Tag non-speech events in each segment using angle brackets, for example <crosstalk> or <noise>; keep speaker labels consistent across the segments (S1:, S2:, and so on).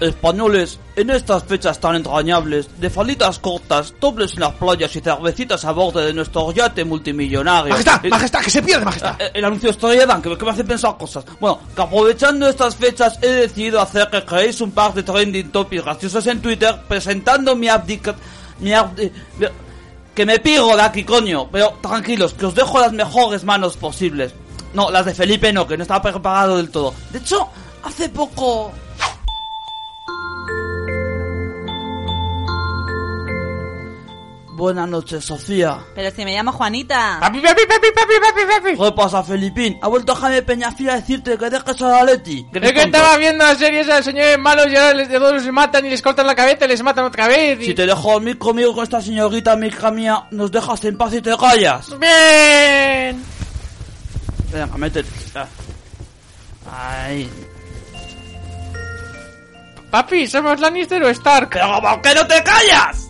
S1: Españoles, en estas fechas tan entrañables, de falitas cortas, dobles en las playas y cervecitas a bordo de nuestro yate multimillonario.
S2: ¡Majestad!
S1: Eh,
S2: ¡Majestad! ¡Que se pierde, majestad!
S1: eh, El anuncio está Dan, que, que me hace pensar cosas. Bueno, que aprovechando estas fechas he decidido hacer que creéis un par de trending topics graciosos en Twitter presentando mi abdicat... mi abdi- mi- que me pigo de aquí, coño. Pero tranquilos, que os dejo las mejores manos posibles. No, las de Felipe no, que no estaba preparado del todo. De hecho, hace poco... Buenas noches, Sofía.
S3: Pero si me llamo Juanita.
S2: Papi, papi, papi, papi, papi, papi.
S1: ¿Qué pasa, Felipín? Ha vuelto Jaime Peñafil a decirte que dejes a la Leti.
S2: Es que estaba viendo las series a los señores malos y ahora les, todos los matan y les cortan la cabeza y les matan otra vez. y-
S1: Si te dejo dormir conmigo con esta señorita, amiga mía, nos dejas en paz y te callas.
S2: ¡Bien!
S1: Venga, métete. Ay.
S2: Papi, ¿somos Lannister o Stark?
S1: ¡Pero por qué no te callas!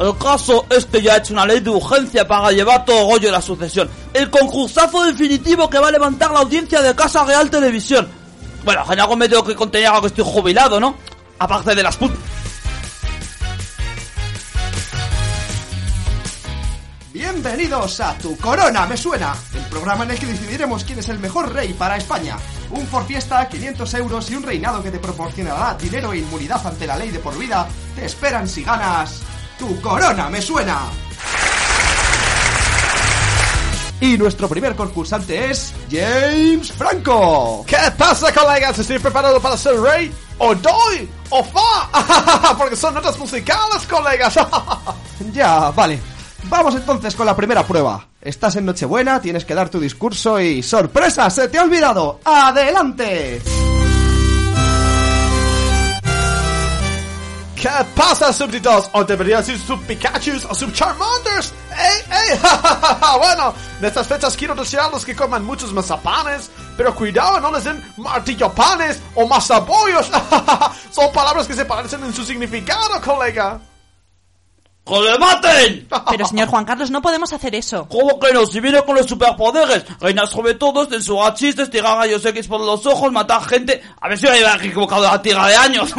S1: El caso es que ya ha hecho una ley de urgencia para llevar todo rollo de la sucesión. El concursazo definitivo que va a levantar la audiencia de Casa Real Televisión. Bueno, en algo me tengo que contener ahora que estoy jubilado, ¿no? Aparte de las put...
S4: Bienvenidos a Tu Corona Me Suena, el programa en el que decidiremos quién es el mejor rey para España. Un por fiesta, 500 euros y un reinado que te proporcionará dinero e inmunidad ante la ley de por vida te esperan si ganas Tu Corona Me Suena. Y nuestro primer concursante es James Franco.
S2: ¿Qué pasa, colegas? ¿Estoy preparado para ser rey? ¿O doy?
S4: <laughs>
S2: ¿O fa? Porque son notas musicales, colegas.
S4: Ya, vale. Vamos entonces con la primera prueba. Estás en Nochebuena, tienes que dar tu discurso y ¡sorpresa! ¡Se te ha olvidado! ¡Adelante!
S2: ¿Qué pasa, súbditos? ¿O debería decir sub Pikachus o sub Charmanders? ¡Ey, ey! <laughs> bueno, en estas fechas quiero desearles que coman muchos mazapanes, pero cuidado, no les den martillopanes o <laughs> mazabollos. Son palabras que se parecen en su significado, colega.
S1: ¡Que le maten!
S3: Pero señor Juan Carlos, no podemos hacer eso.
S1: ¿Cómo que no? Si viene con los superpoderes, reinar sobre todos, censurar chistes, tirar rayos X por los ojos, matar gente. A ver si me había equivocado la tira de años.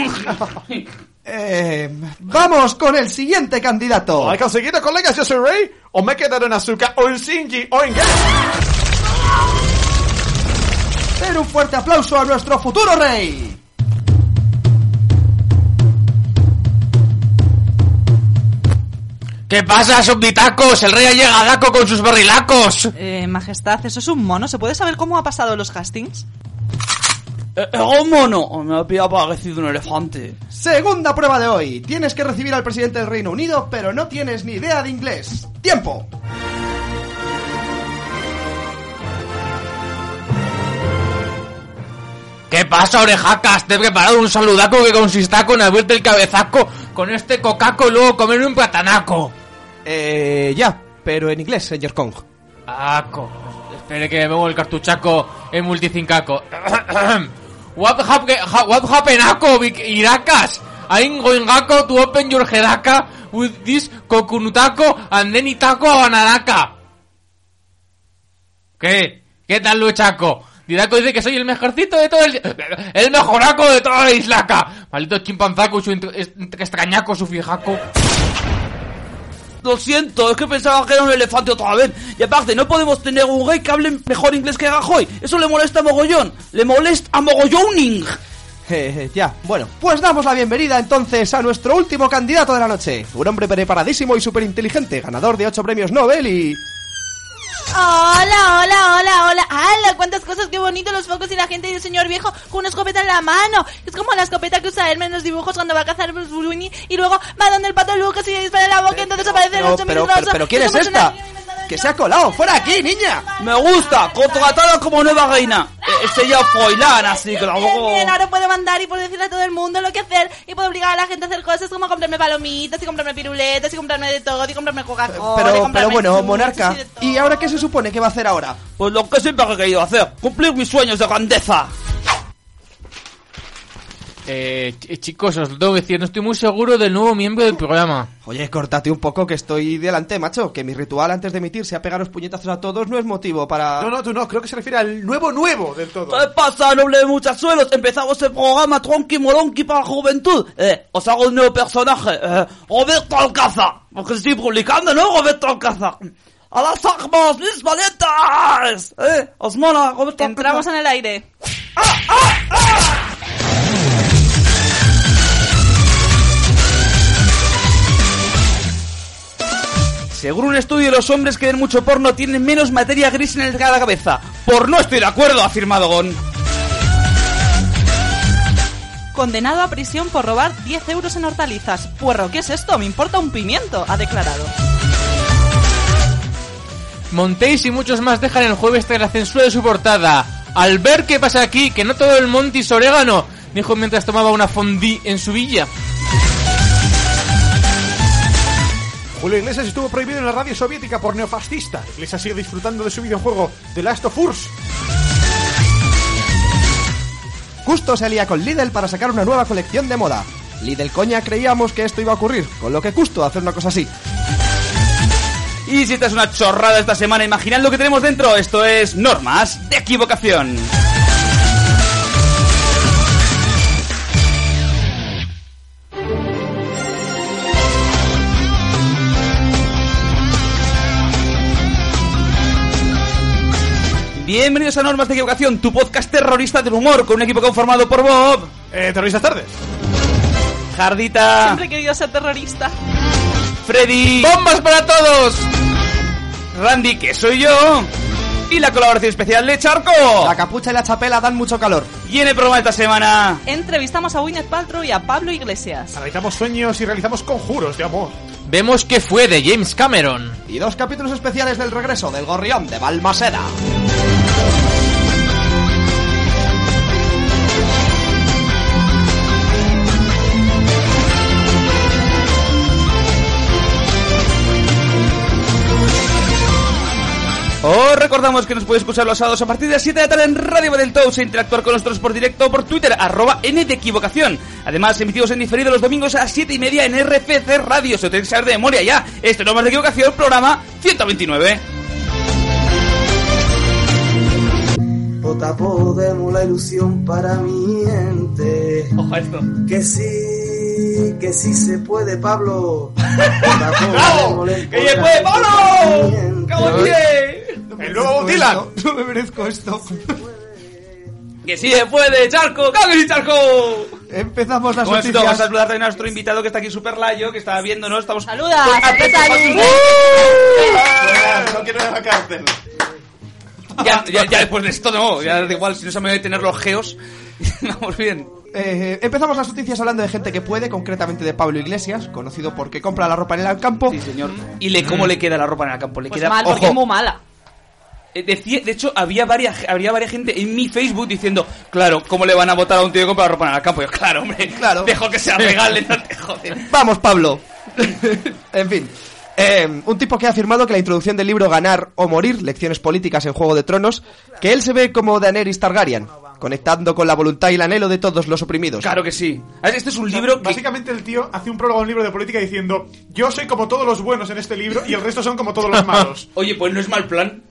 S4: Eh, vamos con el siguiente candidato.
S2: ¿Lo he conseguido, colegas? ¿Yo soy rey? ¿O me he quedado en azúcar? ¿O en Shinji? ¿O en qué?
S4: Pero un fuerte aplauso a nuestro futuro rey.
S5: <laughs> ¿Qué pasa, subditacos? El rey ha llegado Daco con sus barrilacos.
S3: Eh, majestad, eso es un mono. ¿Se puede saber cómo ha pasado los castings?
S1: Eh, Era un mono. Oh, Me había parecido un elefante.
S4: Segunda prueba de hoy. Tienes que recibir al presidente del Reino Unido, pero no tienes ni idea de inglés. ¡Tiempo!
S5: ¿Qué pasa, orejacas? Te he preparado un saludaco que consista con abrirte el cabezaco con este cocaco y luego comer un platanaco.
S4: Eh, ya, pero en inglés, señor Kong. <laughs>
S5: Aco. Espere que me pongo el cartuchaco en multicincaco. <coughs> what, hap ha- what happened, Aco, Vic- Iracas? I'm going, Aco, to open your hedaca with this coconutaco and then itaco bananaca. ¿Qué? ¿Qué tal, Luchaco? Didaco dice que soy el mejorcito de todo el... El mejoraco de toda la islaca. Maldito chimpanzaco, su entre- est- extrañaco, su fijaco.
S1: Lo siento, es que pensaba que era un elefante otra vez. Y aparte, no podemos tener un rey que hable mejor inglés que Rajoy. Eso le molesta a Mogollón. Le molesta a Mogolloning.
S4: ya, bueno. Pues damos la bienvenida entonces a nuestro último candidato de la noche. Un hombre preparadísimo y súper inteligente, ganador de 8 premios Nobel y...
S6: Hola, hola, hola, hola. ¡Hala! ¡Cuántas cosas! ¡Qué bonito los focos y la gente y el señor viejo con una escopeta en la mano! Es como la escopeta que usa Hermes en los dibujos cuando va a cazar Bruce Bruni y luego va donde el pato Lucas y le dispara en la boca y entonces aparece el
S4: Pero,
S6: ocho
S4: pero,
S6: minutos
S4: pero, pero, ¿quién es esta? Que se ha colado. ¡Fuera aquí, niña!
S1: Me gusta. Contratada como nueva reina. Eh, este es ella foilán, así que tampoco...
S7: Bien, bien, ahora puedo mandar y puedo decirle a todo el mundo lo que hacer y puedo obligar a la gente a hacer cosas como comprarme palomitas y comprarme piruletas y comprarme de todo y comprarme Coca-Cola. y
S4: Pero, pero
S7: comprarme
S4: bueno,
S7: chuches
S4: monarca.
S7: de todo.
S4: ¿Y ahora qué se supone que va a hacer ahora?
S1: Pues lo que siempre he querido hacer, cumplir mis sueños de grandeza.
S5: Eh, ch- chicos, os lo tengo que decir, no estoy muy seguro del nuevo miembro del programa.
S4: Oye, cortate un poco que estoy delante, macho. Que mi ritual antes de emitir sea pegaros puñetazos a todos no es motivo para.
S2: No, no, tú no, creo que se refiere al nuevo nuevo del todo.
S1: ¿Qué pasa, noble muchachuelos? Empezamos el programa Tronqui Molonqui para la juventud. Eh, os hago un nuevo personaje, eh, Roberto Alcázar. Porque estoy publicando, ¿no, Roberto Alcázar? ¡A las armas, mis valientes! Eh, os mola, Roberto
S7: Entramos
S1: Alcázar.
S7: en el aire.
S1: Según un estudio, los hombres que ven mucho porno tienen menos materia gris en el- la cabeza. Por no estoy de acuerdo, ha afirmado Gon.
S6: Condenado a prisión por robar 10 euros en hortalizas. Puerro, ¿qué es esto? Me importa un pimiento, ha declarado.
S5: Montéis y muchos más dejan el jueves tras la censura de su portada. Al ver qué pasa aquí, que no todo el monte es orégano, dijo mientras tomaba una fondue en su villa.
S2: Julio Iglesias estuvo prohibido en la radio soviética por neofascista. Iglesias sigue disfrutando de su videojuego The Last of Us.
S4: Justo se alía con Lidl para sacar una nueva colección de moda. Lidl coña creíamos que esto iba a ocurrir, con lo que justo hacer una cosa así.
S1: Y si esta es una chorrada esta semana, imaginad lo que tenemos dentro. Esto es normas de equivocación. Bienvenidos a Normas de Equivocación, tu podcast terrorista del humor, con un equipo conformado por Bob,
S2: Eh, terroristas tardes.
S1: Jardita, Ah.
S6: Siempre he querido ser terrorista.
S1: Freddy,
S5: ¡Bombas para todos!
S1: Randy, que soy yo, y la colaboración especial de Charco.
S4: La capucha y la chapela dan mucho calor.
S1: Y en el programa de esta semana,
S6: Entrevistamos a Gwyneth Paltrow y a Pablo Iglesias.
S2: Analizamos sueños y realizamos conjuros de amor.
S5: Vemos que fue de James Cameron.
S4: <laughs> Y dos capítulos especiales del regreso del gorrión de Balmaseda.
S1: os recordamos que nos podéis escuchar los sábados a partir de las 7 de la tarde en Radio Badeltows e interactuar con nosotros por directo o por Twitter, arroba N de equivocación. Además, emitimos en diferido los domingos a las 7 y media en RFC Radio. Se lo tenéis que saber de memoria ya. Esto no más de equivocación, programa 129.
S8: O tapodemos la ilusión para mi gente.
S1: Ojo a esto.
S8: Que sí, que sí se puede, Pablo.
S1: <laughs>
S8: ¡Bravo!
S1: ¡Que se puede, Pablo! ¡Cómo bien!
S2: El nuevo Dylan.
S4: <laughs> No me merezco esto.
S1: ¡Que sí se puede, Charco! ¡Claro que sí, Charco!
S4: Empezamos las
S1: Un momento, vamos a
S4: noticias.
S1: saludar también a nuestro invitado que está aquí, Super Layo, que está viéndonos. Estamos...
S7: Saluda,
S1: Pues, a-
S7: saluda, saluda.
S2: No quiero ir a la cárcel.
S1: Ya, ya, ya después de esto no, ya da igual, si no se me van a tener los geos. <laughs> Vamos bien.
S4: Eh, empezamos las noticias hablando de gente que puede, concretamente de Pablo Iglesias, conocido porque compra la ropa en el campo.
S1: Sí, señor. ¿Y le,
S4: Mm.
S1: cómo le queda la ropa en el campo? Le
S6: Pues
S1: queda.
S6: mal, porque es muy
S1: ojo,
S6: mala.
S1: eh, decía- de hecho, había varias, habría varias gente en mi Facebook diciendo, claro, ¿cómo le van a votar a un tío que compra ropa en el campo? Y yo, claro, hombre,
S4: Claro.
S1: dejo que sea legal, no te joder.
S4: Vamos, Pablo. <laughs> en fin. Eh, un tipo que ha afirmado que la introducción del libro Ganar o Morir, lecciones políticas en Juego de Tronos, que él se ve como Daenerys Targaryen, conectando con la voluntad y el anhelo de todos los oprimidos.
S1: Claro que sí. A ver, Este es un libro que.
S2: Básicamente el tío hace un prólogo a un libro de política diciendo Yo soy como todos los buenos en este libro y el resto son como todos
S9: <laughs>
S2: los malos.
S1: Oye, pues no es mal plan.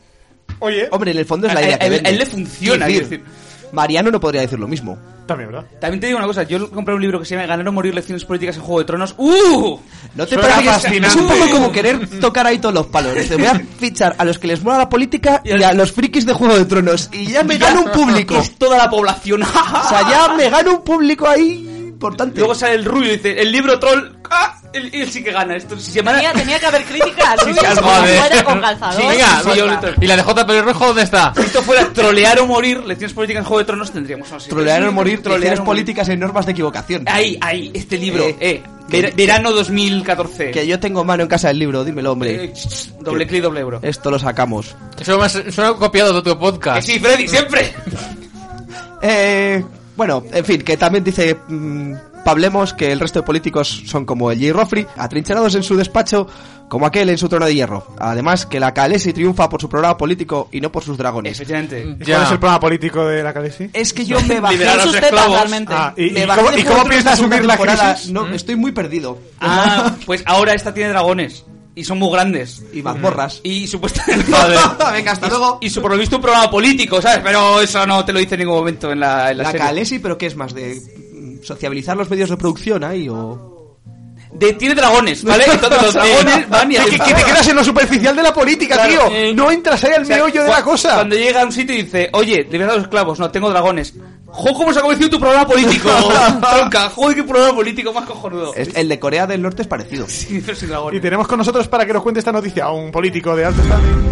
S2: Oye,
S4: Hombre, en el fondo es
S1: A-
S4: la
S1: a-
S4: idea
S1: a
S4: que
S1: él-
S4: vende.
S1: a él le funciona,
S4: Quiero
S1: quiero
S4: Mariano no podría decir lo mismo.
S2: también, ¿verdad?
S1: También te digo una cosa, yo compré un libro que se llama Ganar o morir lecciones políticas en Juego de Tronos. ¡Uh!
S4: ¿No te
S2: Suena
S4: parece que es- es,
S2: fascinante.
S4: un poco como querer tocar ahí todos los palos? Dice, voy a fichar a los que les mola la política y a los frikis de Juego de Tronos. Y ya me gano un público.
S1: Es toda la población. <laughs>
S4: O sea, ya me gano un público ahí importante.
S1: Luego sale el rubio y dice, el libro troll, ¡ah! Él, él sí que gana esto. Si se
S6: Tenía,
S1: llama...
S6: tenía que haber crítica al Rubius
S1: sí,
S6: como
S1: joder.
S6: fuera con calzador.
S5: Sí, venga,
S1: sí, yo
S5: va-
S1: lo-
S5: ¿Y la de J. Pelirrojo dónde está?
S1: esto fuera trolear o morir, lecciones políticas en Juego de Tronos tendríamos. no sé,
S4: Trolear
S1: sí,
S4: o morir, trolear
S1: o morir.
S4: políticas en normas de equivocación.
S1: Ahí, ahí, este libro, eh.
S4: Eh,
S1: ver-
S4: que-
S1: verano 2014.
S4: Que yo tengo mano en casa del libro, dímelo,
S1: Eh,
S4: hombre.
S1: ch- doble clic, doble euro.
S4: Esto lo sacamos.
S5: Eso me ha- eso lo he copiado de otro
S1: Que
S5: podcast.
S4: <laughs>
S1: sí, Freddy, siempre.
S4: Eh, bueno, en fin, que también dice mm, Pablemos que el resto de políticos son como el J. Roffrey, atrincherados en su despacho, como aquel en su trono de hierro. Además, que la Calesi triunfa por su programa político y no por sus dragones.
S1: Efectivamente.
S9: ¿Y
S5: Ya.
S9: ¿Cuál es el programa político de la Calesi?
S1: Eh,
S4: Es que yo me bajé.
S1: Liberar a los
S6: Sus tetas,
S1: esclavos.
S6: realmente.
S9: Ah, ¿y,
S4: me
S9: y
S4: bajé
S9: cómo,
S4: de
S9: y cómo
S4: Juego de
S9: piensas
S4: Tronos una
S9: subir la
S4: temporada.
S9: crisis?
S4: No, estoy muy perdido.
S1: Ah, pues ahora esta tiene dragones. Y son muy grandes.
S4: <laughs> Y mazmorras.
S1: Y supuestamente.
S4: <laughs>
S1: <laughs>
S4: Venga, hasta luego.
S1: Y, su- por lo visto un programa político, ¿sabes? Pero eso no te lo dice en ningún momento en la, en la
S4: La
S1: serie.
S4: Calesi, pero ¿qué es más? ¿De mm, sociabilizar los medios de producción
S9: <laughs>
S4: ahí o.?
S1: De- tiene dragones, ¿vale? Entonces los dragones van y
S9: Que, que- que te quedas en lo superficial de la política,
S1: Claro,
S9: tío.
S1: eh,
S9: no entras ahí al
S1: O sea,
S9: meollo de
S1: cua-
S9: la cosa.
S1: Cuando llega a un sitio y dice, oye, liberad a los esclavos, no, tengo dragones. Jo, ¿cómo se ha convencido tu programa
S9: <laughs>
S1: político? Tronca, joder, qué programa político más cojonudo. <laughs>
S4: Es- El de Corea del Norte es parecido.
S1: Sí, pero sin
S9: Y
S1: dragones.
S9: tenemos con nosotros para que nos cuente esta noticia a un político de alto standing.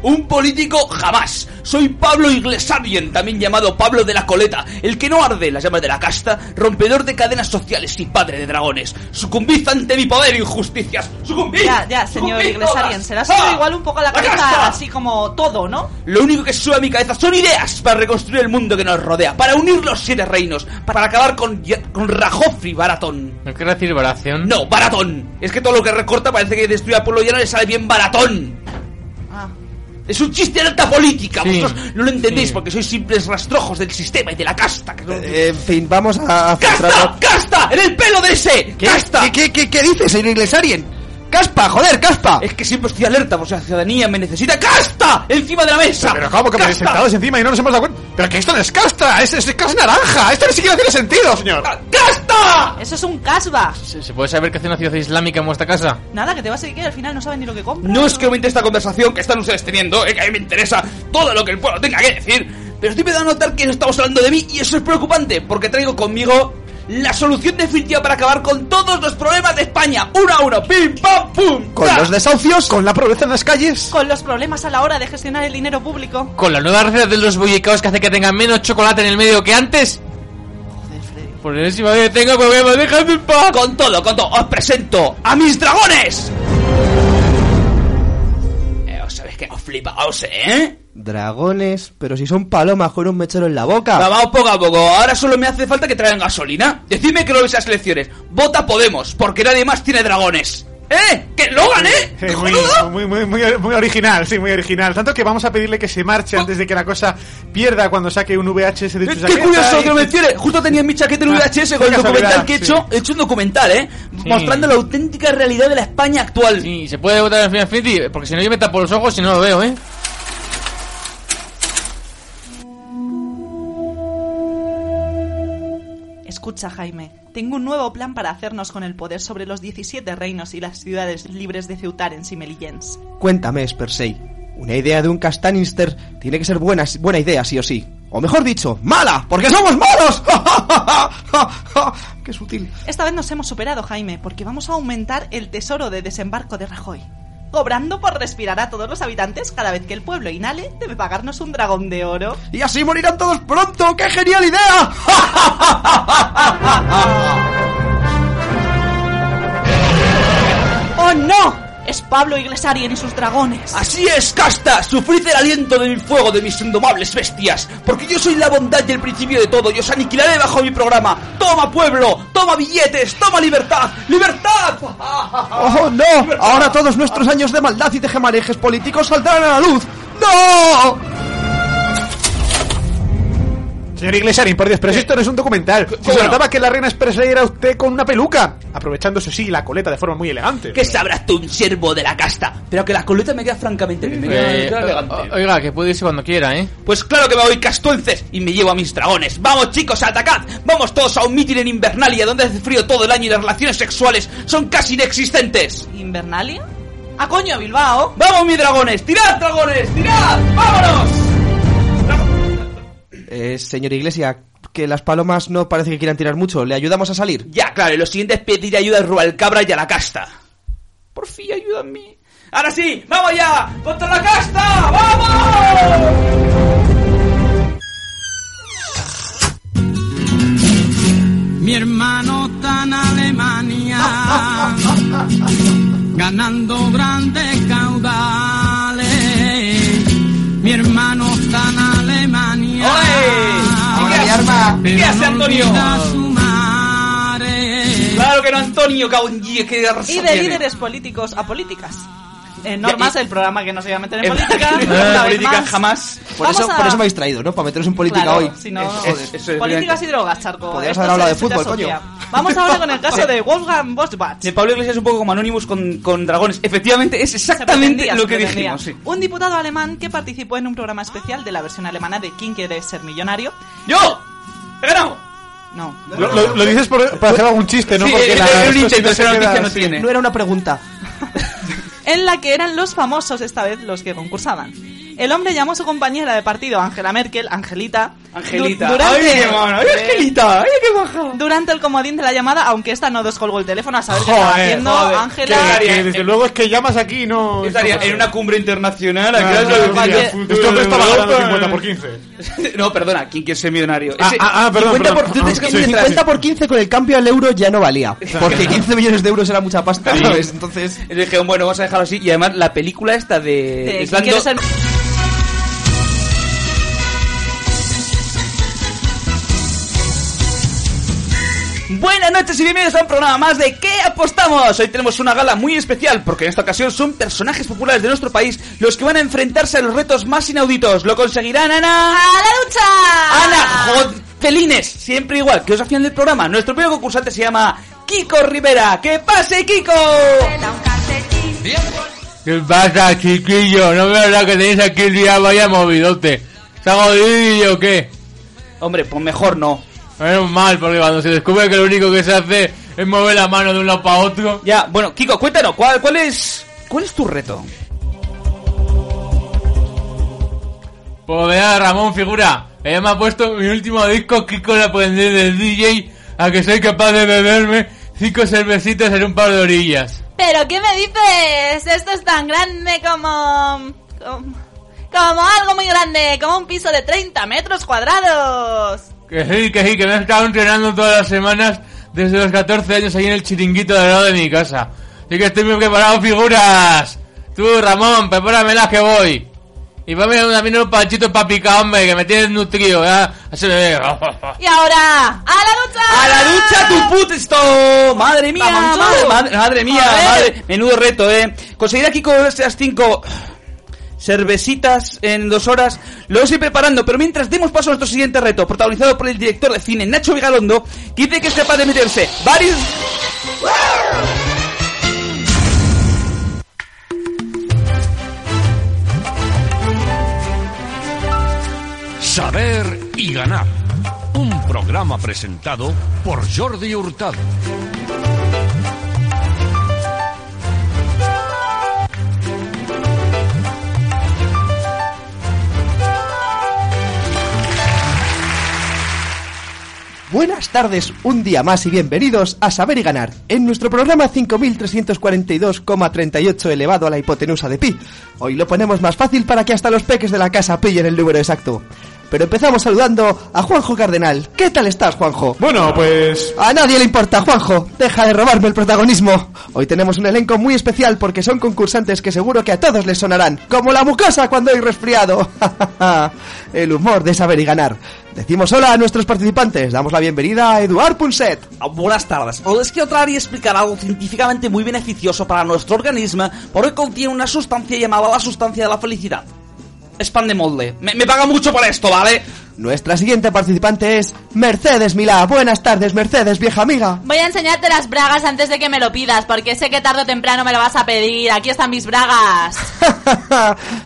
S1: Un político jamás. Soy Pablo Iglesarien, también llamado Pablo de la Coleta, el que no arde en las llamas de la casta, rompedor de cadenas sociales y padre de dragones. Sucumbid ante mi poder, injusticias. Sucumbid.
S6: Ya, ya, señor
S1: Sucumbid
S6: Iglesarian,
S1: todas.
S6: se le ha salido
S1: ¡Ah!
S6: igual un poco la
S1: casta!
S6: cabeza, así como todo, ¿no?
S1: Lo único que sube a mi cabeza son ideas para reconstruir el mundo que nos rodea, para unir los siete reinos, para acabar con, Ya- con Rajofri Baratón.
S5: ¿No quiere decir varación?
S1: No, Baratón. Es que todo lo que recorta parece que destruye a Pueblo Llano le sale bien Baratón.
S6: Ah.
S1: Es un chiste de alta política.
S5: Sí,
S1: Vosotros no lo entendéis
S5: sí.
S1: porque sois simples rastrojos del sistema y de la casta. que no-
S4: Eh, En fin, vamos a
S1: ¡Casta!
S4: centrarnos.
S1: ¡Casta! ¡En el pelo de ese! ¡Casta!
S4: ¿Qué, qué, qué, qué dices, señor Iglesarien? ¡Caspa, joder, caspa!
S1: Es que siempre estoy alerta porque la ciudadanía me necesita. ¡Casta! ¡Encima de la mesa!
S9: Pero ¿cómo que me habéis
S1: ¡Casta!
S9: sentados encima y no nos hemos dado cuenta? Pero que esto no es casta, es, es casta naranja. Esto ni siquiera tiene sentido, señor.
S1: Ah, ¡Casta!
S6: Eso es un casba.
S5: ¿Se se puede saber qué hace una ciudad islámica en vuestra casa?
S6: Nada, que te vas a Ikea y al final no sabes ni lo que compras.
S1: No es que aumente esta conversación que están ustedes teniendo, eh, que a mí me interesa todo lo que el pueblo tenga que decir, pero estoy empezando a notar que estamos hablando de mí y eso es preocupante, porque traigo conmigo la solución definitiva para acabar con todos los problemas de España. Uno a uno, pim, pam, pum.
S4: Con
S1: ta.
S4: los desahucios,
S9: Con la pobreza en las calles.
S6: Con los problemas a la hora de gestionar el dinero público.
S5: ¿Con la nueva receta de los bollicaos que hace que tengan menos chocolate en el medio que antes? Por encima que tengo problemas, dejadme en paz.
S1: Con todo, con todo, os presento a mis dragones. Eh, os sabéis que os flipaos, ¿eh?
S4: Dragones, pero si son palomas con un mechero en la
S1: Va,
S9: Ah.
S4: boca.
S1: Vamos poco a poco. Ahora solo me hace falta que traigan gasolina. Decidme que no vais a las elecciones. Vota Podemos, porque nadie más tiene dragones. ¿Eh? ¡Que lo gané!
S9: Eh, muy,
S1: ¡Cojonudo!
S9: muy, muy, muy, muy original, sí, muy original. Tanto que vamos a pedirle que se marche antes de que la cosa pierda cuando saque un VHS de tu
S1: ¡Qué curioso que lo
S9: me
S1: menciones! Justo tenía en mi chaqueta el
S9: Ah,
S1: VHS con
S9: qué
S1: el documental
S9: casualidad,
S1: que he
S9: sí.
S1: hecho. He hecho un documental, ¿eh?
S5: Sí.
S1: Mostrando la auténtica realidad de la España actual.
S5: Sí, se puede votar en Final Fantasy, porque si no yo me tapo los ojos y no lo veo, ¿eh?
S6: Escucha, Jaime. Tengo un nuevo plan para hacernos con el poder sobre los 17 reinos y las ciudades libres de Ceutarens y Melillens.
S4: Cuéntame, Spersey. Una idea de un Castanister tiene que ser buena, buena idea, sí o sí. O mejor dicho, mala, porque somos malos. <laughs> ¡Qué sutil!
S6: Esta vez nos hemos superado, Jaime, porque vamos a aumentar el tesoro de desembarco de Rajoy. Cobrando por respirar a todos los habitantes cada vez que el pueblo inhale, debe pagarnos un dragón de oro.
S4: Y así morirán todos pronto. ¡Qué genial idea! <laughs>
S6: ¡Oh no! Es Pablo Iglesarien y sus dragones.
S1: Así es, casta, sufrid el aliento del fuego de mis indomables bestias, porque yo soy la bondad y el principio de todo, y os aniquilaré bajo mi programa. Toma pueblo, toma billetes, toma libertad, libertad.
S4: ¡Oh, no! Ahora todos nuestros años de maldad y tejemanejes políticos saldrán a la luz. ¡No!
S9: Señor Iglesias, por Dios, pero si esto no es un documental. Si se
S1: ¿Cómo no?
S9: notaba que la reina Expressay era usted con una peluca. Aprovechando, eso sí, la coleta de forma muy elegante.
S1: ¿Qué sabrás tú, un siervo de la casta? Pero que la coleta me queda francamente bien, me queda, me
S5: Eh,
S1: queda
S5: o-
S1: elegante.
S5: oiga, que puede irse cuando quiera, ¿eh?
S1: Pues claro que me voy castuences y me llevo a mis dragones. Vamos chicos, atacad. Vamos todos a un mitin en Invernalia donde hace frío todo el año y las relaciones sexuales son casi inexistentes.
S6: ¿Invernalia? ¡A coño, Bilbao!
S1: Vamos mis dragones, tirad dragones, tirad, vámonos.
S4: Eh, señor Iglesia, que las palomas no parece que quieran tirar mucho. ¿Le ayudamos a salir?
S1: Ya, claro, y lo siguiente es pedir ayuda a Rubalcabra y a la casta. Por fin, ayúdame. Ahora sí, vamos ya, contra la casta, vamos.
S10: Mi hermano está en Alemania, ganando grandes caudales. Mi hermano está en Alemania.
S1: ¡Ole!
S11: Ahora mi arma.
S1: ¿Qué hace
S10: no
S1: Antonio?
S10: olvida su madre.
S1: Claro que no, Antonio, cabrón, y es que razón
S6: Y de
S1: tiene.
S6: líderes políticos a políticas. Eh, normas, el programa que no se iba a meter en
S1: <laughs>
S6: <laughs> política.
S1: En
S6: una vez
S1: política
S6: más.
S1: jamás.
S4: Por
S6: Vamos
S4: eso,
S6: a-
S4: por eso me habéis traído, ¿no? Para meteros en política
S6: Claro,
S4: hoy.
S6: si no-
S4: Joder.
S1: Es- eso es
S6: Políticas
S1: brillante.
S6: y drogas, Charco.
S4: Podrías
S6: Esto
S4: haber hablado
S6: se-
S4: de
S6: se te
S4: fútbol,
S6: asocia.
S4: coño.
S6: Vamos ahora
S1: <laughs>
S6: con el caso de Wolfgang Bosbach.
S1: De Pablo Iglesias es un poco como Anonymous con, con dragones. Efectivamente, es
S6: Se
S1: exactamente
S6: pretendía,
S1: lo
S6: se
S1: que
S6: pretendía.
S1: dijimos. sí.
S6: Un diputado alemán que participó en un programa especial de la versión alemana de ¿Quién quiere ser millonario?
S1: ¡Yo! ¡He ganado!
S6: No.
S9: Lo, lo- lo dices por- para hacer algún chiste, ¿no?
S1: Sí,
S9: Porque
S1: es-
S9: la-
S1: es un
S9: esto
S1: hincha,
S9: sí que se
S1: pero la
S9: queda
S1: noticia no
S9: así.
S1: tiene.
S4: No era una pregunta.
S6: en la que eran los famosos esta vez los que concursaban. El hombre llamó a su compañera de partido, Angela Merkel, Angelita,
S1: Angelita.
S6: du- durante, Eh.
S1: ¡Ay, qué mono! ¡Ay, Angelita! ¡Ay, qué baja!
S6: durante el comodín de la llamada, aunque esta no descolgó el teléfono a saber qué estaba
S9: Joder,
S6: haciendo,
S1: joder,
S6: Ángela...
S1: qué-
S9: Que desde luego es que llamas aquí, no.
S1: Estaría en una cumbre internacional. Aquí
S9: Ah,
S1: es lo que
S9: vaya.
S1: diría,
S9: Este hombre estaba ganando 50 por 15.
S1: No, perdona, ¿quién quiere ser millonario?
S9: Ah, ah,
S1: <laughs>
S9: ah, perdón,
S4: 50
S9: perdón.
S4: por, es que 50 por 15 con el cambio al euro ya no valía. Porque 15 millones de euros era mucha pasta, ¿sabes? Entonces.
S1: Y dijeron, bueno, vamos a dejarlo así. Y además, la película esta de.
S6: de Eh, ¿quién
S1: Slando-
S6: quiere ser-
S1: Buenas noches y bienvenidos a un programa más de ¿Qué apostamos? Hoy tenemos una gala muy especial porque en esta ocasión son personajes populares de nuestro país los que van a enfrentarse a los retos más inauditos. ¿Lo conseguirán, Ana?
S12: ¡A la ducha!
S1: ¡Ana, jodelines! Siempre igual, que os hacían del programa. Nuestro primer concursante se llama Kiko Rivera. ¡Que pase, Kiko!
S5: ¿Qué pasa, chiquillo? No me verdad que tenéis aquí el día vaya movidote. ¿Se ha jodido o qué?
S1: Hombre, pues mejor no.
S5: Menos mal, porque cuando se descubre que lo único que se hace es mover la mano de un lado para otro.
S1: Ya, bueno, Kiko, cuéntanos, ¿cuál, cuál es. ¿Cuál es tu reto?
S5: Pues vea, Ramón, figura. Ella me ha puesto mi último disco, Kiko la aprender del DJ, a que soy capaz de beberme cinco cervecitas en un par de orillas.
S12: ¿Pero qué me dices? Esto es tan grande como... como... como algo muy grande, como un piso de 30 metros cuadrados.
S5: Que sí, que sí, que me he estado entrenando todas las semanas desde los 14 años ahí en el chiringuito de al lado de mi casa. Así que estoy muy preparado, figuras. Tú, Ramón, prepáramelas que voy. Y ponme también unos panchitos para picar, hombre, que me tienes nutrido, ¿verdad? Así me veo. <laughs>
S12: Y ahora, ¡a la ducha!
S1: ¡A la ducha tu puto esto! ¡Madre mía!
S12: Vamos,
S1: Madre,
S12: vamos.
S1: madre- madre mía!
S12: A ver.
S1: Madre, menudo reto, ¿eh? Conseguir aquí con estas cinco cervecitas en dos horas. Lo estoy preparando, pero mientras demos paso a nuestro siguiente reto, protagonizado por el director de cine Nacho Vigalondo, que dice que es capaz de meterse varios...
S13: Saber y ganar. Un programa presentado por Jordi Hurtado.
S4: Buenas tardes, un día más y bienvenidos a Saber y Ganar, en nuestro programa 5342,38 elevado a la hipotenusa de pi. Hoy lo ponemos más fácil para que hasta los peques de la casa pillen el número exacto. Pero empezamos saludando a Juanjo Cardenal. ¿Qué tal estás, Juanjo?
S9: Bueno, pues.
S4: A nadie le importa, Juanjo. Deja de robarme el protagonismo. Hoy tenemos un elenco muy especial porque son concursantes que seguro que a todos les sonarán, como la mucosa cuando hay resfriado. <laughs> el humor de saber y ganar. Decimos hola a nuestros participantes. Damos la bienvenida a Eduard Punset.
S1: Ah, Buenas tardes. Os les quiero traer y explicar algo científicamente muy beneficioso para nuestro organismo porque contiene una sustancia llamada la sustancia de la felicidad. Es pan de molde. Me, me paga mucho por esto, ¿vale?
S4: Nuestra siguiente participante es Mercedes Milá. Buenas tardes, Mercedes, vieja amiga. <laughs>
S12: Voy a enseñarte las bragas antes de que me lo pidas, porque sé que tarde o temprano me lo vas a pedir. Aquí están mis bragas.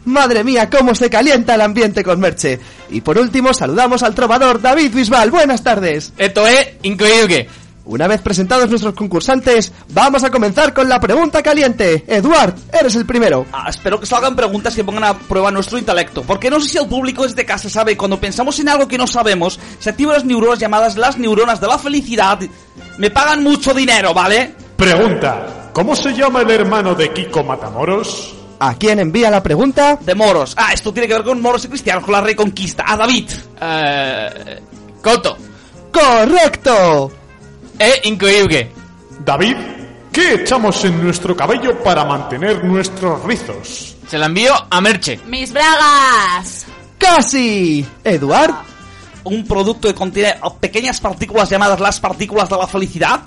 S4: Madre mía, cómo se calienta el ambiente con Merche. Y por último, saludamos al trovador David Bisbal. Buenas tardes.
S5: Esto es increíble.
S4: Una vez presentados nuestros concursantes, vamos a comenzar con la pregunta caliente. Eduard, eres el primero.
S1: Ah, espero que salgan preguntas que pongan a prueba nuestro intelecto, porque no sé si el público desde casa sabe, cuando pensamos en algo que no sabemos, se activan las neuronas llamadas las neuronas de la felicidad. Me pagan mucho dinero, ¿vale?
S9: Pregunta: ¿Cómo se llama el hermano de Kiko Matamoros?
S4: ¿A quién envía la pregunta?
S1: De moros. Ah, esto tiene que ver con moros y cristianos, con la reconquista. A David.
S5: Eh, Coto,
S4: ¡Correcto!
S5: es increíble.
S9: David, ¿qué echamos en nuestro cabello para mantener nuestros rizos?
S5: Se la envío a Merche.
S12: ¡Mis bragas!
S4: ¡Casi! ¿Eduard?
S1: Un producto que contiene pequeñas partículas llamadas las partículas de la felicidad.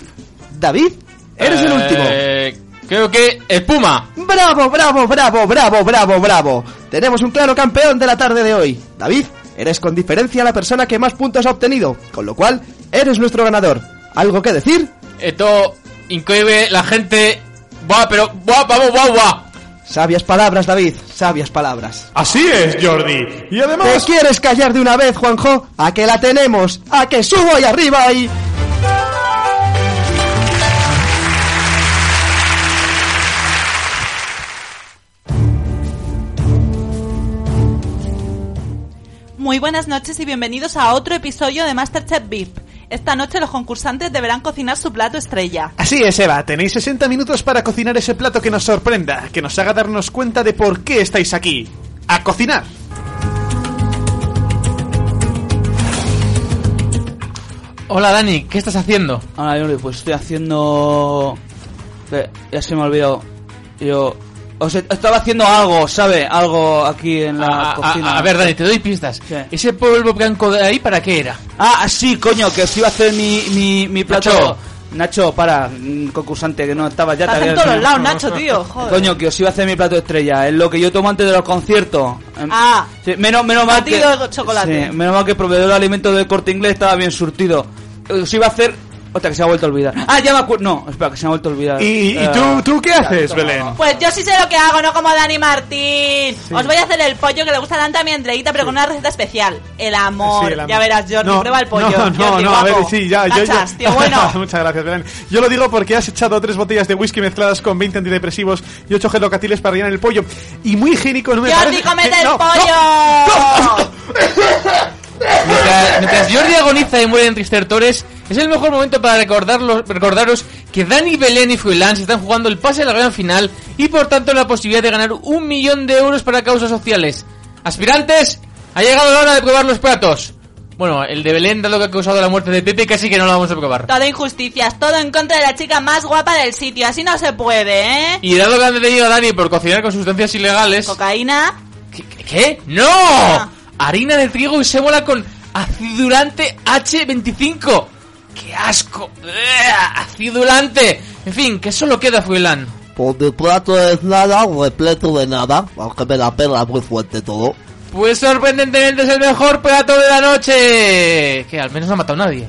S4: ¿David? Eres el último.
S5: Eh, Creo que espuma.
S4: ¡Bravo, bravo, bravo, bravo, bravo, bravo! Tenemos un claro campeón de la tarde de hoy. David, eres con diferencia la persona que más puntos ha obtenido, con lo cual eres nuestro ganador. ¿Algo que decir?
S5: Esto increíble, la gente. Buah, pero. Buah, vamos, buah, buah.
S4: Sabias palabras, David, sabias palabras.
S9: Así es, Jordi. Y
S4: ¿Te
S9: además...
S4: quieres callar de una vez, Juanjo? ¿A que la tenemos? ¿A que subo y arriba y...?
S6: Muy buenas noches y bienvenidos a otro episodio de Masterchef VIP. Esta noche los concursantes deberán cocinar su plato estrella.
S9: Así es, Eva. Tenéis 60 minutos para cocinar ese plato que nos sorprenda, que nos haga darnos cuenta de por qué estáis aquí. A cocinar.
S5: Hola Dani, ¿qué estás haciendo?
S1: Ahora, Jordi, pues estoy haciendo. Eh, Ya se me olvidó. Yo. os he- estaba haciendo algo, ¿sabe? Algo aquí en la
S5: A- a-
S1: cocina.
S5: Ah, a, ver, Dani, te doy pistas.
S1: ¿Qué?
S5: ¿Ese polvo blanco de ahí para qué era?
S1: Ah, sí, coño, que os iba a hacer mi, mi, mi plato.
S5: Nacho.
S1: Nacho, para, mm, concursante, que no estaba ya.
S6: Te
S1: te había
S6: hacen todos los
S1: dicho.
S6: lados, Nacho, tío.
S9: <laughs>
S6: Joder.
S1: Coño, que os iba a hacer mi plato estrella. Es lo que yo tomo antes de los conciertos. Em,
S6: Ah,
S1: sí, menos, menos mal que.
S6: batido de chocolate.
S1: Sí, menos mal que el proveedor de alimentos del corte inglés estaba bien surtido. Os iba a hacer. Hostia, que se me ha vuelto a olvidar. Ah, ya me acuerdo. No, espera, que se me ha vuelto a olvidar.
S9: ¿Y, y
S1: Eh,
S9: tú, tú qué haces, Belén?
S12: Pues yo sí sé lo que hago, no como Dani Martín. Os voy a hacer el pollo que le gusta tanto a mi Andreita, pero con una receta especial. El amor.
S9: Sí, el amor.
S12: Ya verás, Jordi,
S9: No,
S12: prueba el pollo.
S9: No, no,
S12: Jordi,
S9: no, a
S12: guapo.
S9: ver, sí, ya, yo, yo- <laughs>
S12: Tachas, tío, bueno.
S9: Muchas gracias, Belén. Yo lo digo porque has echado tres botellas de whisky mezcladas con 20 antidepresivos y 8 gelocatiles para rellenar el pollo. Y muy higiénico, no me
S12: Jordi,
S9: parece...
S12: comete
S9: eh,
S12: el
S9: no,
S12: pollo.
S5: Mientras, mientras Jordi agoniza y muere en Tristertores, es el mejor momento para recordarlo- recordaros que Dani, Belén y Freelance están jugando el pase a la gran final y por tanto la posibilidad de ganar un millón de euros para causas sociales. Aspirantes, ha llegado la hora de probar los platos. Bueno, el de Belén, dado que ha causado la muerte de Pepe, casi que no lo vamos a probar.
S12: Todo injusticias, todo en contra de la chica más guapa del sitio. Así no se puede, ¿eh?
S5: Y dado que han detenido a Dani por cocinar con sustancias ilegales...
S12: Cocaína.
S5: ¿Qué? qué- qué? ¡No! Harina de trigo y sémola con acidulante H25. ¡Qué asco! ¡Ea! ¡Acidulante! En fin, que solo queda Fuilán.
S14: Por mi plato es nada, repleto de nada, aunque me la pela muy fuerte todo.
S5: Pues sorprendentemente es el mejor plato de la noche. Que al menos no ha matado a nadie.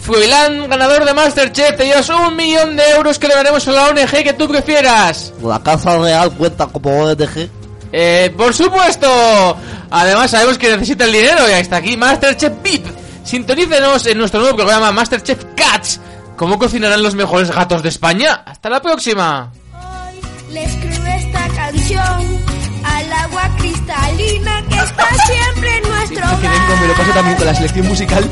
S5: Fuilán, ganador de Masterchef, te llevas un millón de euros que le daremos a la ONG que tú prefieras.
S14: La Casa Real cuenta como ONG.
S5: Eh, por supuesto. Además sabemos que necesita el dinero y hasta aquí Masterchef VIP. Sintonícenos en nuestro nuevo programa Masterchef Cats. ¿Cómo cocinarán los mejores gatos de España? Hasta la próxima.
S15: Le escribo esta canción al agua cristalina que está siempre en nuestro
S4: Qué bien, como me lo paso también
S15: hogar.
S4: con la selección musical.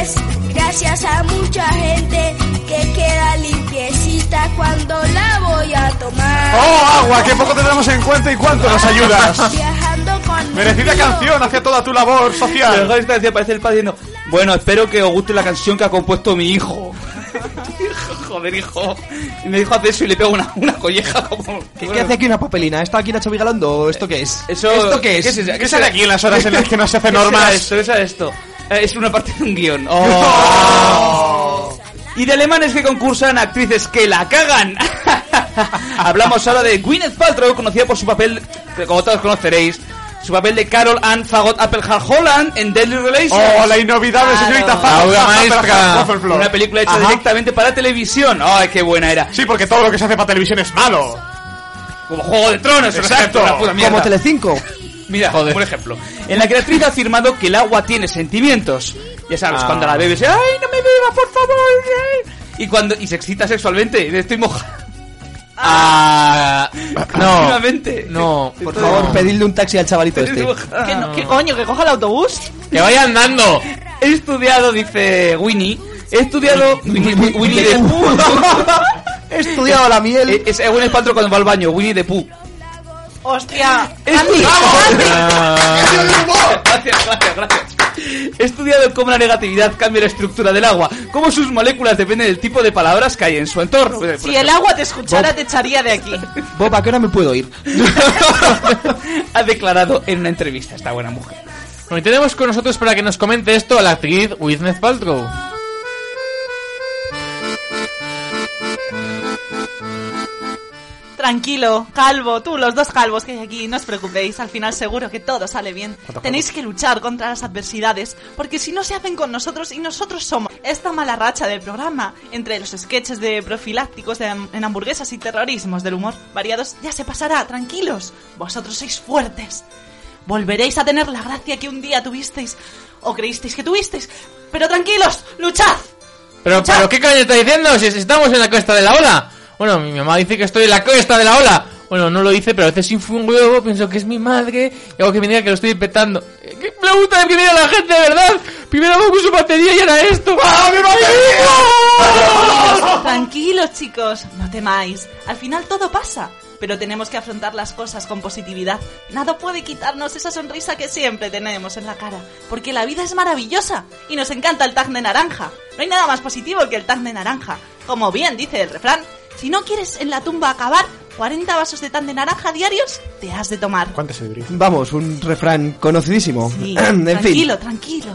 S15: Es gracias a mucha gente que queda limpiecita cuando la voy a tomar.
S9: ¡Oh, agua! ¡Qué poco tendremos en cuenta y
S4: oh,
S9: cuánto nos
S12: <laughs>
S9: ayudas!
S15: Viajando con
S9: Merecida
S15: mi tío.
S9: canción hacia toda tu labor
S1: Lo mejor
S9: social.
S1: es que decía, parece el padre diciendo, bueno, espero que os guste la canción que ha compuesto mi hijo. Hijo, <laughs> Joder, hijo. Y me dijo hacer eso y le pego una, una colleja <laughs> como...
S4: ¿Qué, qué hace aquí una papelina? ¿Está aquí Nacho Vigalondo? o ¿Esto qué es?
S1: Eso-
S4: ¿Esto qué es?
S1: ¿Qué es eso?
S9: ¿Qué sale aquí en las horas en las que no se hace
S1: <laughs> ¿Qué será
S9: normas?
S1: esto? ¿Qué será esto? Oh. Eh, es una parte de un <laughs> guión.
S9: Oh,
S1: Y de alemanes que concursan actrices que la cagan. <laughs> Hablamos ahora de Gwyneth Paltrow, conocida por su papel, que como todos conoceréis, su papel de Carol Ann Fagot Applejack Holland en Deadly Relations.
S9: ¡Oh, la inolvidable señorita Fa-
S5: Aura
S9: Fa- Fa-
S5: maestra.
S9: Fa- Fa- Fa- Fa-
S1: Una película hecha directamente para televisión. ¡Ay, qué buena era!
S9: Sí, porque todo lo que se hace para televisión es malo.
S1: Como Juego de Tronos, por
S9: Exacto.
S1: ejemplo, la puta mierda. <laughs>
S4: Como Telecinco.
S1: Mira, por ejemplo, en la que la actriz ha afirmado que el agua tiene sentimientos. Ya sabes, cuando la bebes, ¡ay, no me beba, por favor! ay". Y cuando y se excita sexualmente, y estoy mojado. <laughs>
S5: Ah, no.
S1: Continuamente.
S5: No,
S1: Estoy
S4: Por favor, pedidle un taxi al
S1: <laughs>
S4: chavalito
S1: Estoy
S4: este.
S1: mojado.
S6: ¿Qué, no-
S9: Ah.
S6: qué coño? ¿Que coja el autobús?
S5: que vaya andando.
S1: He estudiado, dice Winnie. He estudiado. Winnie, Winnie, de Pooh. <laughs>
S4: He estudiado la miel.
S1: es es un espanto cuando va al baño, Winnie de Pooh.
S6: ¡Hostia!
S1: ¡Vamos!
S5: Ah,
S1: Gracias, gracias, gracias. He estudiado cómo la negatividad cambia la estructura del agua, cómo sus moléculas dependen del tipo de palabras que hay en su entorno. Por
S6: Si
S1: ejemplo,
S6: el agua te escuchara,
S1: Bob-
S6: te echaría
S1: <laughs>
S6: de aquí.
S4: Bob, ¿a qué hora me puedo ir?
S1: ha declarado en una entrevista esta buena mujer.
S5: Bueno, y tenemos con nosotros para que nos comente esto a la actriz Gwyneth Paltrow.
S6: Tranquilo, calvo, tú, los dos calvos que hay aquí, no os preocupéis, al final seguro que todo sale bien. Tenéis que luchar contra las adversidades, porque si no se hacen con nosotros y nosotros somos esta mala racha del programa, entre los sketches de profilácticos de ham- en hamburguesas y terrorismos del humor variados, ya se pasará, tranquilos, vosotros sois fuertes. Volveréis a tener la gracia que un día tuvisteis, o creísteis que tuvisteis, pero tranquilos, luchad.
S5: Pero, pero ¿qué coño está diciendo? Si si estamos en la cuesta de la ola. Bueno, mi mamá dice que estoy en la cuesta de la ola. Bueno, no lo dice, pero a veces influye un huevo, pienso que es mi madre, y hago que me diga que lo estoy petando. Eh, ¿Qué le gusta de primero a la gente, de verdad? Primero hago su batería y era esto. ¡Ah, mi
S6: Tranquilos, Tranquilos, chicos, no temáis. Al final todo pasa, pero tenemos que afrontar las cosas con positividad. Nada puede quitarnos esa sonrisa que siempre tenemos en la cara, porque la vida es maravillosa y nos encanta el tag de naranja. No hay nada más positivo que el tag de naranja. Como bien dice el refrán, si no quieres en la tumba acabar, 40 vasos de tag de naranja diarios te has de tomar.
S4: Vamos, un refrán conocidísimo.
S6: Sí,
S4: <clears throat> en fin,
S6: tranquilo, tranquilo.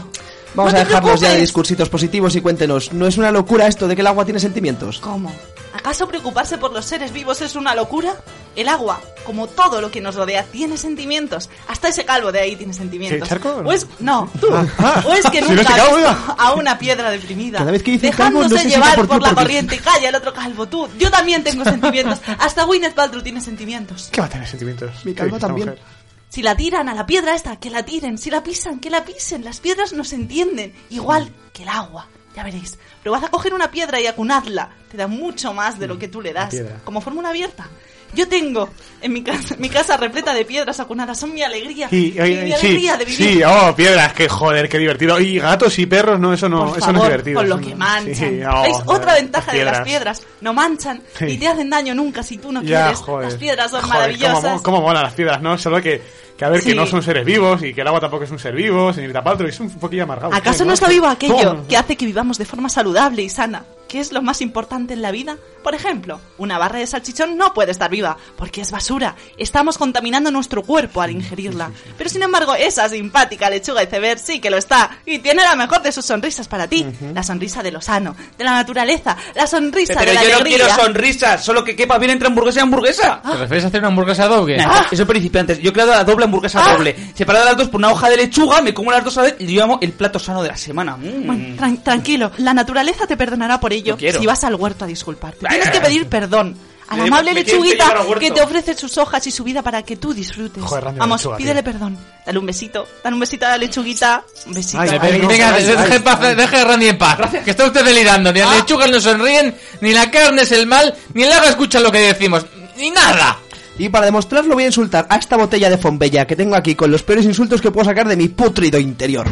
S4: vamos
S6: No
S4: a
S6: te
S4: dejarnos ya de
S6: preocupes.
S4: discursitos positivos y cuéntenos, ¿no es una locura esto de que el agua tiene sentimientos?
S6: ¿Cómo? ¿Acaso preocuparse por los seres vivos es una locura? El agua, como todo lo que nos rodea, tiene sentimientos. Hasta ese calvo de ahí tiene sentimientos.
S4: ¿El charco o no?
S6: O es, no, tú. O es que
S4: <laughs> Si no,
S6: nunca
S4: este
S6: has
S4: calvo,
S6: visto
S4: mira.
S6: a una piedra deprimida.
S4: Cada vez que dice
S6: dejándose
S4: calvo, no sé si es
S6: llevar
S4: por
S6: por,
S4: ti o
S6: la
S4: por mí.
S6: corriente. Calla, el otro calvo, tú. Yo también
S4: <laughs>
S6: tengo sentimientos. Hasta Gwyneth Paltrow tiene sentimientos.
S9: ¿Qué va a tener sentimientos?
S4: Mi calvo
S9: Esta
S4: también.
S9: mujer.
S6: Si la tiran a la piedra esta, que la tiren. Si la pisan, que la pisen. Las piedras nos entienden. Igual
S9: Mm.
S6: que el agua. Ya veréis. Probad a coger una piedra y acunadla. Te da mucho más de lo
S9: Mm,
S6: que tú le das.
S2: piedra.
S6: Como fórmula abierta. Yo tengo en mi casa, mi casa repleta de piedras acunadas. Son mi alegría.
S9: Sí,
S6: y
S9: oye,
S6: mi
S9: sí,
S6: alegría de vivir.
S9: sí, oh, piedras, que joder, qué divertido. Y gatos y perros, no, eso no,
S6: Por
S9: eso no
S6: favor,
S9: es divertido.
S6: Con lo
S9: eso
S6: que
S9: no.
S6: manchan.
S9: Sí, oh,
S6: ¿Veis?
S9: joder,
S6: Otra ventaja de las
S9: piedras.
S6: piedras. No manchan
S9: Sí.
S6: y te hacen daño nunca si tú no
S9: Ya,
S6: quieres.
S9: joder.
S6: Las piedras son
S9: Joder,
S6: maravillosas.
S9: Cómo, mo- cómo molan las piedras, ¿no? Solo que, que a ver
S6: Sí.
S9: que no son seres vivos y que el agua tampoco es un ser vivo, señorita Paltrow, es un poquillo amargado.
S6: ¿Acaso
S9: usted,
S6: no está vivo aquello
S9: Toma.
S6: que hace que vivamos de forma saludable y sana? ¿Qué es lo más importante en la vida? Por ejemplo, una barra de salchichón no puede estar viva, porque es basura. Estamos contaminando nuestro cuerpo al ingerirla. Pero sin embargo, esa simpática lechuga iceberg sí que lo está. Y tiene la mejor de sus sonrisas para ti. La sonrisa de lo sano, de la naturaleza, la sonrisa
S1: Pero
S6: de la
S1: yo no
S6: alegría. Ah.
S1: quiero sonrisas, solo que quepa bien entre hamburguesa y hamburguesa.
S5: ¿Te refieres a hacer una hamburguesa doble?
S1: Nah, Eso es principiantes. Yo he creado la doble hamburguesa
S6: Ah.
S1: doble. Separada las dos por una hoja de lechuga, me como las dos a la vez y yo llamo el plato sano de la semana. Mm.
S6: Bueno, tran- tranquilo, la naturaleza te perdonará por ello
S1: No quiero.
S6: si vas al huerto a disculparte. Tienes que pedir perdón a la
S1: Me-
S6: amable
S1: me tienen que
S6: lechuguita
S1: llevar al huerto.
S6: que te ofrece sus hojas y su vida para que tú disfrutes.
S5: Joder, Randy, la
S6: Vamos,
S5: lechuga,
S6: pídele
S5: tío.
S6: perdón. Dale un besito, dale un besito a la lechuguita. Un besito.
S5: Ay, venga, venga, deje, en paz, deje a Randy en paz. Que está usted delirando. Ni las lechugas no sonríen, ni la carne es el mal, ni el agua escucha lo que decimos. Ni nada.
S4: Y para demostrarlo voy a insultar a esta botella de Fombella que tengo aquí con los peores insultos que puedo sacar de mi putrido interior.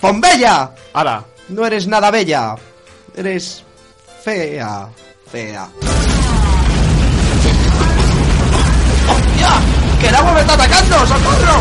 S4: ¡Fombella!
S9: ¡Hala!
S4: No eres nada bella. Eres fea. Fea.
S11: ¡Que el agua me está atacando! ¡Socorro!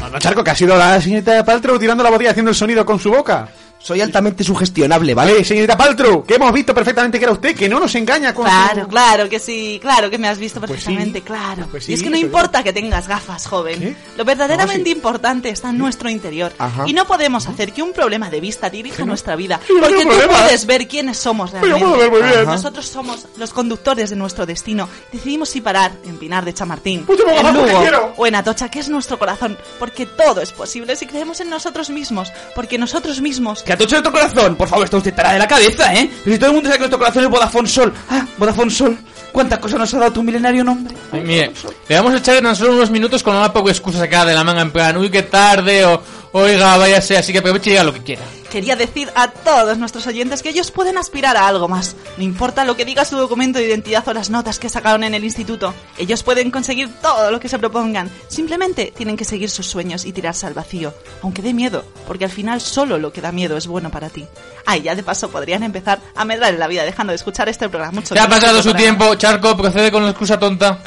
S9: Bueno, Charco, que ha sido la señorita Paltrow tirando la botella haciendo el sonido con su boca.
S4: Soy altamente sugestionable, ¿vale?
S9: Oye, señorita Paltrow, que hemos visto perfectamente que era usted, que no nos engaña con
S6: Claro,
S9: su-
S6: claro que sí, claro que me has visto perfectamente, claro.
S9: Pues
S6: y es
S9: sí,
S6: que no
S9: eso
S6: importa que tengas gafas, joven. Lo verdaderamente importante está en nuestro interior.
S9: Ajá.
S6: Y no podemos hacer que un problema de vista dirija nuestra vida.
S9: no
S6: Porque
S9: tengo
S6: tú
S9: problema.
S6: puedes ver quiénes somos
S9: yo
S6: realmente.
S9: puedo ver muy bien. Ajá.
S6: Nosotros somos los conductores de nuestro destino. Decidimos si parar en Pinar de Chamartín,
S9: Pues yo me
S6: en
S9: bajo porque
S6: Lugo
S9: quiero.
S6: o en Atocha, que es nuestro corazón. Porque todo es posible si creemos en nosotros mismos. Porque nosotros mismos
S1: Que atoche nuestro corazón, por favor, está usted tarada de la cabeza, ¿eh? Pero si todo el mundo sabe que nuestro corazón es Vodafone Sol. Ah, Vodafone Sol. ¿Cuántas cosas nos ha dado tu milenario nombre?
S5: Ay, Mire, le vamos a echar tan solo unos minutos con una poco excusa sacada de la manga en plan, uy, qué tarde, o oiga, váyase, así que aproveche y diga lo que quiera.
S6: Quería decir a todos nuestros oyentes que ellos pueden aspirar a algo más. No importa lo que diga su documento de identidad o las notas que sacaron en el instituto. Ellos pueden conseguir todo lo que se propongan. Simplemente tienen que seguir sus sueños y tirarse al vacío. Aunque dé miedo, porque al final solo lo que da miedo es bueno para ti. Ay, ya de paso podrían empezar a medrar en la vida dejando de escuchar este programa. Mucho
S5: Ya ha
S6: tiempo
S5: pasado su
S6: para-
S5: tiempo, Charco, procede con la excusa tonta.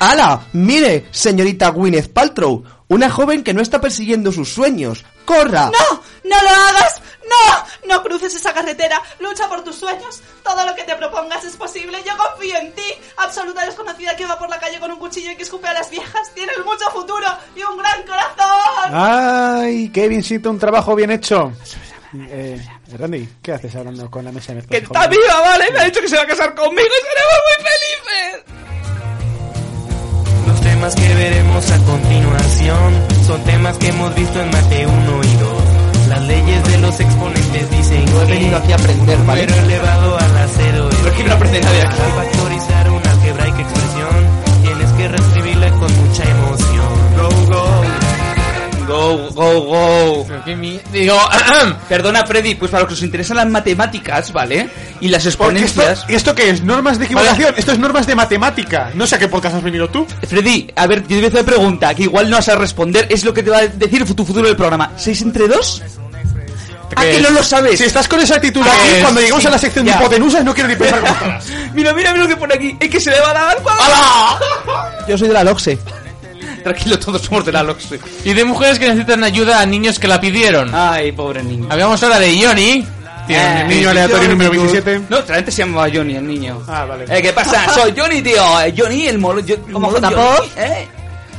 S4: ¡Hala! Mire, señorita Gwyneth Paltrow. Una joven que no está persiguiendo sus sueños. ¡Corra!
S6: ¡No! ¡No lo hagas! ¡No! ¡No cruces esa carretera! ¡Lucha por tus sueños! Todo lo que te propongas es posible. Yo confío en ti. Absoluta desconocida que va por la calle con un cuchillo y que escupe a las viejas. Tienes mucho futuro y un gran corazón.
S2: ¡Ay, Kevincito, un trabajo bien hecho! Eh, Randy, ¿qué haces hablando con la mesa de
S1: Que
S2: mezclas?
S1: está
S2: joven?
S1: viva, ¿vale? Me ha dicho que se va a casar conmigo y seremos muy felices.
S16: Los temas que veremos a continuación son temas que hemos visto en Mate 1 y 2. Las leyes de los exponentes dicen
S4: No he
S16: que
S4: venido aquí a aprender,
S16: un
S4: ¿vale?
S16: número elevado al acero es que Para factorizar una algebraica expresión tienes que reescribirla con mucha emoción. Go,
S1: Go, go, go.
S5: Digo, <clears throat>
S1: perdona, Freddy, pues para los que os interesan las matemáticas, ¿vale? Y las
S2: Porque esto,
S1: exponencias.
S2: ¿y esto qué es? ¿Normas de equivalación? Esto es normas de matemática. No sé a qué podcast has venido tú.
S1: Freddy, a ver, te voy a hacer una pregunta que igual no vas a responder. Es lo que te va a decir tu futuro del programa. ¿6 entre 2? ¿A
S2: ¿Qué
S1: que no
S2: es?
S1: lo sabes?
S2: Si estás con esa actitud
S1: Ah,
S2: aquí,
S1: es-
S2: cuando llegamos
S1: sí,
S2: a la sección
S1: ya.
S2: de hipotenusas, no quiero ni
S4: <laughs>
S2: pensar cómo estarás.
S1: Mira, mira, mira lo que pone aquí. Es que se le va a dar.
S4: Yo soy de la LOXE.
S1: Tranquilo, todos somos de la LOXE.
S5: Y de mujeres que necesitan ayuda a niños que la pidieron.
S1: Ay, pobre niño.
S5: Hablamos ahora de Johnny.
S1: Eh,
S5: niño aleatorio número 27.
S1: No, realmente se llamaba Johnny el niño.
S2: Ah, vale.
S1: Eh, ¿Qué
S2: <laughs>
S1: pasa? Soy Johnny, tío. Eh, Johnny, el molo. Yo, ¿Cómo
S2: molo
S1: Johnny, ¿Eh?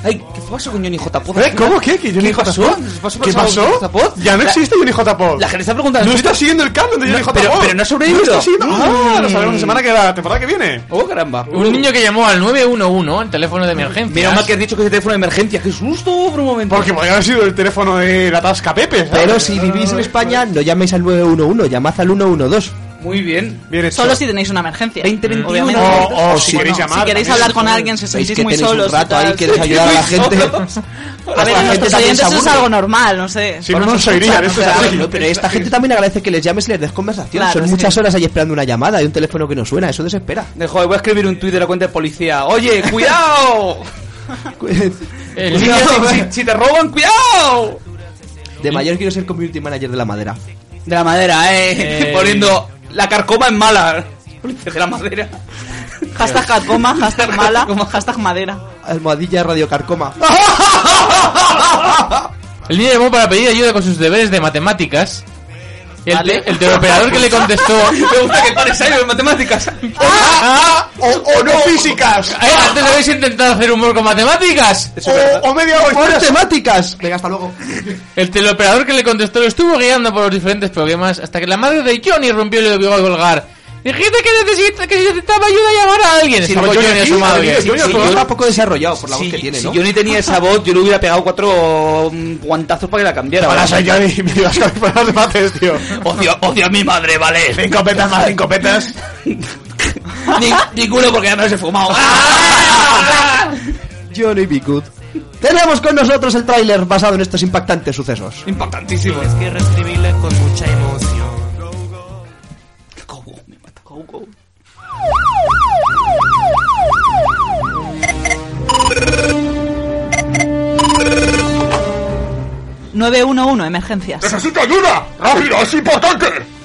S1: Ay, ¿qué pasó con Johnny J. Pod?
S2: ¿Eh? ¿Cómo? ¿Qué? ¿Que Johnny
S1: ¿Qué pasó?
S2: J. Pod? ¿Qué pasó? Ya no existe Johnny J. Pod.
S1: La gente está preguntando.
S2: No está siguiendo el canon
S1: No,
S2: de Johnny J.
S1: pero-
S2: Pod.
S1: pero no ha sobrevivido.
S2: está siguiendo- Ah,
S1: Mm.
S2: lo sabremos la semana que la temporada que viene.
S1: Oh, caramba.
S5: Un niño que llamó al 911, el teléfono de emergencia.
S1: Mira, mal que has dicho que es el teléfono de emergencia. ¡Qué susto por un momento!
S2: Porque podría haber sido el teléfono de la tasca Pepe. ¿sabes?
S4: Pero si vivís en España, no llaméis al 911, llamad al 112.
S1: Muy bien.
S2: Bien hecho.
S6: Solo si tenéis una emergencia.
S1: 2021.
S6: Obviamente.
S4: O- o si
S6: Bueno,
S4: queréis llamar,
S6: Si queréis
S4: también.
S6: hablar con alguien, si
S4: Veis
S6: sentís
S4: que
S6: muy
S4: tenéis un
S6: solos. y
S4: rato ahí
S6: tal.
S4: que les
S6: <laughs>
S4: ayuda a la gente.
S1: <laughs>
S6: A ver,
S4: La
S6: a
S4: gente
S6: nuestros
S4: también se
S6: oyentes eso es
S4: aburre.
S6: algo normal, no sé.
S4: Por
S2: Pues
S6: Podemos
S4: eso
S6: escuchar, o
S4: escuchar,
S6: sea,
S4: o sea,
S2: Ah,
S4: Pero esta gente también agradece que les llames y les des conversación.
S1: Claro,
S4: Son
S1: sí.
S4: muchas horas ahí esperando una llamada y un teléfono que no suena, eso desespera.
S1: <laughs> Eh, Joder, voy a escribir un tuit de la cuenta de policía. ¡Oye,
S6: <laughs>
S1: cuidado!
S4: El
S1: Cuidado, si, si- si te roban, cuidado.
S4: De mayor quiero ser community manager de la madera.
S1: De la madera, eh. <laughs>
S4: Eh.
S1: Poniendo la carcoma en mala. De la madera. <laughs>
S6: Hashtag carcoma, hashtag mala, hashtag madera.
S4: Almohadilla radiocarcoma.
S5: El niño llamó para pedir ayuda con sus deberes de matemáticas. Y el,
S1: Vale.
S5: te- el teleoperador que le contestó.
S1: <laughs> Me gusta que pares ahí en matemáticas.
S2: o, ah, o no físicas.
S5: Eh, antes habéis intentado hacer humor con matemáticas.
S2: O, o media hora.
S4: ¡Por temáticas! Venga, hasta luego.
S5: El teleoperador que le contestó lo estuvo guiando por los diferentes problemas hasta que la madre de Johnny rompió y le obligó a colgar. Dijiste que, necesita, que necesitaba ayuda a llamar a alguien.
S4: Sí,
S5: Sacó
S4: no, Johnny
S5: Johnny a su
S4: aquí,
S5: madre.
S4: Johnny, Johnny,
S5: Sí,
S4: Johnny.
S5: Johnny.
S4: Está poco desarrollado por la voz que tiene,
S1: Si
S4: ¿no?
S1: yo ni tenía esa voz, yo le hubiera pegado cuatro mm, guantazos para que la cambiara.
S2: Ahora
S1: ¿vale?
S2: soy yo y me ibas a para los debates, tío.
S1: Odio, odio a mi madre, ¿vale?
S2: Cinco petas más cinco petas.
S1: <laughs> Ni, ninguno porque ya me los he fumado.
S4: Johnny B. Good. Tenemos con nosotros el tráiler basado en estos impactantes sucesos.
S1: Impactantísimo.
S16: Es que reescribirla con mucha emoción.
S15: Go, go.
S6: 911, emergencias.
S2: ¡Necesito ayuda! ¡Rápido, es importante!
S1: <laughs>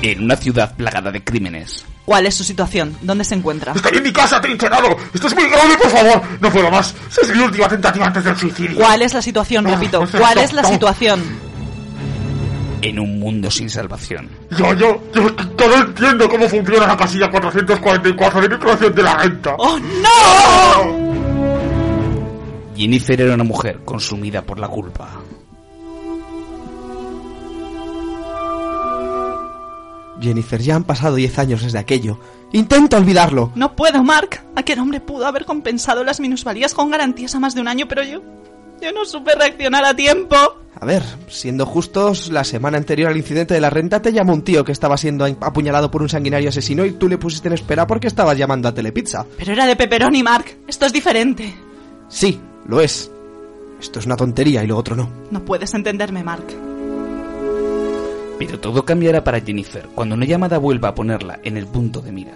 S1: En una ciudad plagada de crímenes.
S6: ¿Cuál es su situación? ¿Dónde se encuentra?
S2: Estoy en mi casa trincherado. Esto es muy grave, por favor. No puedo más. Esa es mi última tentativa antes del suicidio.
S6: ¿Cuál es la situación? Repito, ¿cuál es la situación?
S1: En un mundo sin salvación.
S2: Yo, yo, yo, yo no entiendo cómo funciona la casilla 444 de mi creación de la renta.
S6: ¡Oh, no!
S1: Jennifer era una mujer consumida por la culpa.
S4: Jennifer, ya han pasado 10 años desde aquello. Intenta olvidarlo.
S6: No puedo, Mark. Aquel hombre pudo haber compensado las minusvalías con garantías a más de un año, pero yo. Yo no supe reaccionar a tiempo.
S4: A ver, siendo justos, la semana anterior al incidente de la renta te llamó un tío que estaba siendo a- apuñalado por un sanguinario asesino y tú le pusiste en espera porque estabas llamando a Telepizza.
S6: Pero era de pepperoni, Mark. Esto es diferente.
S4: Sí, lo es. Esto es una tontería y lo otro no.
S6: No puedes entenderme, Mark.
S1: Pero todo cambiará para Jennifer cuando una llamada vuelva a ponerla en el punto de mira.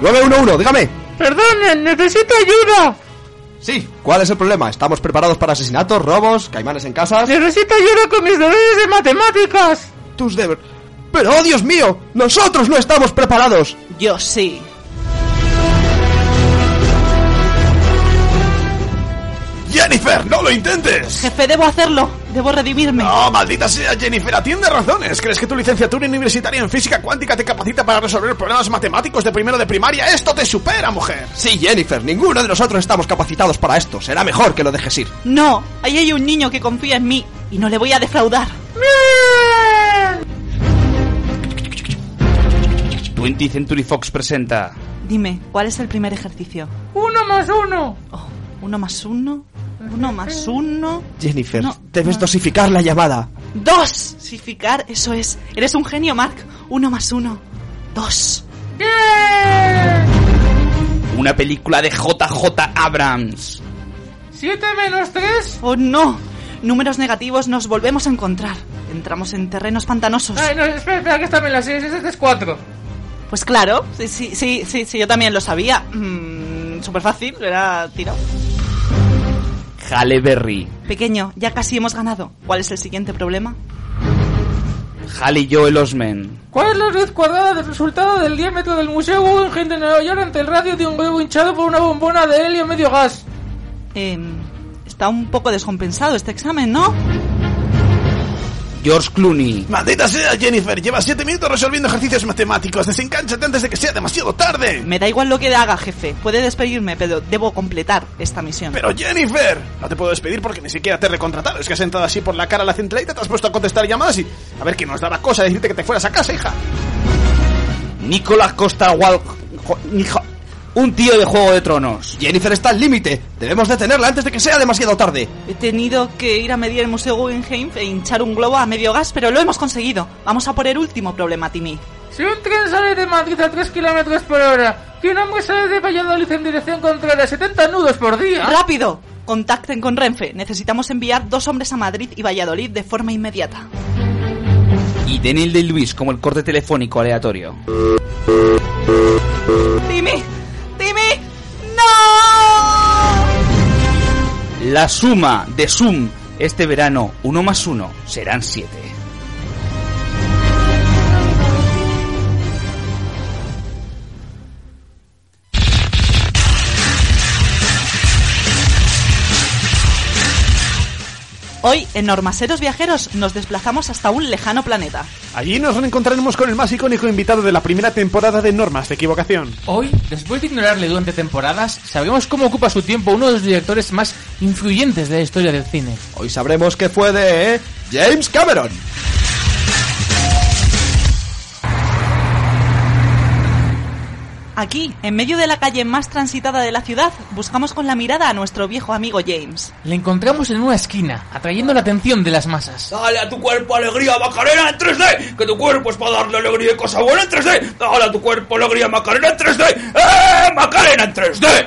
S4: ¡911, dígame!
S5: Perdonen, necesito ayuda.
S4: Sí, ¿cuál es el problema? ¿Estamos preparados para asesinatos, robos, caimanes en casas?
S5: Necesito ayuda con mis deberes de matemáticas.
S4: Tus deberes... ¡Pero, oh Dios mío! ¡Nosotros no estamos preparados!
S6: Yo sí.
S17: Jennifer, no lo intentes.
S6: Jefe, debo hacerlo. Debo redimirme.
S17: No, maldita sea, Jennifer, atiende razones. ¿Crees que tu licenciatura universitaria en física cuántica te capacita para resolver problemas matemáticos de primero de primaria? Esto te supera, mujer.
S4: Sí, Jennifer, ninguno de nosotros estamos capacitados para esto. Será mejor que lo dejes ir.
S6: No, ahí hay un niño que confía en mí y no le voy a defraudar.
S18: 20 Century Fox presenta.
S6: Dime, ¿cuál es el primer ejercicio? Oh,
S8: Uno más uno.
S6: ¿Uno más uno? ¿Uno más uno?
S4: Jennifer,
S6: No,
S4: debes dosificar la llamada.
S6: ¡Dos! Sificar, eso es. Eres un genio, Mark. Uno más uno. Dos.
S18: Una película de JJ Abrams.
S6: ¿Siete menos tres? ¡Oh, no! Números negativos nos volvemos a encontrar. Entramos en terrenos pantanosos.
S8: Ay, no, espera, espera, que esta me la sé. Este es cuatro.
S6: Pues claro, sí, sí, sí, sí, sí, yo también lo sabía. Mm, Súper fácil, era tirado.
S18: Halle Berry.
S6: Pequeño, ya casi hemos ganado. ¿Cuál es el siguiente problema?
S18: Halle Joel Osment.
S8: ¿Cuál es la red cuadrada del resultado del diámetro del Museo Guggenheim de Nueva York ante el radio de un huevo hinchado por una bombona de helio medio gas?
S6: Em, está un poco descompensado este examen, ¿no?
S18: George Clooney.
S17: Maldita sea, Jennifer, llevas 7 minutos resolviendo ejercicios matemáticos. Desencánchate antes de que sea demasiado tarde.
S6: Me da igual lo que haga, jefe. Puede despedirme, pero debo completar esta misión.
S17: Pero Jennifer, no te puedo despedir porque ni siquiera te he recontratado. Es que has entrado así por la cara a la centralita, te has puesto a contestar llamadas y a ver que nos daba cosa decirte que te fueras a casa, hija.
S18: Nicolás Costa Wal... jo- Nijo- Un tío de Juego de Tronos.
S4: Jennifer está al límite. Debemos detenerla antes de que sea demasiado tarde.
S6: He tenido que ir a medir el Museo Guggenheim e hinchar un globo a medio gas, pero lo hemos conseguido. Vamos a por el último problema, Timmy.
S8: Si un tren sale de Madrid a 3 kilómetros por hora y un hombre sale de Valladolid en dirección contraria a 70 nudos por día...
S6: ¡Rápido! Contacten con Renfe. Necesitamos enviar dos hombres a Madrid y Valladolid de forma inmediata.
S18: Y Daniel de Luis como el corte telefónico aleatorio.
S6: ¡Timmy! ¡Timmy! ¡No!
S18: La suma de Zoom este verano, uno más uno, serán siete.
S6: Hoy, en Normaseros Viajeros, nos desplazamos hasta un lejano planeta.
S2: Allí nos encontraremos con el más icónico invitado de la primera temporada de Normas de Equivocación.
S5: Hoy, después de ignorarle durante temporadas, sabemos cómo ocupa su tiempo uno de los directores más influyentes de la historia del cine.
S4: Hoy sabremos que fue de eh, James Cameron.
S6: Aquí, en medio de la calle más transitada de la ciudad, buscamos con la mirada a nuestro viejo amigo James.
S5: Le encontramos en una esquina, atrayendo la atención de las masas.
S1: Dale a tu cuerpo alegría Macarena en 3D, que tu cuerpo es para darle alegría y cosa buena en 3D. Dale a tu cuerpo alegría Macarena en 3D. ¡Eh, Macarena en 3D!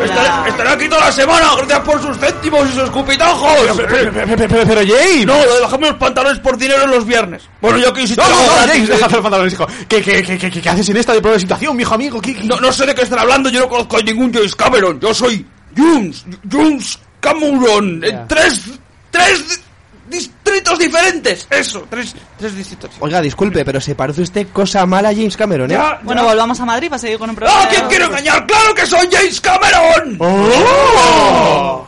S1: Estaré, estaré aquí toda la semana, gracias por sus céntimos y sus cupitajos.
S2: Pero, pero, pero, pero, pero, James.
S1: No, déjame los pantalones por dinero los viernes. Bueno, yo aquí sí
S2: No, no,
S1: trabajo
S2: no,
S1: gratis,
S2: James,
S1: ¿eh?
S2: deja hacer pantalones, hijo. ¿Qué, qué, qué, qué, qué, qué haces en esta de prueba de situación, viejo amigo? ¿Qué, qué-
S1: No, no sé de qué están hablando, yo no conozco a ningún James Cameron. Yo soy James, James Cameron. En tres, tres distritos diferentes. Eso, tres, tres distritos.
S4: Oiga, disculpe, pero se parece usted cosa mala a James Cameron, ¿eh?
S1: Ah, Ya.
S6: Bueno, volvamos a Madrid para seguir con un programa.
S1: ¡Ah, quién quiero engañar! ¡Claro que soy James Cameron!
S2: Oh.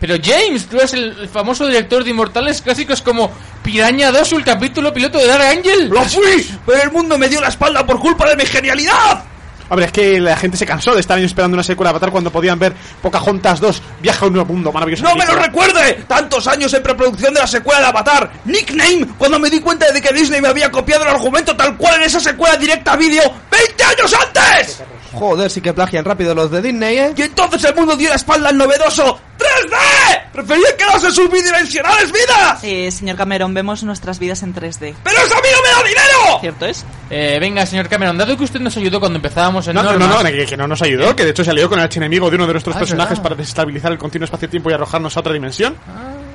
S5: Pero James, tú eres el famoso director de Inmortales clásicos como Piraña 2, el capítulo piloto de Dark Angel.
S1: ¡Lo fui! ¡Pero el mundo me dio la espalda por culpa de mi genialidad!
S2: Hombre, es que la gente se cansó de estar años esperando una secuela de Avatar cuando podían ver Pocahontas 2, Viaja a un nuevo mundo maravilloso.
S1: ¡No me lo recuerde! Tantos años en preproducción de la secuela de Avatar. Nickname, cuando me di cuenta de que Disney me había copiado el argumento tal cual en esa secuela directa a vídeo 20 años antes.
S4: Joder, sí que plagian rápido los de Disney, ¿eh?
S1: Y entonces el mundo dio la espalda al novedoso 3D. Prefería quedarse en sus bidimensionales vidas.
S6: Eh, señor Cameron, vemos nuestras vidas en 3D.
S1: ¡Pero eso a mí no me da dinero!
S6: ¿Cierto es?
S5: Eh, venga, señor Cameron, dado que usted nos ayudó cuando empezábamos en
S2: No, no, no,
S5: Normas-
S2: no, que, que no nos ayudó, que de hecho se alió con el archienemigo de uno de nuestros personajes para desestabilizar el continuo espacio-tiempo y arrojarnos a otra dimensión.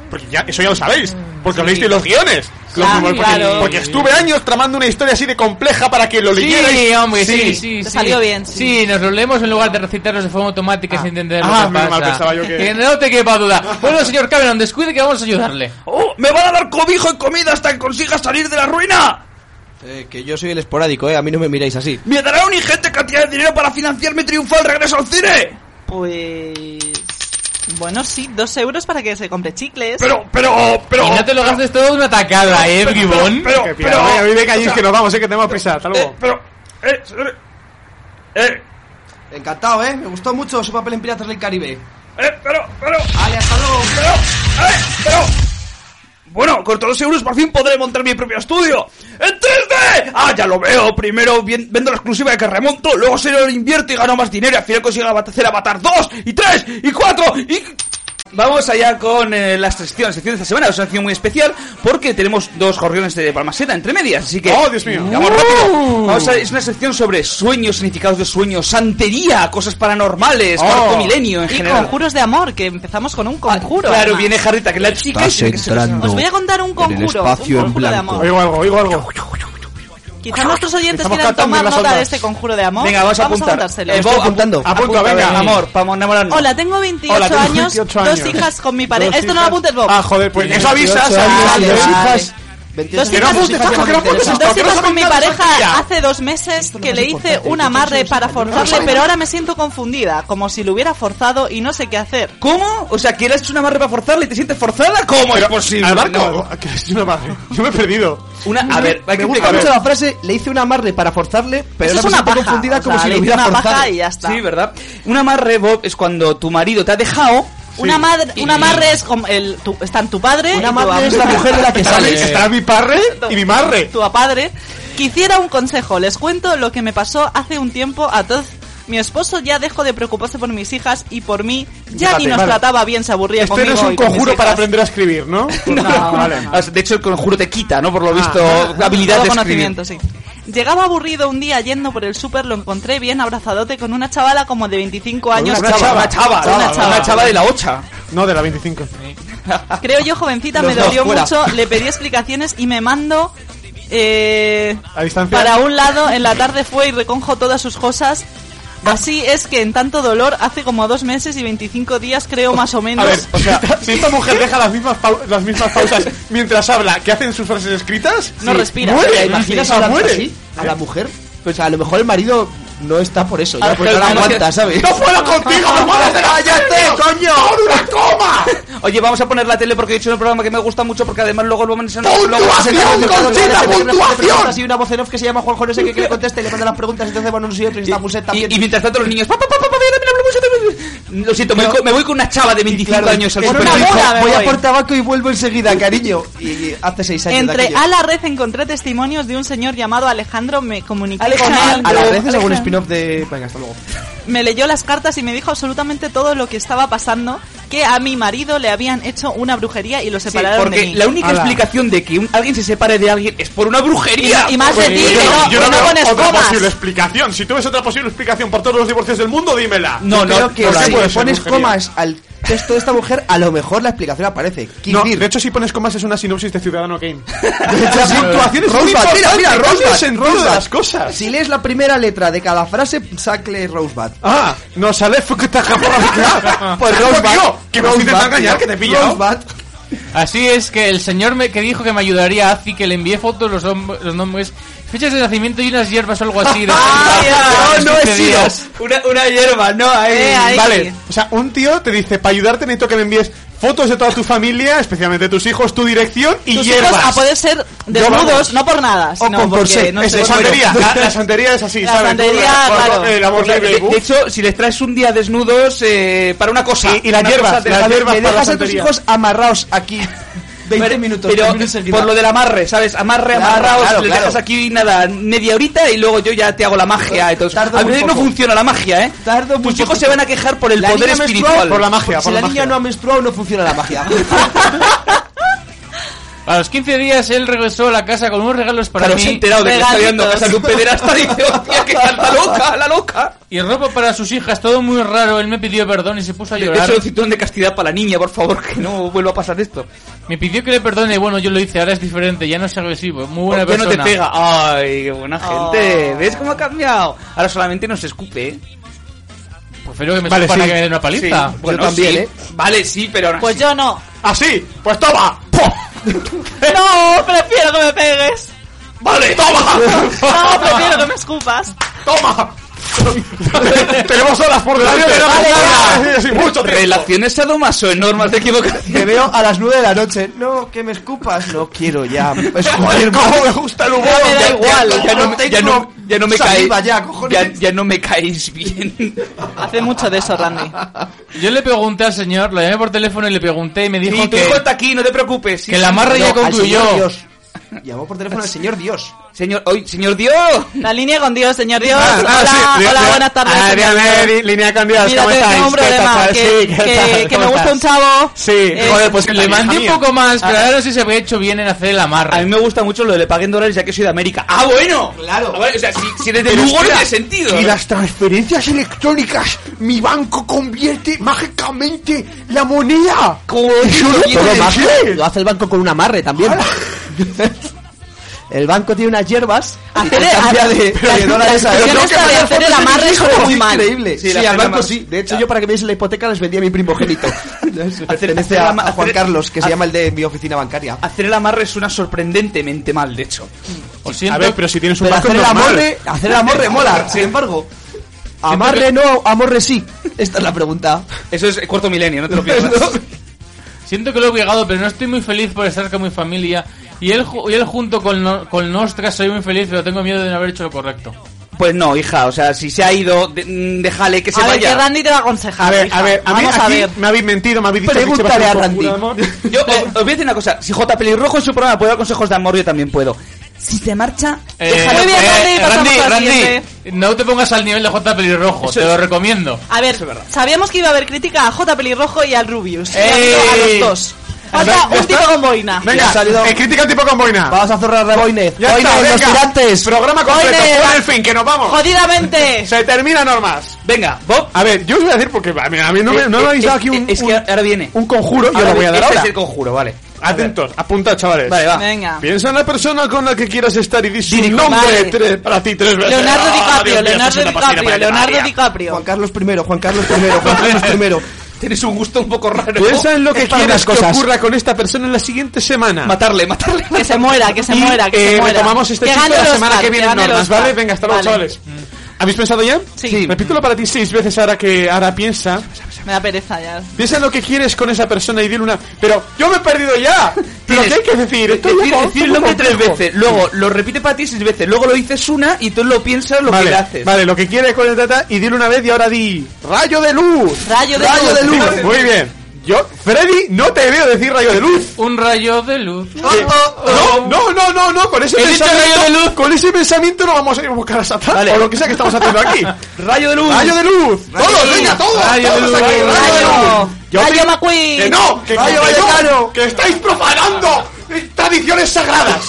S2: Porque ya, eso ya lo sabéis, porque habéis leísteis los guiones. Los-
S5: Ah,
S2: porque,
S5: claro.
S2: porque estuve años tramando una historia así de compleja para que lo leyerais.
S5: Sí, hombre, sí, sí, sí.
S6: Te salió bien, sí.
S5: nos lo leemos en lugar de recitarlos de forma automática sin entender lo
S2: Ah,
S5: que pasa.
S2: menos mal, pensaba yo que-
S5: no te quepa duda. Bueno, señor Cameron, descuide que vamos a ayudarle.
S1: ¡Oh! ¡Me van a dar cobijo y comida hasta que consiga salir de la ruina!
S4: Eh, que yo soy el esporádico, ¿eh? A mí no me miráis así.
S1: ¡Me dará una ingente cantidad de dinero para financiar mi triunfal regreso al cine!
S6: Pues... Bueno, sí, dos euros para que se compre chicles.
S5: Pero, pero, pero. Y no te lo gastes todo de una tacada, eh, bribón.
S2: Mm. Que pida, venga, venga, Gis, que nos vamos, eh, que tenemos prisa. Hasta luego.
S19: Pero. Eh, eh. Encantado, eh. Me gustó mucho su papel en Piratas del Caribe.
S1: Eh, pero, pero.
S19: Vale, hasta luego.
S1: Pero, eh, pero. Bueno, con todos los euros por fin podré montar mi propio estudio. ¡En 3D! ¡Ah, ya lo veo! Primero bien- vendo la exclusiva de que remonto, luego se lo invierto y gano más dinero. y Al final consigo abat- hacer Avatar 2 y 3 y 4 y... Vamos allá con eh, las secciones, secciones de esta semana. Es una sección muy especial porque tenemos dos jorriones de Palmaseda entre medias. Así que...
S20: ¡Oh, Dios mío!
S1: Vamos rápido. Vamos a- es una sección sobre sueños, significados de sueños, santería, cosas paranormales,
S6: Oh.
S1: cuarto milenio en
S6: y
S1: general. Ah,
S6: conjuros de amor, que empezamos con un conjuro.
S1: Claro,
S6: además.
S1: viene Jarrita, que es la chica y
S4: Estás
S1: tiene que ser-
S4: entrando
S6: Os voy a contar un
S4: en el
S6: conjuro.
S4: espacio
S6: un
S4: en
S6: conjuro de
S4: blanco.
S6: amor.
S4: Oigo
S2: algo, oigo algo.
S6: Quizá nuestros oyentes
S1: Estamos
S6: quieran
S1: captando
S6: tomar
S1: las
S6: nota
S1: ondas.
S6: de este conjuro de amor.
S1: Venga, vamos a apuntar.
S6: anotárselo.
S1: Eh, Bob, apu- Apunta, venga. Amor, vamos a enamorarnos.
S6: Hola, tengo 28
S1: Hola, tengo
S6: años,
S1: 28
S6: dos
S1: años.
S6: hijas con mi pareja.
S1: Dos
S6: Esto no lo
S1: hijas.
S6: apuntes, Bob.
S1: Ah, joder, pues
S6: Venga,
S1: eso avisas.
S6: 28 años,
S1: Ah, vale,
S6: dos
S1: vale.
S6: hijas. Dos
S1: Que no
S6: hijas-
S1: apuntes, Paco, que no apuntes esto,
S6: Dos
S1: que no
S6: hijas
S1: saben
S6: con mi
S1: nada de
S6: pareja
S1: santería.
S6: hace dos meses que le hice un
S1: importante,
S6: amarre para forzarle,
S1: saben.
S6: pero ahora me siento confundida, como si lo hubiera forzado y no sé qué hacer.
S1: ¿Cómo? O sea, que le has hecho una barra para forzarla y te sientes forzada. ¿Cómo es posible?
S2: Al barco.
S1: No.
S2: que es una madre. <laughs> Yo me he perdido.
S1: Una, a ver, hay que
S4: Me gusta
S1: explicar.
S4: mucho la frase, le hice un amarre para forzarle, pero
S1: Eso
S4: ahora
S1: es
S4: me
S1: una
S4: siento
S1: paja,
S4: confundida
S1: o
S4: como
S1: sea,
S4: si
S1: le
S4: lo
S1: hice
S4: hubiera
S1: una
S4: forzado.
S6: y ya está.
S1: Sí, ¿verdad? Un amarre, Bob, es cuando tu marido te ha dejado.
S6: Una, madre,
S1: y-
S6: una madre es como el, tu- están tu padre.
S1: Una
S6: y tu
S1: madre
S6: am-
S1: es la mujer de <laughs>
S6: <laughs>
S1: la que sales.
S2: Está mi parre y mi marre.
S6: Tu padre. Quisiera un consejo. Les cuento lo que me pasó hace un tiempo a todos. Mi esposo ya dejó de preocuparse por mis hijas y por mí. Ya
S2: Fíjate,
S6: ni nos
S2: vale.
S6: trataba bien, se aburría
S2: Este
S6: conmigo.
S2: no es
S6: y
S2: un
S6: con mis
S2: conjuro para
S6: hijas.
S2: aprender a escribir, ¿no?
S1: Ah, De hecho, el conjuro te quita, ¿no? Por lo visto,
S6: Ah,
S1: habilidad
S6: todo
S1: de escribir.
S6: conocimiento, sí. Llegaba aburrido un día yendo por el súper, lo encontré bien abrazadote con una chavala como de 25 años.
S1: Una chava, una chava, una chava, una chava de la 8.
S2: No, de la 25.
S6: Creo yo, jovencita,
S2: Los
S6: me
S2: dos,
S6: dolió
S2: fuera.
S6: mucho, le pedí explicaciones y me mando... Eh,
S2: A distancia.
S6: para un lado, en la tarde fue y reconjo todas sus cosas. Así es que en tanto dolor, hace como dos meses y 25 días, creo más o menos.
S2: A ver,
S6: <laughs>
S2: o sea, si esta mujer deja las mismas, pau- las mismas pausas mientras habla, que hacen sus frases escritas?
S6: No
S2: Sí.
S6: respira.
S2: ¡Muere!
S4: ¿Te imaginas
S2: Sí,
S4: hablando
S2: muere.
S4: así a la mujer? Pues a lo mejor el marido no está por eso,
S2: Ah,
S4: ya, pues
S2: pero
S4: no la
S2: no
S4: aguanta,
S2: que-
S4: ¿sabes?
S2: ¡No fuera
S1: contigo,
S4: no fuera de la-
S1: ¡Cállate, coño! una coma! Oye, vamos a poner la tele porque he hecho un programa que me gusta mucho porque además luego lo vamos a... luego-
S4: Y una voz en off que se llama Juanjo, no sé qué, que le conteste, le manda las preguntas, entonces bueno, no sé otro, y está Muset
S1: Y,
S4: también.
S1: y mientras tanto los niños... "Pa, pa, pa, pa, pa, mira, mira, mira, mira, mira". Lo siento, me, voy con- me voy con una chava de 25 años al
S4: Por
S1: supermercado.
S4: una boda,
S1: Voy
S4: voy
S1: a
S4: a por
S1: por-
S4: tabaco y vuelvo enseguida, cariño. Y, y hace seis años de
S6: Entre
S4: aquello.
S6: a la red encontré testimonios de un señor llamado Alejandro, me comuniqué con
S4: a
S6: él.
S4: la vez es algún
S6: Alejandro.
S4: spin-off de... Venga, hasta luego.
S6: me leyó las cartas y me dijo absolutamente todo lo que estaba pasando, que a mi marido le habían hecho una brujería y lo
S1: Sí,
S6: separaron
S1: porque
S6: de mí.
S1: la única explicación de que un- alguien se separe de alguien es por una brujería.
S6: Y- y más de ti,
S1: Pues,
S6: que no-
S2: Yo
S6: que
S2: no
S6: no
S2: veo
S6: pones
S2: otra
S6: comas.
S2: posible explicación. Si tú ves otra posible explicación por todos los divorcios del mundo, dímela.
S4: No, no, que
S2: ¿por qué
S4: si
S2: puede
S4: le
S2: ser
S4: pones
S2: brujería?
S4: comas al texto de esta mujer, a lo mejor la explicación aparece.
S2: No, de hecho, si pones comas es una sinopsis de
S4: <laughs>
S2: Ciudadano Kane.
S4: Las
S2: puntuaciones son
S4: Rosebud, mira,
S2: importantes,
S4: mira,
S2: cambia el
S4: Rosebud,
S2: sentido de
S4: Rosebud.
S2: las cosas.
S4: Si lees la primera letra de cada frase, sacle Rosebud.
S2: Ah, no sale Fukuta <laughs>
S4: Pues Rosebud.
S2: Tío, que me
S4: Rosebud,
S2: intentas engañar,
S4: tío.
S2: que te he pillado.
S4: Rosebud.
S5: Así es que el señor me, que dijo que me ayudaría a Azi, que le envié fotos, los, hom- los nombres, fechas de nacimiento y unas hierbas o
S1: <laughs>
S5: algo así. de-
S1: Ah,
S5: de-
S1: no, no he
S5: de-
S1: sido.
S5: días.
S1: Una, una hierba, no, Eh, ahí.
S2: Vale, o sea, un tío te dice, para ayudarte necesito que me envíes fotos de toda tu familia, especialmente tus hijos, tu dirección y
S6: Tus hijos
S2: hierbas.
S6: a poder ser
S2: Yo,
S6: desnudos,
S2: vamos.
S6: no por nada,
S2: o
S6: sino
S2: con
S6: porque
S2: corsé.
S6: no
S2: Es
S6: sé,
S2: de
S6: bueno.
S2: santería. La, la santería es así,
S6: La
S2: ¿sabes?
S6: santería,
S2: Por- por-
S6: claro.
S2: El amor
S1: eh, De,
S2: libre.
S1: de- de hecho, si les traes un día desnudos eh, para una cosa.
S2: Y- y las
S1: una
S2: hierbas,
S1: cosa de-
S2: las
S1: me
S2: hierbas
S1: dejas
S2: para la
S1: a tus
S2: santería.
S1: hijos
S4: amarrados aquí 20 minutos.
S1: Pero
S4: también enseguida.
S1: por lo del amarre, ¿sabes? Amarre,
S4: Claro,
S1: amarraos,
S4: claro,
S1: le
S4: claro.
S1: dejas aquí nada, media horita y luego yo ya te hago la magia. Entonces,
S4: Tardo
S1: a
S4: muy
S1: veces no
S4: poco.
S1: funciona la magia, ¿eh?
S4: Tardo muy
S1: Tus hijos
S4: poquito.
S1: se van a quejar por el
S4: La
S1: poder
S4: niña menstruó,
S1: espiritual.
S4: por la magia, Si por la la niña magia. no ha menstruado, no funciona la magia.
S5: A los 15 días él regresó a la casa con unos regalos para
S1: Claro,
S5: mí.
S1: se ha enterado de que está
S5: Regalitos.
S1: llegando a casa de un
S4: <laughs>
S1: pederasta y dice, hostia, que está la loca, la loca.
S5: Y ropa para sus hijas, todo muy raro. Él me pidió perdón y se puso a
S1: De
S5: llorar.
S1: hecho, el cinturón de castidad para la niña, por favor, que no vuelva a pasar esto.
S5: Me pidió que le perdone y bueno, yo lo hice. Ahora es diferente, ya no es agresivo. es Muy buena
S1: ¿Por qué Oh, no
S5: persona.
S1: te pega? Ay, qué buena
S5: Oh.
S1: gente.
S4: Ah.
S1: ¿Ves cómo ha cambiado? Ahora solamente nos escupe, ¿eh?
S5: Prefiero que me escupan a que me den una paliza.
S1: Sí. Bueno, sí.
S4: ¿eh?
S1: Vale, sí, pero <laughs> ahora
S6: Pues yo
S2: <laughs>
S6: no.
S2: Así, pues toma.
S6: No, prefiero que me pegues.
S1: <laughs> ¡Vale, toma!
S6: No, prefiero que me escupas.
S2: ¡Toma! <laughs>
S21: Tenemos horas por delante.
S1: Vale,
S21: tenemos
S1: ya.
S21: horas, sí, sí, mucho tiempo.
S1: Relaciones sadomaso enormes de equivocación.
S4: Te veo a las 9 de la noche. No, que me escupas. No quiero ya. Es
S21: ¿Cómo me gusta el humor?
S1: Ya me da
S21: Ya-
S1: igual,
S21: ya-
S1: ya no, ya no, ya no me caéis.
S4: saliva ya,
S1: Ya, ya no me caéis bien.
S6: Hace mucho de eso, Randy.
S5: Yo le pregunté al señor, lo llamé por teléfono y le pregunté y me dijo
S1: Sí, tú
S5: que,
S1: cuenta aquí, no te preocupes. Sí,
S5: que
S1: sí.
S5: la amarre ya
S1: No, al señor
S5: concluyó.
S1: Dios.
S4: Llamó por teléfono el señor Dios.
S1: Señor, hoy, señor Dios.
S6: La línea con Dios, señor Dios.
S2: Ah, ah,
S6: hola,
S2: sí, li-
S6: hola,
S2: li-
S6: buenas tardes.
S2: Ah,
S6: señor
S2: dígame,
S6: Dios.
S2: li- línea con Dios,
S6: Mira,
S2: ¿cómo
S6: te-
S2: estáis?
S6: tengo un
S2: ¿Qué
S6: problema,
S2: tal?
S6: que,
S2: Sí, ¿qué
S6: que-
S2: tal?
S6: que me
S2: ¿Cómo
S6: gusta un
S2: estás?
S6: chavo.
S2: Sí,
S6: Eh,
S2: joder, pues
S5: Le mandé un poco más, pero ahora no sé si se había hecho bien en hacer el
S1: A mí
S5: amarre.
S1: me gusta mucho lo de le paguen dólares ya que soy de América. ¡Ah, bueno!
S4: Claro.
S1: Ah, bueno, o sea, si, si eres de
S21: Pero
S1: Lugo no
S21: espera,
S1: tiene sentido.
S21: Y las transferencias electrónicas, mi banco convierte mágicamente la moneda. Eso no
S4: Todo
S21: puede
S4: magia.
S21: ser.
S4: Lo hace el banco con un amarre también. <laughs> El banco tiene unas hierbas y te
S6: Hacer el-
S4: cambia de,
S6: pero-
S4: de dólares a
S6: pero
S4: euros.
S6: no que hacer el amarre
S4: Es
S6: suena muy mal.
S4: increíble. Sí,
S1: Sí, la
S4: al
S1: hacer
S4: banco
S1: amarre.
S4: sí. De hecho, yo para que me diese la hipoteca les vendí a mi primogénito. Pertenece
S1: hacer
S4: a,
S1: ama-
S4: a Juan
S1: hacer- Ah,
S4: Carlos, que se
S1: hacer-
S4: llama el de mi oficina bancaria.
S1: Hacer el amarre suena sorprendentemente mal, de hecho.
S5: Lo siento.
S2: A ver, pero si tienes un
S4: Pero
S2: banco
S4: hacer el
S2: normal.
S4: amorre, hacer
S1: <laughs>
S4: el amorre <laughs> mola, sin embargo. Amarre no, amorre sí. Esta es la pregunta.
S1: Eso es cuarto milenio, <laughs> no te lo pierdas.
S4: <laughs>
S5: Siento que lo he obligado, pero no estoy muy feliz por estar con mi familia. Y él, ju- y él junto con, no- con Nostra soy muy feliz, pero tengo miedo de no haber hecho lo correcto.
S1: Pues no, hija, o sea, si se ha ido, de- mm, déjale que se
S6: A ver, que
S1: vaya.
S6: Randy te va a aconsejar.
S2: A ver,
S6: hija.
S2: a ver, a mí
S6: Vamos a
S2: aquí
S6: ver.
S2: me habéis mentido, me habéis dicho
S4: Pregúntale
S2: que se va
S4: a
S2: hacer un
S4: Randy.
S2: amor.
S1: Yo eh, os, os voy a decir una cosa, si J. Pelirrojo en su programa puede dar consejos de amor, yo también puedo. Si se marcha,
S5: Eh,
S1: déjale.
S6: Muy bien, Randy,
S5: eh,
S6: pasamos
S5: Randy,
S6: al
S5: Randy,
S6: siguiente.
S5: no te pongas al nivel de J. Pelirrojo, te lo recomiendo.
S6: A ver, sabíamos que iba a haber crítica a J. Pelirrojo y al Rubius. Y
S5: ¡Ey!
S6: a los dos. Falta un tipo con boina.
S2: Venga,
S4: Ha salido-
S2: eh, crítica al tipo con boina.
S4: Vamos a cerrar de Boinez.
S2: Ya está,
S4: Boinez, los
S2: venga.
S4: tirantes.
S2: Programa completo,
S6: Boinez.
S2: pon el fin, que nos vamos. <laughs>
S6: Jodidamente.
S2: Se termina normas.
S1: Venga, Bob.
S2: A ver, yo os voy a decir porque a mí, a mí no, me, no me
S1: Eh,
S2: habéis
S1: eh,
S2: dado aquí
S1: eh,
S2: un,
S1: Es que
S2: un-
S1: ahora viene.
S2: un conjuro, yo
S1: Ahora
S2: lo voy
S1: viene,
S2: a dar
S1: este
S2: ahora.
S1: es el conjuro, vale.
S2: Atentos, apuntad, chavales.
S1: Vale, va.
S6: Venga.
S2: Piensa en la persona con la que quieras estar y di su
S6: Dirijo,
S2: nombre
S6: vale.
S2: tres- para ti tres veces.
S6: Leonardo
S2: Ah,
S6: DiCaprio,
S2: Dios mío, esto
S6: Leonardo
S2: es una pasilla
S6: DiCaprio, Leonardo
S2: planetaria.
S4: Juan
S6: DiCaprio.
S4: Carlos I, Juan Carlos I, Juan Carlos I.
S1: Tienes un gusto un poco raro.
S2: Piensa en lo que
S4: Es para
S2: quieras
S4: unas
S2: que
S4: cosas.
S2: ocurra con esta persona en la siguiente
S1: <laughs>
S2: semana.
S1: Matarle, matarle. <laughs>
S6: Que se muera, que se
S2: Y,
S6: muera, que se
S2: eh,
S6: muera.
S2: retomamos este
S6: Que
S2: chiste
S6: gane
S2: la
S6: el
S2: semana
S6: Oscar,
S2: que viene
S6: gane
S2: en
S6: el
S2: normas,
S6: Oscar.
S2: ¿vale? Venga, hasta luego, chavales.
S1: Mm.
S2: ¿Habéis pensado ya?
S6: Sí.
S2: Repítelo para ti seis veces ahora que ahora piensa.
S6: Me da pereza ya.
S2: Piensa en lo que quieres con esa persona y dile una. Pero yo me he perdido
S1: <laughs>
S2: ya. Pero ¿qué
S1: Tienes-
S2: hay que decir? Mm. Esto
S1: decir, decir
S2: ya-
S1: el
S2: esto es
S1: nombre
S2: muy
S1: tres
S2: complejo.
S1: veces, luego lo repite para ti seis veces, luego lo dices una y tú lo piensas lo que le
S2: Vale,
S1: haces.
S2: vale, lo que quieres con el tata y dile una vez y ahora di. ¡Rayo de luz!
S6: Rayo de luz.
S2: Muy bien. Yo, Freddy, no te veo decir rayo de luz. Eh,
S5: Un rayo de luz.
S2: No, no, no, no, no, con ese
S5: He dicho
S2: pensamiento.
S5: rayo de luz.
S2: Con ese pensamiento no vamos a ir a buscar a Satán.
S1: Vale.
S2: O lo que sea que estamos haciendo aquí.
S1: <laughs> Rayo de luz.
S2: ¡Rayo de luz! ¡Todos, venga, todos!
S5: Rayo de
S2: todos
S5: luz.
S2: aquí, ¡Rayo de
S6: Rayo.
S2: luz! Yo
S6: Rayo
S2: digo
S6: McQueen.
S2: ¡Que no! ¡Que,
S4: Rayo
S2: que no,
S4: Vallecano.
S2: ¡Que estáis profanando tradiciones sagradas!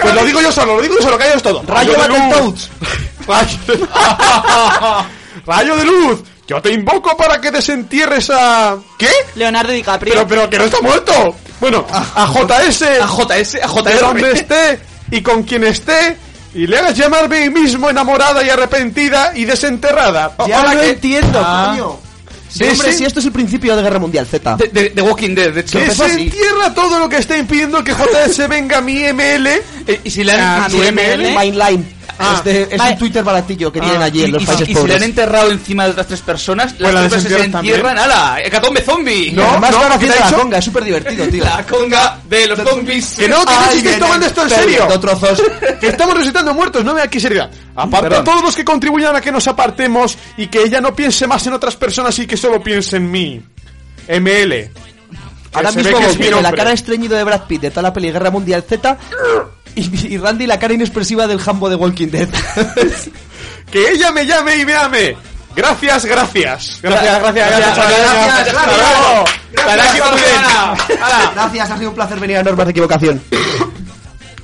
S2: Pues lo digo yo solo, lo digo yo solo, callaos todo.
S4: Rayo Battletoads.
S2: Rayo de luz. <laughs> Rayo de luz. Yo te invoco para que desentierres a... ¿Qué?
S6: Leonardo DiCaprio.
S2: Pero, pero, que no está muerto. Bueno, a JS.
S1: A JS, a
S2: De donde
S1: JR.
S2: esté y con quien esté. Y le hagas llamarme mismo enamorada y arrepentida y desenterrada. O-
S4: Ya
S2: hola,
S4: lo
S2: que-
S4: entiendo,
S5: Ah.
S4: coño. Sí,
S2: Desen-
S4: hombre, sí, esto es el principio de Guerra Mundial Z.
S1: De, de- de Walking Dead, de hecho.
S2: Que
S1: Empezó
S2: se
S1: así.
S2: entierra todo lo que está impidiendo que JS venga a mi ML.
S1: Eh, Y si le
S2: Ah,
S1: han,
S2: su ML.
S4: Mindline.
S2: Ah.
S4: Este, es
S6: Vale.
S4: un Twitter baratillo que tienen allí
S1: Ah, y-
S4: en los
S1: y si-
S4: países
S1: y si le han
S4: pobres.
S1: enterrado encima de otras tres personas, las
S2: Pues la
S1: tres personas se
S2: desentierran también.
S1: entierran. ¡Hala! ¡Hecatombe zombie!
S2: No,
S4: Además,
S2: no,
S4: van
S2: ¿qué te
S4: haciendo
S2: ha
S4: la
S2: dicho?
S4: conga, es súper divertido, tío.
S1: La conga de los zombies.
S2: Que no, que no os
S4: Alguien
S2: estáis tomando esto en serio.
S4: perdiendo trozos.
S2: Que estamos resucitando muertos, no me aquí seriedad. Aparte a todos los que contribuyan a que nos apartemos y que ella no piense más en otras personas y que solo piense en mí. ML. Que
S4: Ahora
S2: se ve
S4: mismo,
S2: que es mi
S4: Goku, con la
S2: nombre.
S4: cara estreñido de Brad Pitt de toda la peli Guerra Mundial Z. Y, y Randy la cara inexpresiva del jambo de Walking Dead.
S2: Que ella me llame y me ame. Gracias, gracias. Gracias, gracias, gracias.
S4: gracias,
S2: Hasta luego. Taraki Puden.
S4: Gracias, ha sido un placer venir a Normas de Equivocación.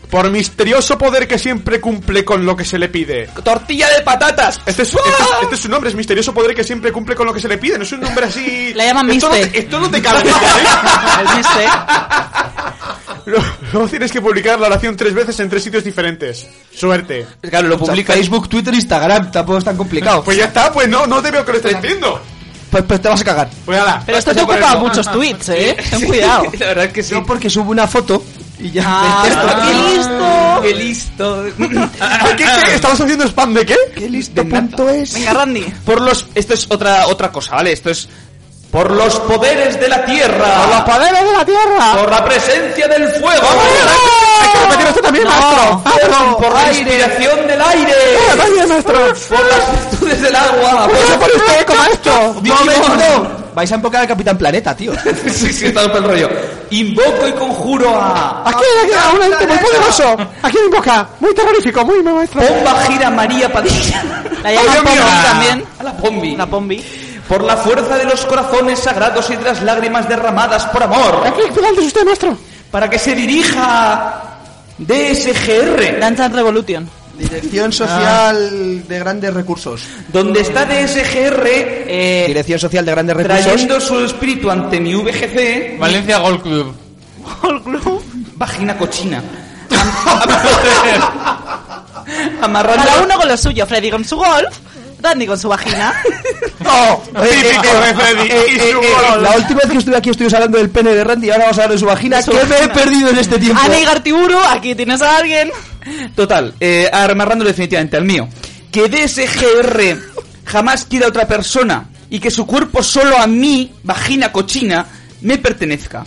S2: Por misterioso poder que siempre cumple con lo que se le pide.
S1: ¡Tortilla de patatas!
S2: Este es, este, es- este es su nombre, es misterioso poder que siempre cumple con lo que se le pide. No es un nombre así.
S6: Le llaman
S2: esto
S6: <laughs>
S2: no,
S6: Mister.
S2: te- esto no te cabe. ¿eh?
S6: El mister.
S2: <laughs> Luego- Luego tienes que publicar la oración tres veces en tres sitios diferentes. Suerte.
S1: Claro, lo <laughs> publica.
S4: Facebook, Twitter, Instagram, tampoco es tan complicado.
S2: Pues ya está, pues no, no te veo que lo estés diciendo.
S4: Pues, pues te vas a cagar.
S2: Pues ala.
S6: Pero esto te
S2: Gracias por
S6: ocupa
S2: eso.
S6: muchos tweets, eh. Ten cuidado.
S1: La verdad es que sí. Ah,
S4: Yo porque subo una foto y Y ya. ah,
S22: ¡Qué listo! ¡Qué listo!
S2: ¿Qué, qué? ¿Estamos haciendo spam de qué?
S4: ¡Qué listo punto es!
S6: Venga, Randy.
S1: Por los. Esto es otra, otra cosa, ¿vale? Esto es. Por los poderes de la tierra.
S4: ¡Por los poderes de la tierra!
S1: Por la presencia del fuego.
S2: Hay que repetir esto también, maestro. Maestro.
S1: Ah, Por la inspiración del aire.
S2: Venga, también, maestro.
S1: Por las virtudes del agua.
S2: ¡Eso por usted, eco, maestro!
S4: ¡Momento! Vais a enfocar al Capitán Planeta, <laughs> tío.
S1: sí, sí, está todo el rollo. Invoco y conjuro a.
S6: Ah,
S2: ¿A quién? ¿A quién? ¿A un ente muy poderoso? ¿A quién invoca? Muy terrorífico, muy maestro.
S1: Pomba gira María Padilla.
S6: La llaman
S1: Dios mío.
S6: Pombi también.
S1: A la Pombi.
S6: La Pombi.
S1: Por la fuerza de los corazones sagrados y de las lágrimas derramadas por amor.
S2: ¿A qué final es usted, maestro?
S1: Para que se dirija. DSGR.
S6: Dance and Revolution.
S4: Dirección Social de Grandes Recursos.
S1: Donde está DSGR. eh,
S4: Dirección Social de Grandes Recursos.
S1: trayendo su espíritu ante mi VGC.
S5: Valencia Golf Club.
S1: Vagina
S6: <laughs>
S1: cochina.
S6: Cada
S1: Amarrando.
S6: uno con lo suyo. Freddy con su golf. Randy con su
S2: <laughs>
S6: vagina.
S2: ¡No!
S4: eh,
S2: ¡Típico de Freddy! ¡Y su gol!
S4: La última vez que estuve aquí estuvimos hablando del pene de Randy y ahora vamos a hablar de su vagina.
S6: su
S4: ¿Qué me he
S6: vagina.
S4: perdido en este tiempo?
S6: Ale Gartiburu, aquí tienes a alguien.
S1: Total, eh, amarrándolo definitivamente al mío. Que DSGR jamás quiera a otra persona y que su cuerpo solo a mí, vagina cochina, me pertenezca.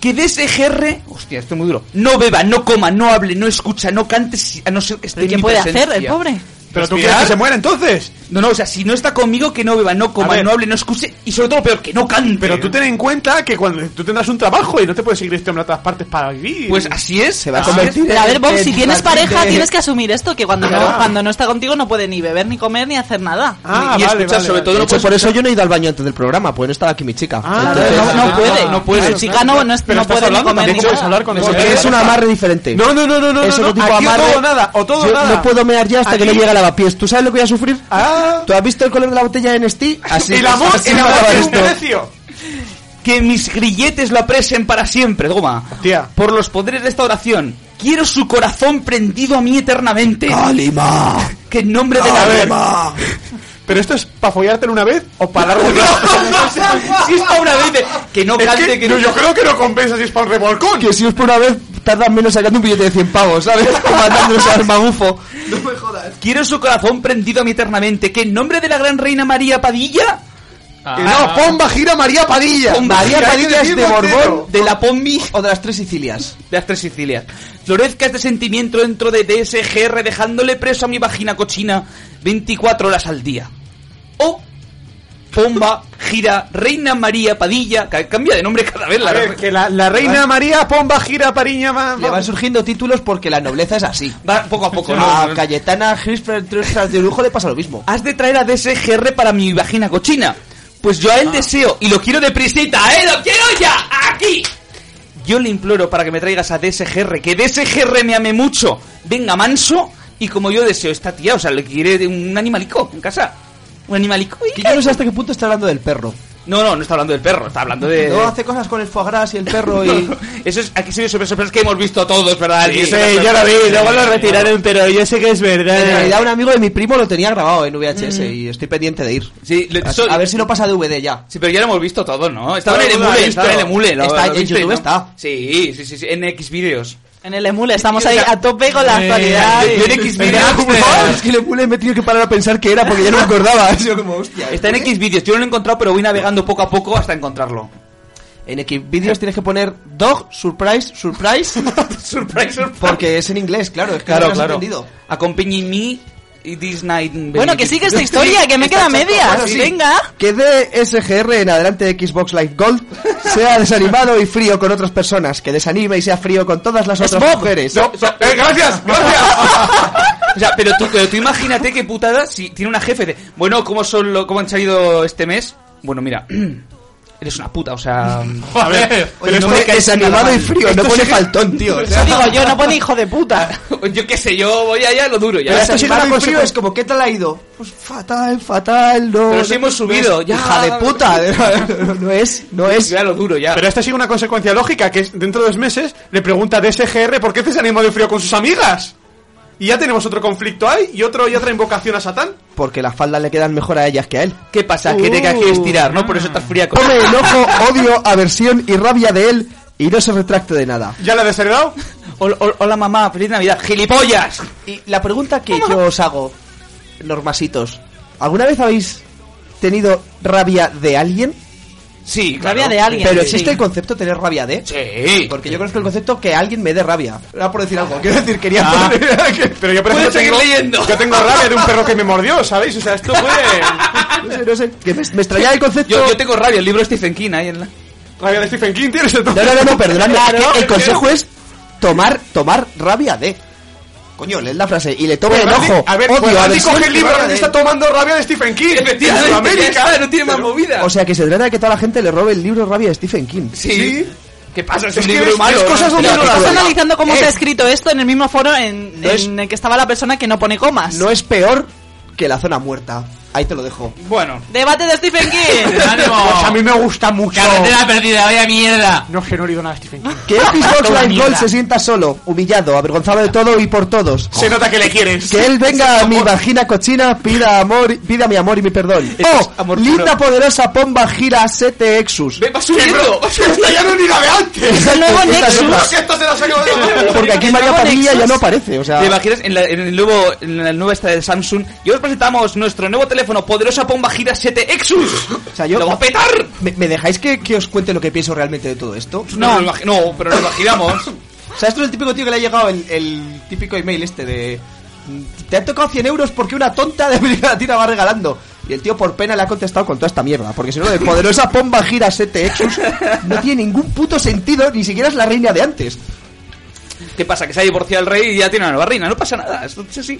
S1: Que DSGR, hostia, esto es muy duro, no beba, no coma, no hable, no escucha, no cante, si- a no ser que esté
S6: ¿Pero
S1: en
S6: qué
S1: mi
S6: puede hacer el
S1: presencia.
S6: pobre?
S2: ¿Pero tú
S1: Respirar.
S2: quieres que se muera entonces?
S1: No, no, o sea, si no está conmigo, que no beba, no
S2: A
S1: coma,
S2: ver.
S1: no hable, no escuche y sobre todo peor, que no cante.
S2: Pero tú ten en cuenta que cuando tú tendrás un trabajo y no te puedes ir este hombre a otras partes para vivir.
S1: Pues así es,
S4: Se va a
S1: así es.
S4: convertir
S6: Pero a ver, Bob,
S4: en
S6: si tienes
S4: Martín
S6: pareja,
S4: de-
S6: tienes que asumir esto, que cuando, cuando no está contigo no puede ni beber, ni comer, ni hacer nada.
S2: Ah,
S1: y
S2: vale,
S1: escuchar
S2: vale,
S1: sobre
S2: vale.
S1: todo
S4: De
S1: no
S4: hecho,
S1: puedes
S4: pues por eso yo no he ido al baño antes del programa, pues no estaba aquí mi chica.
S2: Ah,
S4: Entonces,
S6: No, no puede.
S1: no puede.
S6: El chicano no, es-
S2: Pero
S6: no
S2: estás
S6: puede ni
S2: hablando,
S6: comer
S2: también
S6: ni
S2: puedes
S6: nada.
S2: hablar con
S4: porque
S2: ella.
S4: es un amarre diferente.
S2: No, no, no, no, no.
S4: es
S2: no,
S4: otro
S2: no.
S4: tipo de
S2: Aquí o
S4: amarre.
S2: todo o nada, o todo o
S4: Yo
S2: nada.
S4: no puedo mear ya hasta que no
S2: Aquí-
S4: llega el lavapiés. ¿Tú sabes lo que voy a sufrir?
S2: Ah.
S4: ¿Tú has visto el color de la botella en Steve? Así
S2: El amor,
S4: así
S2: el
S4: va a
S2: amor
S4: acabar
S2: tiene un <laughs>
S4: esto.
S2: precio.
S1: que mis grilletes lo apresen para siempre, goma.
S2: Hostia.
S1: Por los poderes de esta oración, quiero su corazón prendido a mí eternamente.
S4: ¡Alima!
S1: Que en nombre de la <laughs>
S2: A ver. Pero esto es para follártelo una vez o para <laughs> largo plazo.
S1: Si es para una vez, de- que no
S2: Es
S1: cante,
S2: que,
S1: que
S2: no,
S1: no.
S2: yo creo que no compensa si es para un revolcón.
S4: Que si os por una vez tardas menos sacando un billete de 100 pavos, ¿sabes? <laughs> O mandándose al magufo.
S1: Quiero su corazón prendido a mí eternamente. Que en nombre de la gran reina María Padilla,
S2: Que no, Pomba gira María Padilla.
S1: Pomba
S4: María
S2: gira, hay que
S4: Padilla es de
S2: decirlo entero.
S4: Borbón
S1: de la Pombi
S4: o de las Tres Sicilias.
S1: de las tres Sicilias, florezca este sentimiento dentro de DSGR dejándole preso a mi vagina cochina 24 horas al día. O Pomba, gira, Reina María Padilla, ca- cambia de nombre cada vez la
S2: A ver, que la, la reina María Pomba gira Pariña. va-
S4: Le
S2: va-
S4: van surgiendo títulos porque la nobleza es así.
S1: Va poco a poco,
S4: A
S1: ¿no? Ah,
S4: Cayetana Crisper Trustas de Lujo le pasa lo mismo.
S1: Has de traer a DSGR para mi vagina cochina. Pues yo a
S4: Ah.
S1: él deseo, y lo quiero deprisita, ¡eh! ¡Lo quiero ya! ¡Aquí! Yo le imploro para que me traigas a DSGR, que DSGR me ame mucho, venga manso, y como yo deseo esta tía, o sea, le quiere de un animalico en casa. Un animalico. y-
S4: Que yo no sé hasta qué punto está hablando del perro.
S1: No, no, no está hablando del perro, está hablando de...
S4: No
S1: <laughs>
S4: hace cosas con el foie gras y el perro y. Eh,
S1: Eso es, aquí se sobre sorpresas que hemos visto todos, ¿verdad? Y-
S4: luego lo retiraron, pero yo sé que es verdad. En realidad, un amigo de mi primo lo tenía grabado en VHS y estoy pendiente de ir.
S1: Sí, le-
S4: A-
S1: Mm. Eh, so-
S4: a ver si lo pasa de VD ya.
S1: Sí, pero ya lo hemos visto todo, ¿no? Estaba
S4: Todo
S1: en el
S4: el mundo lo ha
S1: emule,
S4: visto.
S1: estaba en el emule. lo-
S4: Está
S1: lo
S4: en
S1: visteis,
S4: YouTube,
S1: ¿no?
S4: está.
S1: Sí, sí, sí, sí, en X vídeos.
S6: En el emule, estamos ahí a tope con
S1: Eh,
S6: la actualidad.
S1: Yo en
S4: <laughs>
S1: X <laughs> vídeos.
S4: pues, Es que le pule, me he tenido que parar a pensar que era porque ya no me acordaba. <laughs> Ha sido como, hostia. ¿eh?
S1: Está en X vídeos, yo no lo he encontrado, pero voy navegando poco a poco hasta encontrarlo.
S4: En Xvideos tienes que poner dog, surprise, surprise.
S1: <laughs> surprise, surprise.
S4: Porque es en inglés, claro. Es que no
S1: claro,
S4: lo has
S1: claro.
S4: entendido.
S1: Accompanying me y this night.
S6: Bueno, que sigue esta historia, que me queda medias.
S4: Bueno, sí.
S1: Ah.
S6: Venga.
S4: Que DSGR en adelante de Xbox Live Gold sea desanimado y frío con otras personas. Que desanime y sea frío con todas las otras mujeres.
S2: No, no, eh, gracias, gracias.
S1: O sea, pero tú, pero tú imagínate qué putada si tiene una jefe de. Bueno, ¿cómo, son lo, ¿cómo han salido este mes? Bueno, mira. <clears throat> Eres una puta, o
S4: <laughs>
S1: sea.
S2: A ver, pero
S4: Oye,
S2: esto
S4: no me-
S2: que es
S4: desanimado y frío, no
S2: Esto
S4: pone
S2: sigue-
S4: faltón, tío. o sea.
S6: Digo yo, no pone hijo de puta.
S1: Yo qué sé, yo voy allá a lo duro
S4: Pero
S1: ya.
S4: esto sí
S2: Desanimado
S4: que
S2: y frío
S4: es como, ¿qué tal ha ido? Pues fatal, fatal, no.
S1: Pero si hemos subido, ya.
S4: Hija de puta, <laughs> no, es, no es.
S1: Yo a lo duro ya.
S2: Pero esta sigue una consecuencia lógica, que es dentro de dos meses le pregunta a DSGR por qué se animó de frío con sus amigas. Y ya tenemos otro conflicto ahí y otro y otra invocación a Satán.
S4: Porque las faldas le quedan mejor a ellas que a él.
S1: ¿Qué pasa? Que te
S4: Uh.
S1: quieres tirar, ¿no? Por eso estás fría con.
S4: Come enojo, odio, aversión y rabia de él y no se retracte de nada.
S2: ¿Ya la he desheredado? <laughs>
S4: Hola, hola mamá, feliz Navidad,
S1: ¡Gilipollas!
S4: Y la pregunta que yo os hago, normasitos, ¿alguna vez habéis tenido rabia de alguien?
S1: Sí,
S6: Rabia de alguien,
S4: Pero
S6: sí.
S4: existe el concepto de tener rabia de.
S2: Sí.
S4: Porque yo conozco el concepto que alguien me dé rabia. Era por decir algo. Quiero decir, quería.
S2: Ah. <laughs>
S4: poner-
S2: Pero yo, por
S4: Puedes
S2: ejemplo,
S4: seguir
S2: tengo,
S4: leyendo.
S2: yo tengo rabia de un perro que me mordió, ¿sabéis? O sea, esto fue...
S4: no sé, no sé. Que me, me extrañaba el concepto.
S1: Yo, yo tengo rabia, el libro de Stephen King ahí
S4: <laughs>
S1: en la...
S2: Rabia de Stephen King, tienes
S4: No, no, no, no, perdonadme. que el consejo es tomar, tomar rabia de. Coño, leed la frase y le toma
S2: Pues
S4: el
S2: Randy-
S4: ojo.
S2: A ver,
S4: odio,
S2: pues Randy
S4: aversión
S2: coge
S4: y
S2: el libro,
S4: rabia
S2: Randy
S4: de-
S2: está tomando rabia de Stephen King.
S1: Efectivamente,
S2: En Sudamérica.
S1: ya está, no tiene más movida.
S4: O sea que se trata de que toda la gente le robe el libro Rabia de Stephen King.
S1: Sí. ¿Qué pasa? Es un
S4: Es que
S1: libro
S4: es-
S1: humano.
S4: es cosas donde
S1: Pero-
S4: no
S6: Estás
S4: las-
S6: analizando cómo
S4: Eh.
S6: se ha escrito esto en el mismo foro en,
S4: No es-
S6: en el que estaba la persona que no pone comas.
S4: No es peor que la zona muerta. Ahí te lo dejo.
S1: Bueno.
S6: Debate de Stephen
S5: <laughs>
S6: King.
S2: Pues a mí me gusta mucho.
S5: Carretera perdida, vaya mierda.
S2: No, que no he leído nada de Stephen King.
S4: Que Xbox
S5: Toda
S4: Live
S5: mierda.
S4: Gold se sienta solo, humillado, avergonzado de todo y por todos.
S2: Se nota que le quieres.
S4: Que él venga a mi vagina cochina, pida amor, pida mi amor y mi perdón.
S2: Esto es
S4: Oh,
S2: amor
S4: linda
S2: puro.
S4: poderosa pomba gira sete exus.
S1: ¡Ve, va <laughs> subiendo! va subiendo.
S2: Esta ya no ni la de antes.
S4: Esa- esa es otra.
S2: Esta se la saca de
S4: Porque aquí María
S1: nuevo
S4: Padilla ya
S1: Nexus.
S4: no aparece, o sea.
S1: ¿Te imaginas en, la, en el nuevo, en la nueva esta de Samsung? Y os presentamos nuestro nuevo teléfono, poderosa pomba gira 7 Exus.
S4: O sea, yo-
S1: ¡Lo va a petar!
S4: ¿Me, me dejáis que, que os cuente lo que pienso realmente de todo esto?
S1: No, no, no pero nos lo giramos.
S4: O sea, esto es el típico tío que le ha llegado el, el típico email este de... mm, Te han tocado 100 euros porque una tonta de América Latina va regalando. Y el tío por pena le ha contestado con toda esta mierda. Porque si no, de poderosa pomba gira 7 Exus no tiene ningún puto sentido, ni siquiera es la reina de antes.
S1: ¿Qué pasa? Que se ha divorciado el rey y ya tiene una nueva reina. No pasa nada, esto es así.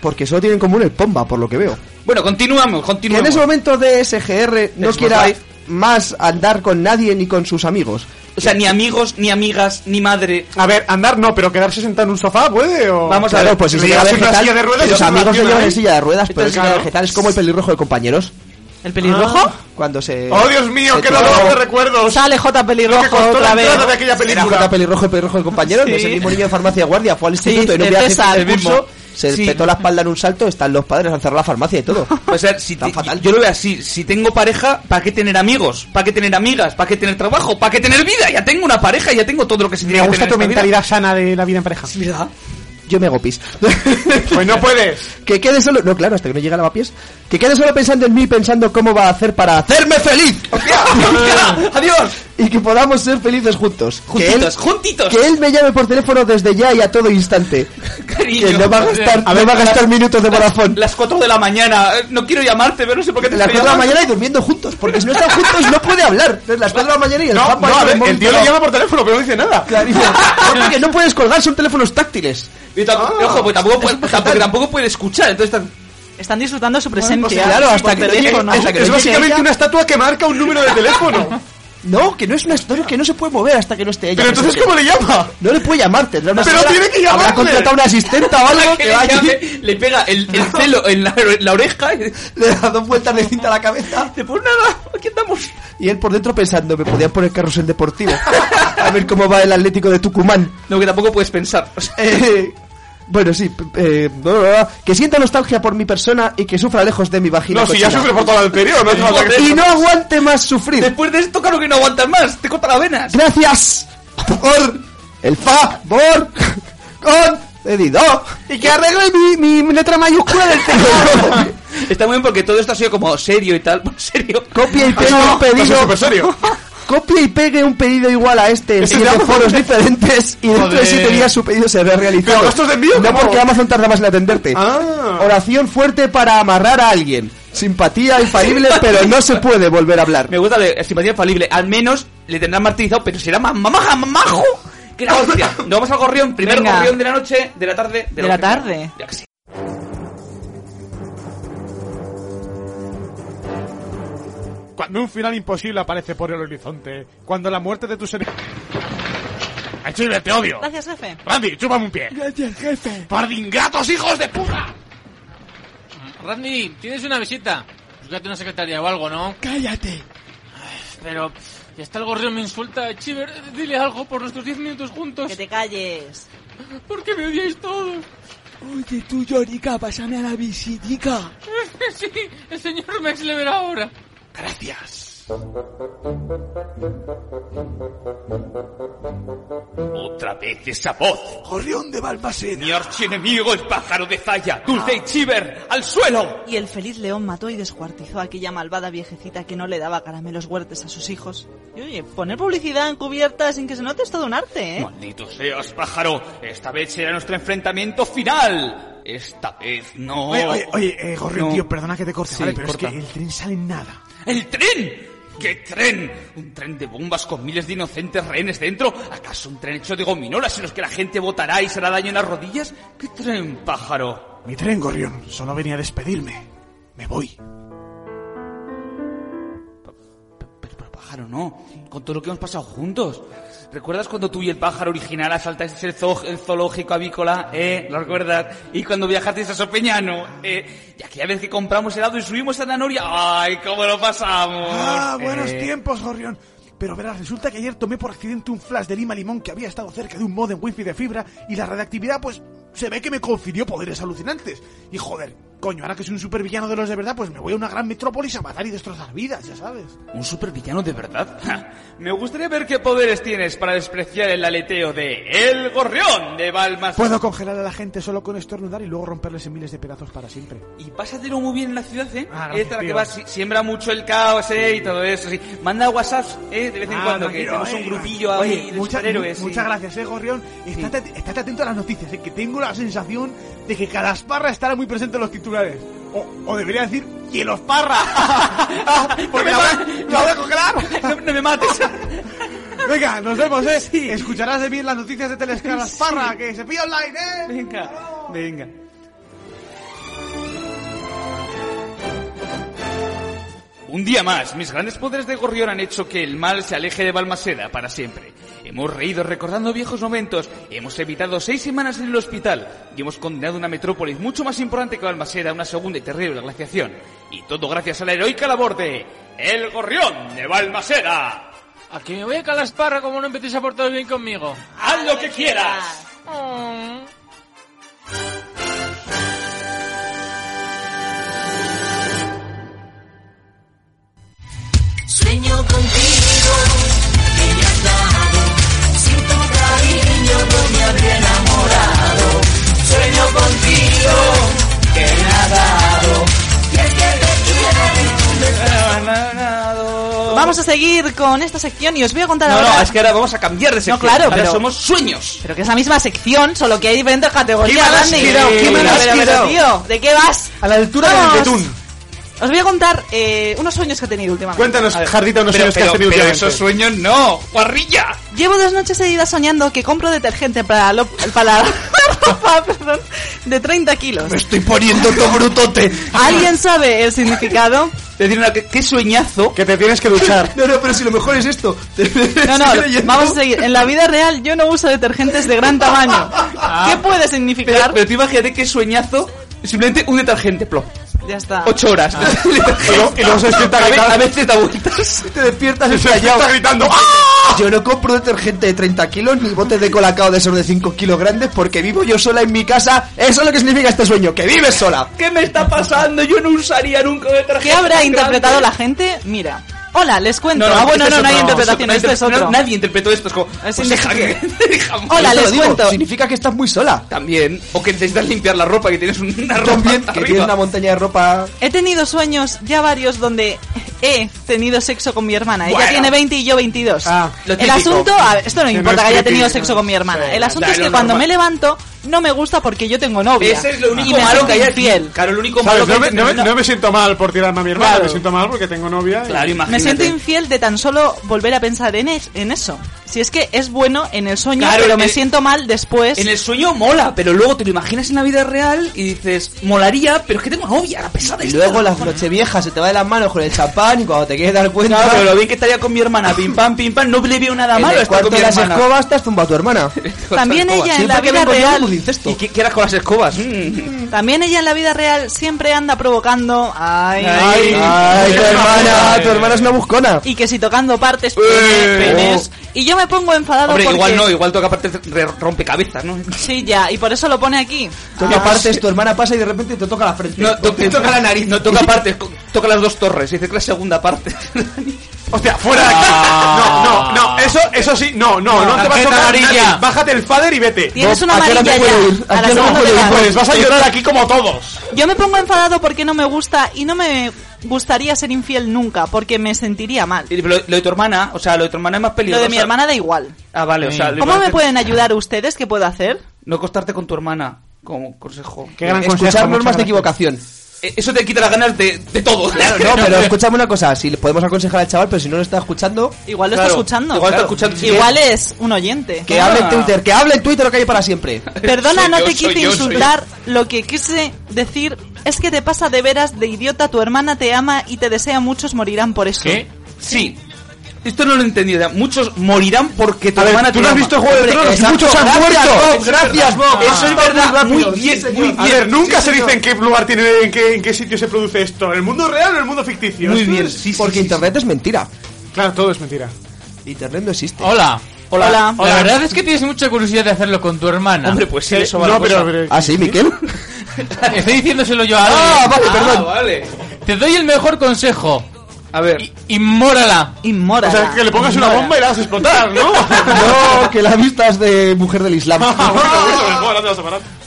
S4: Porque solo tiene en común el pomba, por lo que veo.
S1: Bueno, continuamos,
S4: Que en
S1: continuamos.
S4: ese momento de SGR no
S1: Es
S4: quiera
S1: Life.
S4: más andar con nadie ni con sus amigos.
S1: O sea, ni amigos, ni amigas, ni madre.
S2: A ver, andar no, pero quedarse sentado en un sofá puede o.
S1: Vamos a
S4: Claro,
S1: ver,
S4: pues si
S2: si
S4: se
S2: llevas
S4: lleva
S2: una
S4: vegetal,
S2: silla de ruedas,
S4: los
S2: se
S4: amigos se
S2: relaciona
S4: llevan en
S2: ahí.
S4: silla de ruedas, pero
S1: Entonces,
S4: el
S1: claro.
S4: vegetal es como el pelirrojo de compañeros.
S6: ¿El
S2: ¿Ah?
S6: pelirrojo?
S4: Cuando se.
S2: Oh, Dios mío,
S4: se
S2: qué
S4: tiró-
S2: dolor de recuerdos.
S6: Sale J
S2: Lo que
S6: pelirrojo
S2: costó la
S6: otra vez.
S2: entrada de aquella
S4: Era J.
S2: película.
S4: pelirrojo y pelirrojo de compañeros,
S6: Sí.
S4: es el mismo niño de farmacia de guardia, fue al
S6: Sí,
S4: instituto en un
S6: el
S4: viaje
S6: César,
S4: de
S6: el mismo.
S4: curso, se
S1: Sí.
S4: petó la espalda en un salto, están los padres, han cerrado la farmacia y
S2: <laughs>
S4: todo.
S1: O sea, si
S4: Tan
S1: te-
S4: fatal.
S1: yo lo veo así, si tengo pareja, ¿para qué tener amigos? ¿Para qué tener amigas? ¿Para qué tener trabajo? ¿Para qué tener vida? Ya tengo una pareja, ya tengo todo lo que se tiene
S2: Me
S1: que
S2: gusta
S1: tener
S2: tu
S1: en esta vida.
S2: mentalidad sana de la vida en pareja.
S4: Yo me hago pis.
S2: Pues no puedes.
S4: <laughs> que quede solo, no claro, hasta que no llegue a lavapiés, que quede solo pensando en mí, pensando cómo va a hacer para hacerme
S2: <laughs>
S4: feliz.
S1: <laughs> ¡Adiós!
S4: y que podamos ser felices juntos. Que él-
S1: Juntitos, juntitos.
S4: Que él me llame por teléfono desde ya y a todo
S2: <laughs>
S4: instante.
S1: Cariño.
S4: que no va a gastar,
S2: A ver,
S4: no va a gastar
S2: las-
S4: minutos de Vodafone.
S1: Las 4 de la mañana. eh, No quiero llamarte, pero no sé por qué te
S4: Las
S1: estoy
S4: 4 de la
S1: llamando.
S4: mañana y durmiendo juntos, porque si no están juntos no puede hablar. Entonces, las 4 de la mañana y el
S2: No,
S4: papá
S2: no,
S4: ahí
S2: a
S4: con
S2: ver,
S4: móvil
S2: el tío le
S4: pegado.
S2: llama por teléfono, pero no dice nada. <laughs>
S4: Clarísimo. No, Porque no puedes colgar, son teléfonos táctiles.
S1: Y tampoco,
S4: Ah.
S1: ojo, pues tampoco
S4: <laughs>
S1: puede, tampoco, tampoco puede escuchar. Entonces, tan-
S6: Están disfrutando su
S4: Bueno, pues
S6: presencia.
S4: claro, hasta
S6: por
S4: que no llegue-
S6: teléfono.
S4: hasta que
S2: Es
S4: no llegue
S2: básicamente
S4: ella.
S2: una estatua que marca un número de teléfono.
S4: No, que no es una historia que no se puede mover hasta que no esté ella.
S2: Pero entonces,
S4: presente.
S2: ¿cómo le llama?
S4: No le puede llamar, tendrá una
S2: Pero
S4: señora-
S2: tiene que llamarle.
S4: Habrá contratado una asistenta o
S1: <laughs> que
S4: algo que
S1: le,
S4: vaya
S1: llame,
S4: <laughs> allí,
S1: le pega el, el celo en la, en la oreja y
S4: le da dos vueltas de cinta a la cabeza.
S1: dice, pues nada, aquí andamos.
S4: Y él por dentro pensando, me podían poner carros en deportivo. A ver cómo va el Atlético de Tucumán.
S1: No, que tampoco puedes pensar. O sea,
S4: Eh, bueno, sí. p- eh, bla, bla, bla. que sienta nostalgia por mi persona y que sufra lejos de mi vagina.
S2: No, si ya
S4: cochina.
S2: sufre por todo lo anterior, no hace falta que-
S4: Y no aguante más
S1: <laughs>
S4: sufrir.
S1: después de esto, claro que no aguantas más, te corta las venas.
S4: Gracias por el favor con pedido. Y que arregle mi, mi- mi letra mayúscula <laughs> del teclado.
S1: <laughs> Está muy bien porque todo esto ha sido como serio y tal, <laughs> por serio.
S4: Copia y pegue un
S2: No,
S4: pedido.
S2: es súper serio.
S4: Copia y pegue un pedido igual a este en
S2: Ese
S4: siete
S2: de Amazon.
S4: foros diferentes y dentro de
S2: Joder.
S4: siete días su pedido será realizado.
S2: ¿Pero gastos de envío?
S4: No
S2: ¿Cómo?
S4: porque Amazon tarda más en atenderte.
S2: Ah.
S4: Oración fuerte para amarrar a alguien. Simpatía infalible, pero no se puede volver a hablar.
S1: Me gusta la estimación infalible. Al menos le tendrán martirizado, pero será más mamaja, mamajo. Que la <laughs> hostia. Nos vamos al gorrión, primer
S6: Venga.
S1: gorrión de la noche, de la tarde, de,
S6: De la
S1: noche.
S6: tarde.
S1: Ya que sí.
S2: Cuando un final imposible aparece por el horizonte, cuando la muerte de tu ser... ¡Ay, Chile, te odio!
S6: Gracias, jefe.
S2: Randy, chúpame un pie. Gracias, jefe. ¡Par de ingratos, hijos de puta!
S5: Randy, tienes una visita. Búscate una secretaria o algo, ¿no?
S11: Cállate.
S5: Pero si hasta el gorrión me insulta. Chiver, dile algo por nuestros 10 minutos juntos.
S6: Que te calles.
S5: Porque me odiáis todos.
S11: Oye, tú, Yorica, pásame a la visitica.
S5: sí, el señor Mex le verá ahora.
S2: Gracias.
S1: Otra vez esa voz. Gorrión de Balmaseda. Mi archienemigo, el pájaro de Zaya. Dulce y Chiver, al suelo.
S6: Y el feliz león mató y descuartizó a aquella malvada viejecita que no le daba caramelos huertes a sus hijos. Y oye, poner publicidad encubierta sin que se note es todo un arte, ¿eh?
S1: Maldito seas, pájaro. Esta vez será nuestro enfrentamiento final. Esta vez no.
S2: Oye, oye, oye, eh, Gorrión,
S1: Oh. No.
S2: tío, perdona que te corte,
S1: Sí,
S2: ¿vale? Pero
S1: corta.
S2: es que el tren sale en nada.
S1: ¡El tren! ¿Qué tren? ¿Un tren de bombas con miles de inocentes rehenes dentro? ¿Acaso un tren hecho de gominolas en los que la gente votará y se hará daño en las rodillas? ¿Qué tren, pájaro?
S2: Mi tren, Gorrión, solo venía a despedirme. Me voy.
S1: Pájaro, no. Con todo lo que hemos pasado juntos. ¿Recuerdas cuando tú y el pájaro original asaltasteis el, zoo- el zoológico avícola? ¿Eh? ¿Lo recuerdas? Y cuando viajasteis a Sopeñano. ¿Eh? Y aquella vez que compramos helado y subimos a la noria. ¡Ay, cómo lo pasamos!
S2: Ah, buenos
S1: Eh,
S2: tiempos, Gorrión. Pero verás, resulta que ayer tomé por accidente un flash de Lima Limón que había estado cerca de un modem wifi de fibra y la radiactividad, pues, se ve que me confirió poderes alucinantes. Y joder, coño, ahora que soy un supervillano de los de verdad, pues me voy a una gran metrópolis a matar y destrozar vidas, ya sabes.
S1: ¿Un supervillano de verdad? Ja. Me gustaría ver qué poderes tienes para despreciar el aleteo de El Gorrión de Balmas.
S2: Puedo congelar a la gente solo con estornudar y luego romperles en miles de pedazos para siempre.
S1: Y pásatelo muy bien en la ciudad, ¿eh?
S2: Ah, gracias,
S1: Esta la que
S2: tío.
S1: va, si- siembra mucho el caos, ¿eh? Y todo eso, sí. Manda WhatsApps, ¿eh? De vez en
S2: Ah,
S1: cuando, que
S2: tranquilo,
S1: tenemos un
S2: eh,
S1: grupillo
S2: oye,
S1: ahí de
S2: mucha-
S1: superhéroes.
S2: mu- Muchas gracias, eh, Gorrión. Estate, estate atento a las noticias, eh, que tengo la sensación de que Calasparra estará muy presente en los titulares. O, o debería decir,
S1: <laughs>
S2: ¡Hielosparra! Porque la, voy- la voy a congelar.
S1: <laughs> no me mates.
S2: Venga, nos vemos, eh. Escucharás de mí las noticias de Telescalasparra, que se pilla online, eh.
S1: Venga, venga. Un día más, mis grandes poderes de Gorrión han hecho que el mal se aleje de Balmaseda para siempre. Hemos reído recordando viejos momentos, hemos evitado seis semanas en el hospital y hemos condenado una metrópolis mucho más importante que Balmaseda a una segunda y terrible glaciación. Y todo gracias a la heroica labor de... ¡El Gorrión de Balmaseda!
S5: Aquí me voy a calasparra como no empecéis a portaros bien conmigo.
S1: ¡Haz lo que quieras!
S15: Sueño contigo, que me has dado. Sin tu cariño no me habría enamorado. Sueño contigo, que me has dado. Y es que te quiero y tú me
S6: Vamos a seguir con esta sección y os voy a contar
S23: No,
S6: ahora.
S23: no, es que ahora vamos a cambiar de
S6: No,
S23: sección.
S6: claro,
S23: Ahora
S6: pero-
S23: somos sueños.
S6: Pero que es la misma sección, solo que hay diferentes categorías.
S23: ¿Qué me has
S6: Andy.
S23: quitado? ¿Qué me
S6: A ver,
S23: has
S6: a ver,
S23: quitado?
S6: tío, ¿De qué vas?
S2: A la altura del
S6: Vamos.
S2: betún.
S6: Os voy a contar eh, unos sueños que he tenido últimamente.
S2: Cuéntanos, Jardita, unos
S1: Pero-
S2: sueños que has
S1: pero-
S2: tenido
S1: pero
S2: últimamente.
S1: esos sueños no, guarrilla.
S6: Llevo dos noches seguidas soñando que compro detergente para, lo- para la <laughs> ropa perdón, de 30 kilos.
S23: Estoy poniendo todo brutote.
S6: ¿Alguien sabe el significado?
S23: Te diré una, ¿qué, qué sueñazo?
S2: Que te tienes que duchar.
S4: No, no, pero si lo mejor es esto.
S6: No, no, vamos a seguir. En la vida real yo no uso detergentes de gran tamaño. ¿Qué puede
S23: Pero,
S6: significar?
S23: Ah. pero tú imagínate qué sueñazo. Simplemente un detergente, plop.
S6: Ya está.
S23: Ocho horas.
S4: <laughs>
S2: Y luego se despierta
S23: a, ve-
S2: gritando.
S23: a veces da vueltas.
S4: Te despiertas
S2: Se
S4: estallado. <laughs>
S2: está gritando.
S4: Yo no compro detergente de 30 kilos ni botes de colacao de esos de 5 kilos grandes porque vivo yo sola en mi casa. Eso es lo que significa este sueño, que vives sola.
S23: ¿Qué me está pasando? Yo no usaría nunca un detergente.
S6: ¿Qué habrá
S23: grande.
S6: interpretado la gente? Mira. Hola, les cuento.
S23: No, no,
S6: ah, bueno,
S23: este
S6: no,
S23: es
S6: no hay
S23: otro,
S6: interpretación,
S23: no,
S6: esto es
S23: no,
S6: otro.
S23: Nadie interpretó esto, es como...
S6: Es
S23: pues deja que... <laughs> deja-
S6: Hola,
S4: Yo te lo
S6: les
S4: digo,
S6: cuento.
S4: Significa que estás muy sola.
S23: También, o que necesitas limpiar la ropa, que tienes una ropa
S4: También,
S23: hasta
S4: que
S23: arriba.
S4: tienes una montaña de ropa.
S6: He tenido sueños ya varios donde he tenido sexo con mi hermana. Ella
S23: Bueno.
S6: tiene 20 y yo 22.
S2: Ah,
S23: lo
S6: el
S23: típico.
S6: asunto, a ver, esto no
S2: Que no
S6: importa
S2: es
S6: que haya
S2: creepy,
S6: tenido
S2: ¿no?
S6: sexo con mi hermana.
S2: Sí,
S6: el asunto
S23: ya,
S6: es
S23: lo
S6: que cuando
S23: normal.
S6: me levanto no me gusta porque yo tengo novia.
S23: Ese es lo único
S6: Y me
S23: malo que hay
S6: siento
S23: aquí.
S6: infiel.
S23: Claro, lo único malo
S2: ¿Sabes?
S23: que hay
S2: No me,
S23: que
S2: no me-
S23: tener-
S2: no me siento mal por tirarme a mi hermana,
S23: Claro.
S2: me siento mal porque tengo novia. y-
S23: Claro,
S6: Me
S23: imagínate.
S6: siento infiel de tan solo volver a pensar en, es- en eso. Si es que es bueno en el sueño,
S23: Claro,
S6: pero
S23: en
S6: me
S23: el-
S6: siento mal después.
S23: En el sueño mola, pero luego te lo imaginas en la vida real y dices, molaría, pero es que tengo novia, la pesada
S4: Y
S23: esta.
S4: luego las nocheviejas se te va de las manos con el champán y cuando te quieres dar cuenta...
S6: Ah.
S23: Claro, pero lo bien que estaría con mi hermana, pim pam, pim pam, no le veo nada
S4: en
S23: malo
S4: el
S23: estar
S4: cuarto
S23: con mi
S4: de las
S23: hermana.
S4: escobas te has zumbado a tu hermana.
S6: También ella en la
S4: Siempre que
S6: vida
S4: vengo yo
S6: real.
S4: hago de incesto.
S23: ¿Y qué, qué harás con las escobas? Mm.
S6: También ella en la vida real siempre anda provocando. Ay,
S23: Ay.
S4: Ay, tu hermana, tu hermana es una buscona.
S6: Y que si tocando partes, pene, penes. Y yo me pongo enfadado
S23: Hombre,
S6: porque.
S23: igual no, igual toca aparte re- rompecabezas, ¿no?
S6: Sí, ya, y por eso lo pone aquí.
S4: Toca partes, tu hermana pasa y de repente te toca la frente.
S23: No, to- te toca la nariz, no toca partes, co- toca las dos torres, y dice que la segunda parte.
S2: Hostia, fuera de aquí. No, no, no. Eso, eso sí, no, no, no, te vas a
S5: tarjeta
S2: tocar
S5: amarilla.
S2: nadie. Bájate el fader y vete.
S6: Tienes
S2: No,
S6: una
S2: ¿a qué hora
S6: amarilla
S2: te puedo
S6: ya.
S2: ir?
S6: A la
S2: ¿A qué hora
S6: segunda
S2: puedo
S6: te
S2: ir?
S6: vas.
S2: Pues vas a llorar aquí como todos.
S6: Yo me pongo enfadado porque no me gusta y no me gustaría ser infiel nunca porque me sentiría mal.
S1: <laughs> Y Lo, lo de tu hermana, o sea, lo de tu hermana es más
S6: Lo
S1: peligroso.
S6: de mi hermana da igual.
S1: Ah, vale, o sea. lo
S6: ¿Cómo me
S1: importante-
S6: pueden ayudar ustedes? ¿Qué puedo hacer?
S1: No costarte con tu hermana, como consejo. Eh,
S4: Qué gran Escuchar consejo, normas muchas de gracias. equivocación.
S1: Eso te quita las ganas de, de todo.
S4: Claro,
S1: <laughs>
S4: no, pero escúchame una cosa, si le podemos aconsejar al chaval, pero si no lo está escuchando,
S6: Igual lo
S4: Claro,
S6: está escuchando.
S4: igual está escuchando, sí.
S6: Igual es un oyente.
S4: que hable en Twitter, que hable en Twitter lo que hay para siempre.
S6: Perdona,
S4: Soy
S6: no
S4: yo,
S6: te
S4: soy
S6: quise
S4: yo, soy
S6: insultar. Lo que quise decir es que te pasa de veras de idiota. Tu hermana te ama y te desea muchos morirán por eso.
S1: ¿Qué? Sí. Esto no lo he entendido. Muchos morirán porque tu
S2: A ver,
S1: hermana te
S2: tú no has
S1: ama.
S2: visto Juego de
S1: Hombre,
S2: Tronos y
S1: exacto.
S2: muchos han
S1: Gracias,
S2: muerto.
S1: Bob,
S2: Es
S1: Gracias,
S2: verdad.
S1: Bob. Eso es
S2: Ah, va
S1: verdad.
S2: muy
S1: Muy
S2: rápido,
S1: bien,
S2: sí, señor.
S1: muy bien.
S2: A ver, nunca se dice en qué lugar tiene, en qué, en qué sitio se produce esto, en el mundo real o en el mundo ficticio.
S4: Muy
S2: Esto
S4: bien,
S2: es-
S4: porque internet es mentira.
S2: Claro, todo es mentira.
S4: Internet no existe.
S5: Hola.
S4: Hola. Hola.
S5: La verdad es que tienes mucha curiosidad de hacerlo con tu hermana.
S4: Hombre,
S1: pues
S4: sí, eso va la cosa. ¿Ah, sí, Miquel?
S5: <laughs> Estoy diciéndoselo yo a alguien.
S4: Ah, vale, perdón.
S1: vale.
S5: Te doy el mejor consejo.
S1: A ver.
S5: Inmórala.
S6: Inmórala.
S2: O sea, que le pongas una bomba y la hagas explotar, ¿no?
S4: No, <laughs> que la vistas de mujer del Islam.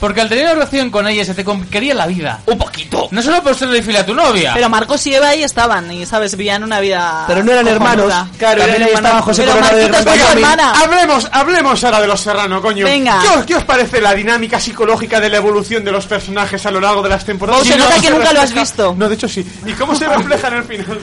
S5: Porque al tener relación con ella se te complicaría la vida.
S1: Un poquito.
S5: No solo por ser fiel a tu novia.
S6: Pero Marcos y Eva ahí estaban y, ¿sabes? Vivían una vida.
S4: Pero no eran
S6: cojonuda.
S4: hermanos.
S6: Claro, eran
S4: También ahí estaba
S6: hermanos.
S4: José
S6: Pero
S4: Coronado de
S6: Marquitos
S4: Gran
S6: es tu
S4: Miami.
S6: hermana.
S2: Hablemos, hablemos ahora de los serrano, coño.
S6: Venga.
S2: ¿Qué os, qué os parece la dinámica psicológica de la evolución de los personajes a lo largo de las temporadas?
S6: Bob, se nota que nunca lo has
S2: refleja-
S6: visto.
S2: No, de hecho sí. ¿Y cómo se refleja en el final?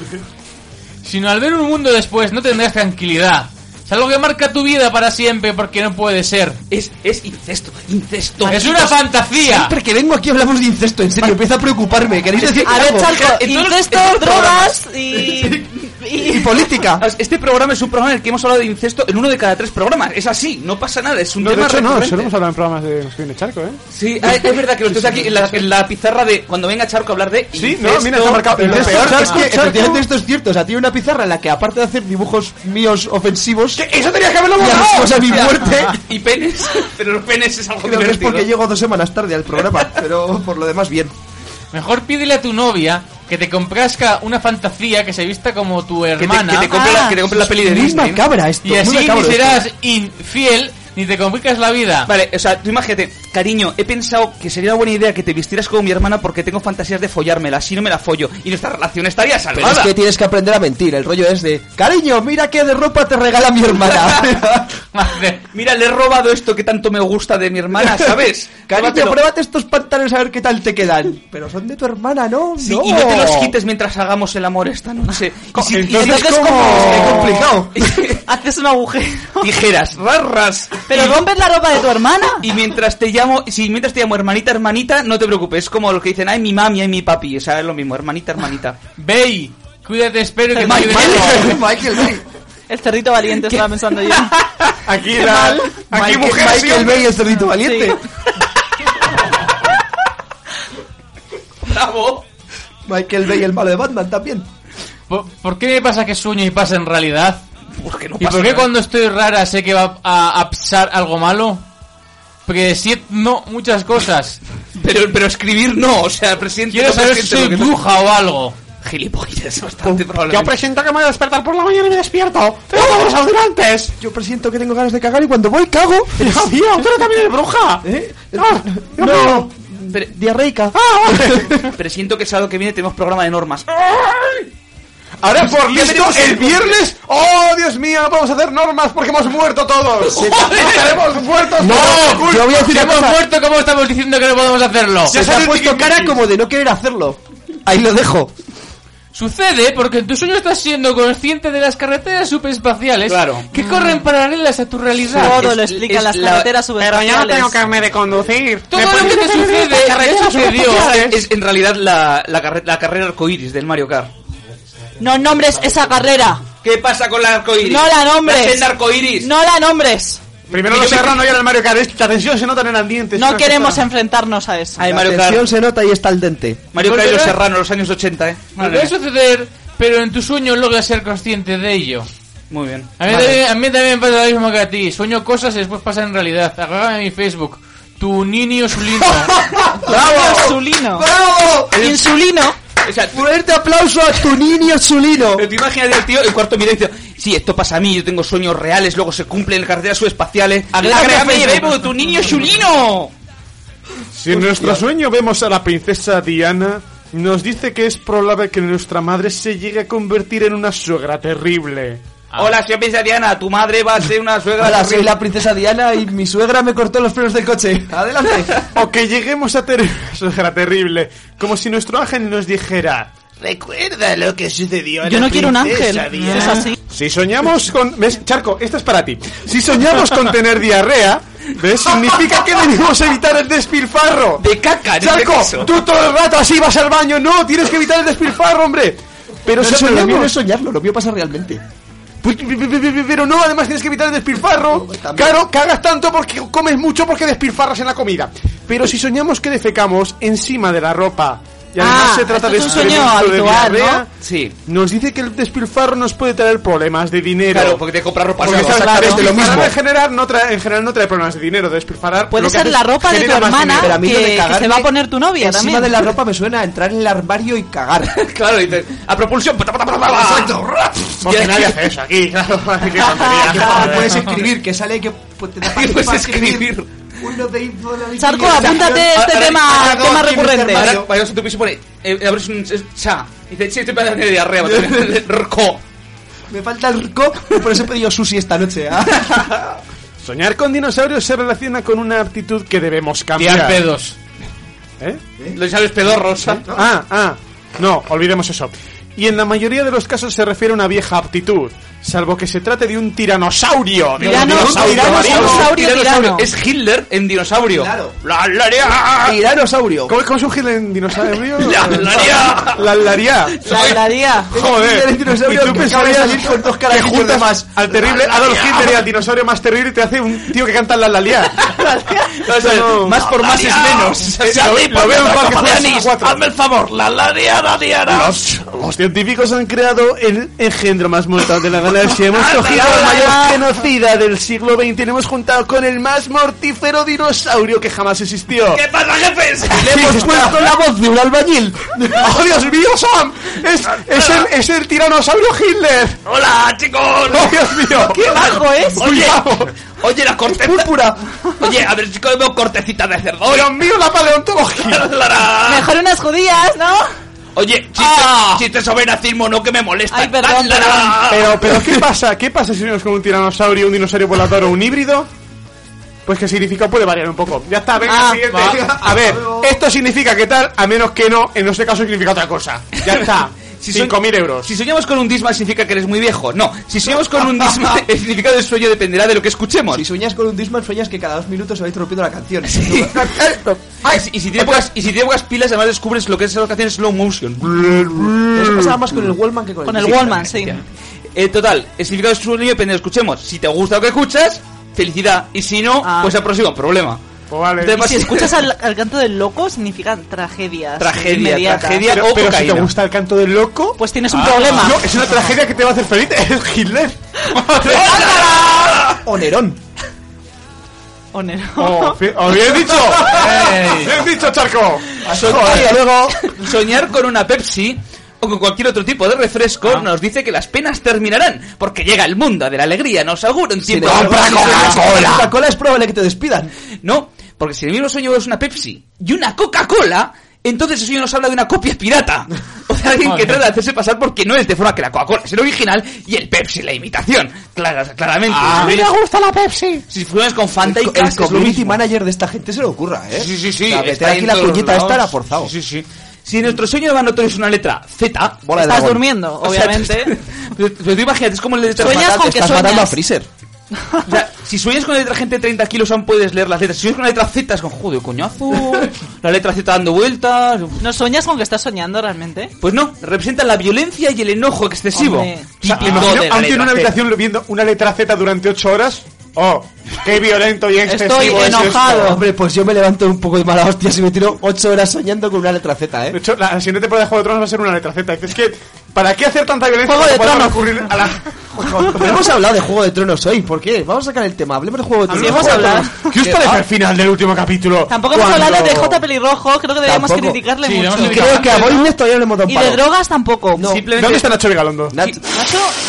S5: Sino al ver un mundo después no tendrás tranquilidad. Es algo que marca tu vida para siempre porque no puede ser.
S1: Es, es incesto, incesto.
S5: Es una fantasía.
S4: <laughs> Siempre que vengo aquí hablamos de incesto, en serio, empieza a preocuparme. ¿Queréis decir
S6: A ver,
S4: algo?
S6: Charco, incesto,
S1: en todos los
S6: drogas y.
S4: Y política.
S1: Este programa es un programa en el que hemos hablado de incesto en uno de cada tres programas. Es así, no pasa nada. Es un
S2: No, de
S1: tema
S2: hecho no,
S1: recurrente.
S2: solo hemos hablado en programas de Nos viene Charco, ¿eh?
S1: Sí, ah, es verdad que lo estoy aquí en la, en la pizarra de cuando venga Charco a hablar de.
S2: Sí, no,
S1: incesto,
S2: mira, está marcado.
S4: Pero lo
S2: Incesto,
S4: peor es
S2: Charco,
S4: que,
S2: Charco.
S4: efectivamente, esto es cierto. O sea, tiene una pizarra en la que, aparte de hacer dibujos míos ofensivos...
S2: ¡Eso tenías que haberlo
S4: y
S2: borrado!
S4: O <laughs> sea, mi muerte...
S1: <laughs> Y penes, pero los penes es algo
S4: Creo que es
S1: divertido.
S4: porque llego dos semanas tarde al programa, pero por lo demás bien.
S5: Mejor pídele a tu novia que te comprasca una fantasía que se vista como tu
S1: te-
S5: hermana.
S1: que te compre la- que te compre la peli de
S4: Muy
S1: Disney.
S4: macabra Ah. esto,
S5: Y
S4: muy
S5: así ni
S4: macabro esto.
S5: serás infiel ni te complicas la vida. <laughs>
S1: Vale, o sea, tú imagínate, cariño, he pensado que sería una buena idea que te vistieras como mi hermana porque tengo fantasías de follármela, si no me la follo. Y nuestra relación estaría
S4: Pero
S1: salvada.
S4: es que tienes que aprender a mentir. El rollo es de, cariño, mira qué de ropa te regala mi hermana.
S1: <laughs> Mira, le he robado esto que tanto me gusta de mi
S4: <laughs>
S1: hermana, ¿sabes?
S4: cariño,
S1: Llévatelo.
S4: pruébate estos pantalones a ver qué tal te quedan. Pero son de tu hermana, ¿no?
S1: Sí, y no te los
S4: <laughs>
S1: quites mientras hagamos el amor esta noche. Y si- y
S4: Entonces,
S1: si-
S4: ¿cómo?
S1: ¿cómo?
S4: Qué complicado.
S6: <laughs> Haces un agujero.
S1: Tijeras, rarras.
S6: Pero rompes la ropa de tu hermana.
S1: Y mientras te llamo, si mientras te llamo hermanita, hermanita, no te preocupes, es como los que dicen, ay, mi mami, ay, mi papi, o sea, es lo mismo, hermanite,
S5: <laughs>
S1: hermanita,
S5: Bey, cuídate, espero que
S1: Mike,
S5: te
S1: Mike.
S4: Michael Bay.
S6: El cerrito valiente estaba pensando yo.
S2: Aquí la... Aquí
S4: Michael,
S2: mujer
S4: Michael
S2: siempre.
S4: Bay, el cerdito valiente.
S1: <laughs> ¡Bravo!
S4: Michael Bay, el malo de Batman también.
S5: <laughs> ¿Por, por qué me pasa que sueño y pasa en realidad?
S1: Porque no
S5: ¿Y
S1: pasa
S5: por qué
S1: nada.
S5: cuando estoy rara sé que va a, a pasar algo malo? Porque no muchas cosas.
S1: Pero, pero escribir no, o sea, presidente...
S5: Quiero
S1: no
S5: saber si
S1: presente lo
S5: soy
S1: que-
S5: bruja o algo.
S1: Gilipollas, bastante
S2: Yo
S5: pues-
S1: probablemente.
S2: presiento que me voy a despertar por la mañana y me despierto. ¡Tengo todos los adulantes!
S4: Oh. Yo presiento que tengo ganas de cagar y cuando voy cago.
S2: ¡Hija mía, tú no también eres bruja!
S4: ¿Eh?
S2: ¡Ah! ¡Dios mío! ¡Ah!
S4: No,
S1: Pero,
S4: diarreica. <laughs>
S1: presiento que el sábado que
S5: <laughs>
S1: viene tenemos programa de normas.
S2: Ahora
S4: Pues
S2: por
S1: Ya
S2: listo,
S1: tenemos
S2: el
S1: el-
S2: viernes. ¡Oh, Dios mío! No podemos hacer normas porque hemos muerto todos. <laughs> ¡Estaremos muertos
S4: No,
S2: todos!
S4: yo voy a decir
S5: Si
S4: una
S5: hemos
S4: cosa.
S5: muerto, ¿cómo estamos diciendo que no podemos hacerlo?
S2: Ya
S4: Se ha
S2: saben
S4: puesto
S2: que-
S4: cara como de no querer hacerlo. Ahí lo dejo.
S5: Sucede porque en tu sueño estás siendo consciente de las carreteras superespaciales
S1: Claro.
S5: que corren
S4: Mm.
S5: paralelas a tu realidad.
S6: Todo
S1: Es-
S6: lo explican
S1: es
S6: las
S1: la-
S6: carreteras superespaciales.
S2: carne de conducir.
S5: Todo lo que te sucede ya sucedió.
S1: Es en realidad la, la, carre- la carrera arcoiris del Mario Kart.
S6: No nombres esa carrera.
S1: ¿Qué pasa con la arcoiris?
S6: No la nombres.
S1: La senda arcoiris.
S6: No la nombres.
S2: Primero los serrano y ahora el Mario Kart. Esta tensión se nota en el ambiente.
S6: No queremos enfrentarnos a eso.
S1: Ay,
S4: La
S1: Mario
S4: tensión
S1: Kart.
S4: se nota y está al dente.
S1: Mario Kart y los
S5: Volverá-
S1: serranos, los años 80, eh. Madre
S5: Puede
S1: mía.
S5: suceder, pero en tu sueño logras ser consciente de ello.
S1: Muy bien.
S5: A mí,
S1: Vale.
S2: eh,
S5: también, a mí también me pasa lo mismo que a ti. Sueño cosas y después pasa en realidad. Agárrame a mi Facebook.
S4: <laughs>
S5: Tu niño Zulino.
S6: Insulino. Insulino.
S4: Fuerte aplauso a tu niño <laughs> Zulino.
S1: Pero tú imagínate el tío, el cuarto mira y dice, sí, esto pasa a mí, yo tengo sueños reales, luego se cumplen carreteras subespaciales.
S24: Agrégame,
S1: Agrégame,
S24: Bebo, tu niño Chulino.
S2: Si en nuestro sueño vemos a la princesa Diana, nos dice que es probable que nuestra madre se llegue a convertir en una suegra terrible.
S24: Hola, soy Princesa Diana, tu madre va a ser una suegra.
S4: Hola, soy la princesa Diana y mi suegra me cortó los frenos del coche. <laughs> Adelante.
S2: O que lleguemos a tener <laughs> una suegra terrible, como si nuestro ángel nos dijera...
S25: Recuerda lo que sucedió a
S2: Yo
S25: la
S2: no quiero un
S25: princesa
S2: ángel,
S25: Diana.
S2: es así. Si soñamos con... ¿Ves? Charco, esta es para ti. Si soñamos con tener diarrea, ¿ves? Significa que debemos evitar el despilfarro.
S1: De caca, en este
S2: Charco,
S1: caso.
S2: tú todo el rato así vas al baño. No, tienes que evitar el despilfarro, hombre. Pero
S4: No,
S2: si
S4: eso, lo mío no
S2: soñamos...
S4: es soñarlo, lo mío pasa realmente.
S2: Pues, pe- pe- pe- pe- Pero no, además tienes que evitar el despilfarro. Claro, cagas tanto porque comes mucho porque despilfarras en la comida. Pero si soñamos que defecamos encima de la ropa y además
S25: Ah,
S2: se trata de
S25: esto es un sueño
S2: excremento de
S25: habitual,
S2: diarrea,
S25: ¿no?
S1: Sí.
S2: nos dice que el despilfarro nos puede traer problemas de dinero.
S1: Claro, porque te compras ropa
S2: Porque
S1: nueva,
S2: sabes,
S1: claro.
S2: despilfarrar
S1: Lo mismo.
S2: En general, no trae, en general no trae problemas de dinero. Despilfarrar
S6: Puede
S2: lo que
S6: ser
S2: hace
S6: la
S2: es
S6: ropa de tu
S2: genera más
S6: hermana
S2: dinero.
S6: Pero a mí lo de que- que cagarme se va a poner tu novia
S4: Encima
S6: también.
S4: de la ropa me suena a entrar en el armario y <laughs> cagar.
S1: <laughs> claro, dices, a propulsión.
S2: Porque nadie hace eso aquí, <laughs> claro.
S6: <laughs>
S2: Qué tontería.
S4: Que, ah, puedes escribir, que sale que pues, te <laughs> da página para escribir. Uno de
S6: Charco,
S1: Ah,
S6: apúntate este tema, tema recurrente.
S1: Ahora, vayamos a tu piso y pone, eh, abres un eh, cha. Y dice, sí, estoy para tener diarrea. va a tener Rco.
S4: Me falta el rico, y por eso he pedido sushi esta noche. ¿ah? <laughs>
S6: pues.
S2: Soñar con dinosaurios se relaciona con una aptitud que debemos cambiar.
S5: Tirar pedos.
S2: ¿Eh?
S1: Lo sabes pedorros.
S2: Ah, ah. No, olvidemos eso. Y en la mayoría de los casos se refiere a una vieja aptitud, salvo que se trate de un tiranosaurio. de un
S1: Tirano-
S2: dinosaurio
S1: tiranosaurio,
S2: amarillo.
S1: tiranosaurio. Es Hitler en dinosaurio. Claro. La laria.
S4: Tiranosaurio.
S2: ¿Cómo, cómo es un Hitler en
S6: <laughs>
S2: dinosaurio?
S1: La laria.
S2: La laría.
S6: La helaría.
S2: Joder.
S4: El dinosaurio
S2: ¿Y tú
S4: que
S2: pensarías
S4: acaba de salir con dos
S2: que
S4: carajillos de
S2: juntas
S4: más?
S2: Al terrible
S4: La
S2: Adolf
S4: laria.
S2: Hitler y al dinosaurio más terrible y te hace un tío que canta la lalia.
S4: <laughs>
S1: Eso es, más por más es menos. <laughs>
S2: Eh,
S1: Ya
S2: lo-
S1: di,
S2: lo
S1: ponme
S2: veo en
S1: otra
S2: Parque
S1: copa de
S2: Jurásico
S1: anís.
S2: 4.
S1: Hazme el favor, la lariana, diana.
S2: Los, los científicos han creado el engendro más mortal de la galaxia. Hemos
S1: Anda,
S2: cogido
S1: anda,
S2: al mayor
S1: anda.
S2: genocida del siglo XX y lo hemos juntado con el más mortífero dinosaurio que jamás existió.
S1: ¿Qué pasa, jefes?
S2: <laughs> Le hemos puesto la voz de
S4: <laughs>
S2: un albañil. ¡Oh, Dios mío, Sam! ¡Es, es, el, es el tiranosaurio Hitler!
S1: Hola, chicos.
S2: ¡Oh, Dios mío!
S1: ¡Qué bajo
S2: es!
S1: Oye, oye, la corteza. Púrpura. Oye, a ver si comemos cortecita de cerdo.
S2: ¡Oh, Dios mío, la paleontología!
S6: <laughs> Mejor unas judías, ¿no?
S1: Oye, chiste, chiste sobre nazismo, no que me molesta.
S6: Ah. Ay, perdón,
S1: Hazla.
S6: perdón.
S2: Pero, pero, ¿qué pasa? ¿Qué pasa si venimos con un tiranosaurio, un dinosaurio volador o un híbrido? Pues que significa puede variar un poco. Ya está, venga,
S6: Ah,
S2: siguiente.
S6: va.
S2: A ver, esto significa que tal, a menos que no, en este caso significa otra cosa. Ya está.
S1: Si soñ-
S2: 5.000 euros.
S1: Si soñamos con un disma significa que eres muy viejo. No, si soñamos con un <laughs> disma, el significado del sueño dependerá de lo que escuchemos.
S4: Si sueñas con un Disman, sueñas que cada dos minutos se va interrumpiendo la canción. <laughs>
S1: Y si- Y si tiene pocas, y si tiene pocas pilas, además descubres lo que es la canción slow motion.
S4: Eso pasaba más con el Wallman que con,
S6: Con el
S4: Discman.
S6: Wallman, sí.
S1: Eh, total, el significado del sueño depende de lo que escuchemos. Si te gusta lo que escuchas, felicidad. Y si no,
S6: Ah.
S1: pues aproxima, problema.
S2: Pues vale.
S6: Y si escuchas al, al canto del loco, significa tragedias.
S1: Tragedia,
S6: inmediatas.
S1: tragedia
S2: Pero,
S1: o
S2: pero si
S1: cocaína.
S2: te gusta el canto del loco.
S6: Pues tienes un problema.
S2: Ah, No, es una tragedia que te va a hacer feliz. Es Hitler.
S4: O Nerón.
S6: O Nerón.
S2: Oh, fi- ¡Os bien dicho!
S1: Ey.
S2: ¡Bien dicho, Charco!
S1: Soñar, soñar con una Pepsi o con cualquier otro tipo de refresco nos dice que las penas terminarán porque llega el mundo de la alegría, nos aseguro un tiempo.
S4: Compra
S1: Coca-Cola!
S4: Coca-Cola es probable que te despidan.
S1: No, porque si en el mismo sueño es una Pepsi y una Coca-Cola, entonces el sueño nos habla de una copia pirata. <laughs> O de alguien que trata de hacerse pasar porque no es de forma que la Coca-Cola es el original y el Pepsi la imitación. Clara- claramente.
S4: gusta la Pepsi.
S1: si fueras con Fanta y
S4: El,
S1: Crack, es lo
S4: community
S1: mismo.
S4: manager de esta gente se le ocurra, ¿eh?
S1: Sí, sí, sí.
S4: La
S1: está
S4: meter aquí
S1: en
S4: la
S1: todos
S4: puñeta
S1: lados.
S4: esta era forzado.
S1: Sí, sí, sí. Si en nuestro sueño notorio es una letra Z,
S4: Bola de
S6: Estás
S4: dragón.
S1: <laughs>
S6: durmiendo,
S1: o sea,
S6: obviamente.
S2: <laughs>
S1: pero tú imagínate, es como el de
S6: Sueñas
S1: Estás
S6: con que
S1: matando-
S6: sueñas.
S4: Matando a Freezer.
S1: O sea, si sueñas con la letra gente de 30 kilos, aún puedes leer las letras. Si sueñas con la letra Z, es con joder, coñazo. <laughs> La letra Z dando vueltas.
S6: ¿No sueñas con que estás soñando realmente?
S1: Pues no, representan la violencia y el enojo excesivo.
S6: Hombre.
S2: O sea,
S1: Típico
S2: imagino,
S1: de la
S2: aunque en
S1: letra
S2: una
S1: Z.
S2: habitación viendo una letra Z durante 8 horas. ¡Oh! ¡Qué violento y excesivo
S6: Estoy
S2: es esto.
S6: enojado.
S4: Hombre, pues yo me levanto un poco de mala hostia si me tiro 8 horas soñando con una letra Z,
S2: De
S4: ¿eh?
S2: hecho, la siguiente temporada de Juego de Tronos va a ser una letra Z. Dices que, ¿para qué hacer tanta violencia
S6: Juego de
S2: cuando puede
S6: Tronos.
S2: recurrir a la
S1: <laughs>
S4: Pero hemos hablado de Juego de Tronos hoy, ¿por qué? Vamos a sacar el tema, hablemos de Juego de Tronos.
S6: Hablemos de Juego de Tronos.
S2: ¿Qué os parece el final del último capítulo?
S6: Tampoco hemos
S4: Cuando-
S6: hablado de J. Pelirrojo, creo que deberíamos
S4: Tampoco.
S6: criticarle
S4: Sí,
S6: mucho.
S4: Y creo que a Boines todavía no le hemos dado un
S6: Y
S4: palo.
S6: de drogas tampoco.
S4: No.
S2: Simplemente- ¿Dónde está Nacho Vigalondo?
S6: Nacho,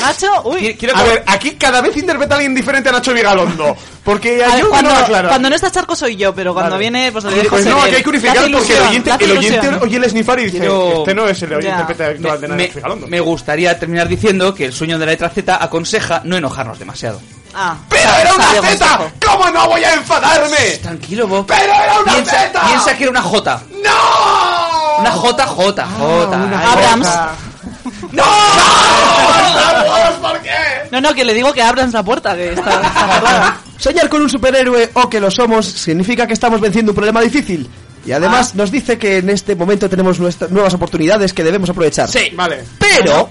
S6: Nacho, uy.
S2: a ver, aquí cada vez interpreta a alguien diferente a Nacho Vigalondo. Porque
S6: A
S2: hay
S6: ver,
S2: uno que
S6: cuando,
S2: no lo aclara.
S6: cuando no está Charco soy yo, pero cuando
S2: Vale.
S6: viene, pues lo
S2: Pues
S6: dejo ser
S2: no, aquí
S6: él.
S2: hay que unificar
S6: Le hace
S2: porque el
S6: ilusión,
S2: oyente,
S6: le hace
S2: el oyente
S6: ilusión.
S2: oye el snifar y dice:
S1: Quiero-
S2: Este no es el
S6: Ya.
S2: intérprete actual de
S1: Me,
S2: Nacho Vigalondo.
S1: me gustaría terminar diciendo que el sueño de la letra Z aconseja no enojarnos demasiado.
S6: Ah.
S2: ¡Pero era una Z! ¿Cómo no voy a enfadarme?
S1: Tranquilo, Bob.
S2: ¡Pero era una
S1: Piensa-
S2: Z!
S1: Piensa que era una J. ¡No! Una J, J, Ah, J.
S6: Abrams. <laughs>
S2: ¿Por qué?
S6: No, no, que le digo que abran la puerta, que está, está
S2: <laughs>
S6: cerrada.
S4: Soñar con un superhéroe o que lo somos significa que estamos venciendo un problema difícil. Y además
S1: Ah.
S4: nos dice que en este momento tenemos nuestras nuevas oportunidades que debemos aprovechar.
S2: Vale.
S4: Pero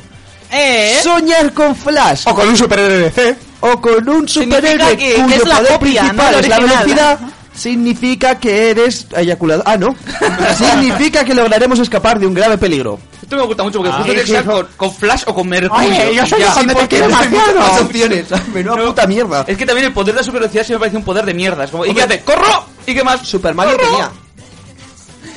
S6: Eh,
S1: ¿Eh?
S4: soñar con Flash
S2: o con un superhéroe de C
S4: o con un superhéroe
S6: que- que
S4: cuyo
S6: es la
S4: poder
S6: copia,
S4: principal
S6: no el
S4: es la
S6: original.
S4: velocidad significa que eres eyaculador. Ah, <laughs> no. significa que lograremos escapar de un grave peligro.
S1: Esto me gusta mucho porque justo
S4: Ah,
S1: tiene que ser
S4: hijo.
S1: con, con Flash o con Mercurio.
S4: Oye, yo soy
S1: Ya.
S4: hijo <laughs> de
S1: ¿Por qué no
S4: Pepe
S1: hay
S4: Marciano?
S1: muchas
S4: <laughs> opciones? Menuda puta mierda.
S1: Es que también el poder de la supervelocidad se me parece un poder de mierda. Es como, ¿y qué hace? ¡Corro! ¿Y qué más?
S4: Super Mario tenía.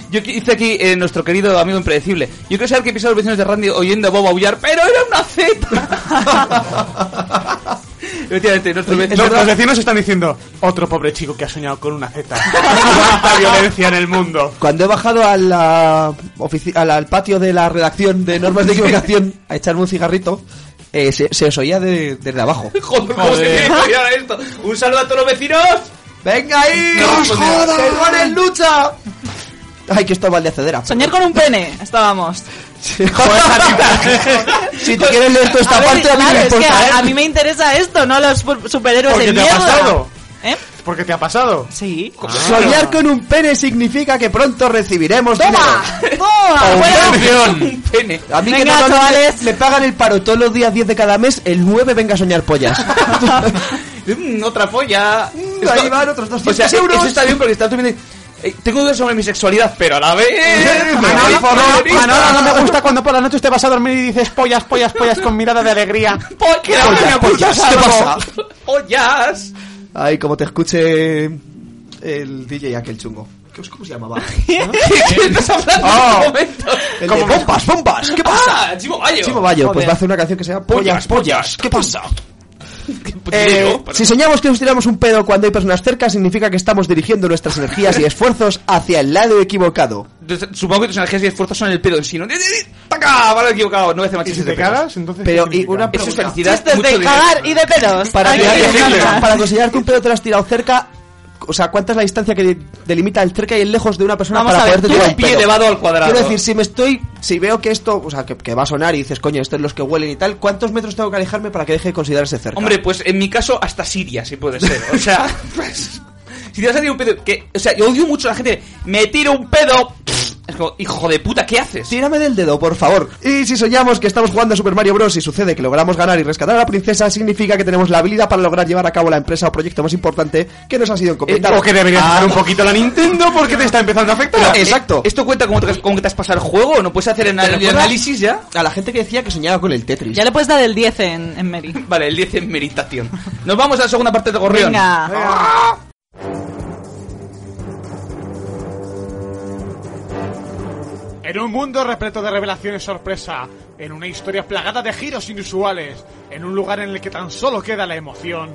S1: Yo qui- hice aquí eh, nuestro querido amigo impredecible. Yo quiero saber qué piensan los vecinos de Randy oyendo a Bob aullar, pero era una Z. Efectivamente, nuestros
S2: Los,
S1: vecinos.
S2: los vecinos están diciendo: Otro pobre chico que ha soñado con una Z. <laughs> Cuánta violencia en el mundo.
S4: Cuando he bajado a la ofici- a la- al patio de la redacción de normas de equivocación a echarme un cigarrito, eh, se, se os oía de- desde abajo.
S1: Joder, ¿cómo se tiene que odiar a esto? ¡Un saludo a todos los vecinos!
S4: <laughs> ¡Venga ahí!
S1: No os jodan.
S4: ¡Que no eres lucha! Ay, que esto va de cedera.
S6: Soñar con un pene, estábamos.
S4: si te quieres leer toda esta
S6: A ver,
S4: parte, a mí no
S6: claro,
S4: me
S6: es que
S4: importa, ¿eh?
S6: a, a mí me interesa esto, no los pu- superhéroes
S2: Porque
S6: de
S2: te ha
S6: mierda.
S2: pasado.
S6: ¿Eh?
S2: Porque te ha pasado.
S6: Sí.
S4: Soñar con un pene significa que pronto recibiremos
S6: ¡Toma!
S4: dinero.
S6: ¡Toma! Fuera.
S1: Un <laughs> pene.
S4: A mí que
S6: Venga,
S4: normalmente
S6: chavales.
S4: me pagan el paro todos los días 10 de cada mes, el 9 venga a
S6: <laughs>
S4: soñar pollas.
S1: Mm, otra polla. Es
S4: ahí
S1: co-
S4: van otros
S1: O
S4: 200
S1: sea,
S4: euros.
S1: Eso está bien porque está tú viendo- eh, tengo dudas sobre mi sexualidad, pero a la vez.
S2: Manolo, Manolo, no me gusta cuando por la noche usted vas a dormir y dices pollas, pollas, pollas con mirada de alegría.
S1: ¿Por qué
S4: Pollas,
S1: no me
S4: pollas, ¿qué pasa?
S1: ¡Pollas!
S4: Ay, como te escuche el DJ aquel chungo. ¿Qué os- ¿Cómo se
S2: <laughs>
S4: llamaba?
S1: ¿Ah? ¿Qué estás hablando en
S2: Oh.
S1: este momento?
S4: El de bombas, bombas, ¿qué pasa?
S1: ¡Ah! ¡Chivo Bayo!
S4: Chimo Bayo, pues
S2: Joder.
S4: va a hacer una canción que sea Pollas,
S2: Pollas, pollas,
S4: ¿qué pasa?
S1: Dinero, para-
S4: Eh, Si soñamos que nos tiramos un pedo cuando hay personas cerca, significa que estamos dirigiendo
S6: <laughs>
S4: nuestras energías y esfuerzos hacia el lado equivocado.
S1: Entonces, Supongo que tus energías y esfuerzos son el pedo en sí, ¿no? ¡Taca! Vale, equivocado. No veces
S2: ¿Y
S1: machistas
S2: si te
S1: de pedos.
S2: cagas? Entonces.
S4: Pero,
S2: ¿qué
S4: y una
S1: Eso es
S4: pregunta.
S1: felicidad.
S6: Chistes
S1: mucho
S6: de
S1: dinero.
S6: cagar y de pelos.
S4: Para,
S6: Ay,
S4: tirar-
S6: qué
S1: terrible.
S6: encanta.
S4: para considerar que un pedo te lo has tirado cerca, o sea, ¿cuánta es la distancia que de- delimita el cerca y el lejos de una persona
S6: Vamos
S4: para
S6: a ver,
S4: poderte
S6: tú
S4: tirar
S6: un
S4: un
S1: Pie
S4: pedo?
S1: elevado al cuadrado.
S4: Quiero decir, si me estoy, si veo que esto, o sea, que, que va a sonar y dices, coño, estos son los que huelen y tal, ¿cuántos metros tengo que alejarme para que deje de considerarse cerca?
S1: Hombre, pues en mi caso hasta Siria, si puede ser. O sea, pues, si te vas a tirar un pedo, que, o sea, yo odio mucho a la gente. Me tiro un pedo. Es como, hijo de puta, ¿qué haces?
S4: Tírame del dedo, por favor. Y si soñamos que estamos jugando a Super Mario Bros. y sucede que logramos ganar y rescatar a la princesa, significa que tenemos la habilidad para lograr llevar a cabo la empresa o proyecto más importante que nos ha sido encomendado.
S2: Eh, O que deberías dejar un poquito la Nintendo porque te está empezando a
S4: Pero,
S2: afectar.
S4: eh, exacto.
S1: ¿Esto cuenta como, te- como que te has pasado el juego o no puedes hacer el, el
S4: recuerda-
S1: análisis ya?
S4: A la gente que decía que soñaba con el Tetris.
S6: Ya le puedes dar el 10 en, en Mary.
S1: Vale, el 10 en meditación. Nos vamos a la segunda parte de Gorrión.
S6: Venga.
S5: En un mundo repleto de revelaciones sorpresa, en una historia plagada de giros inusuales, en un lugar en el que tan solo queda la emoción.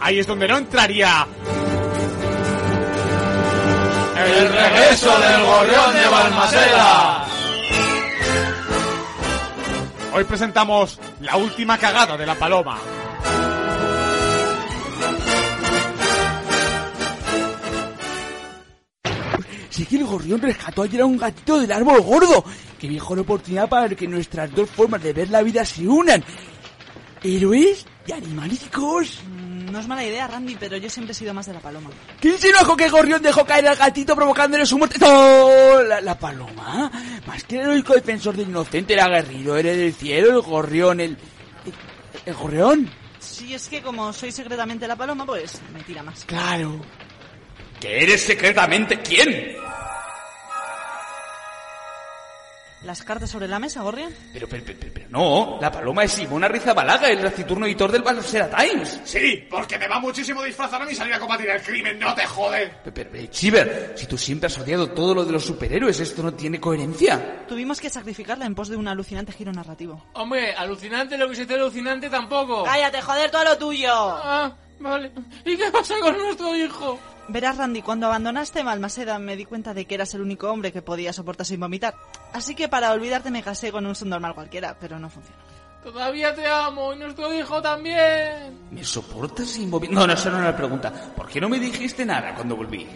S5: Ahí es donde no entraría. El regreso del gorrión de Balmaseda. Hoy presentamos la última cagada de la paloma.
S8: Sé que el gorrión rescató ayer a un gatito del árbol gordo. Qué mejor oportunidad para que nuestras dos formas de ver la vida se unan. Héroes y animalicos.
S6: Mm, No es mala idea, Randy, pero yo siempre he sido más de la paloma.
S8: ¿Quién se enojó que el gorrión dejó caer al gatito provocándole su muerte?
S1: ¡Oh!
S8: ¡No! La, la paloma. Más que el heroico defensor del inocente, el aguerrido, el del cielo, el gorrión, el... el- ¿El gorrión?
S6: Si es que como soy secretamente la paloma, pues me tira más.
S8: Claro.
S1: ¿Que eres secretamente quién?
S6: ¿Las cartas sobre la mesa, Gorrión?
S1: Pero, pero, pero, pero, pero no, la paloma es Simona Rizabalaga, el raciturno editor del Balsera Times.
S26: Sí, porque me va muchísimo disfrazar a mí salir a combatir el crimen, no te jode.
S1: Pero, pero, pero, Chiver, si tú siempre has odiado todo lo de los superhéroes, esto no tiene coherencia.
S6: Tuvimos que sacrificarla en pos de un alucinante giro narrativo.
S5: Hombre, alucinante lo que se hace alucinante tampoco.
S6: ¡Cállate, joder, todo lo tuyo!
S27: Ah, vale. ¿Y qué pasa con nuestro hijo?
S6: Verás, Randy, cuando abandonaste Malmaseda me di cuenta de que eras el único hombre que podía soportar sin vomitar. Así que para olvidarte me casé con un son normal cualquiera, pero no funcionó.
S27: Todavía te amo y nuestro hijo también.
S1: ¿Me soportas sin movi- No, no, esa no era la pregunta. ¿Por qué no me dijiste nada cuando volví?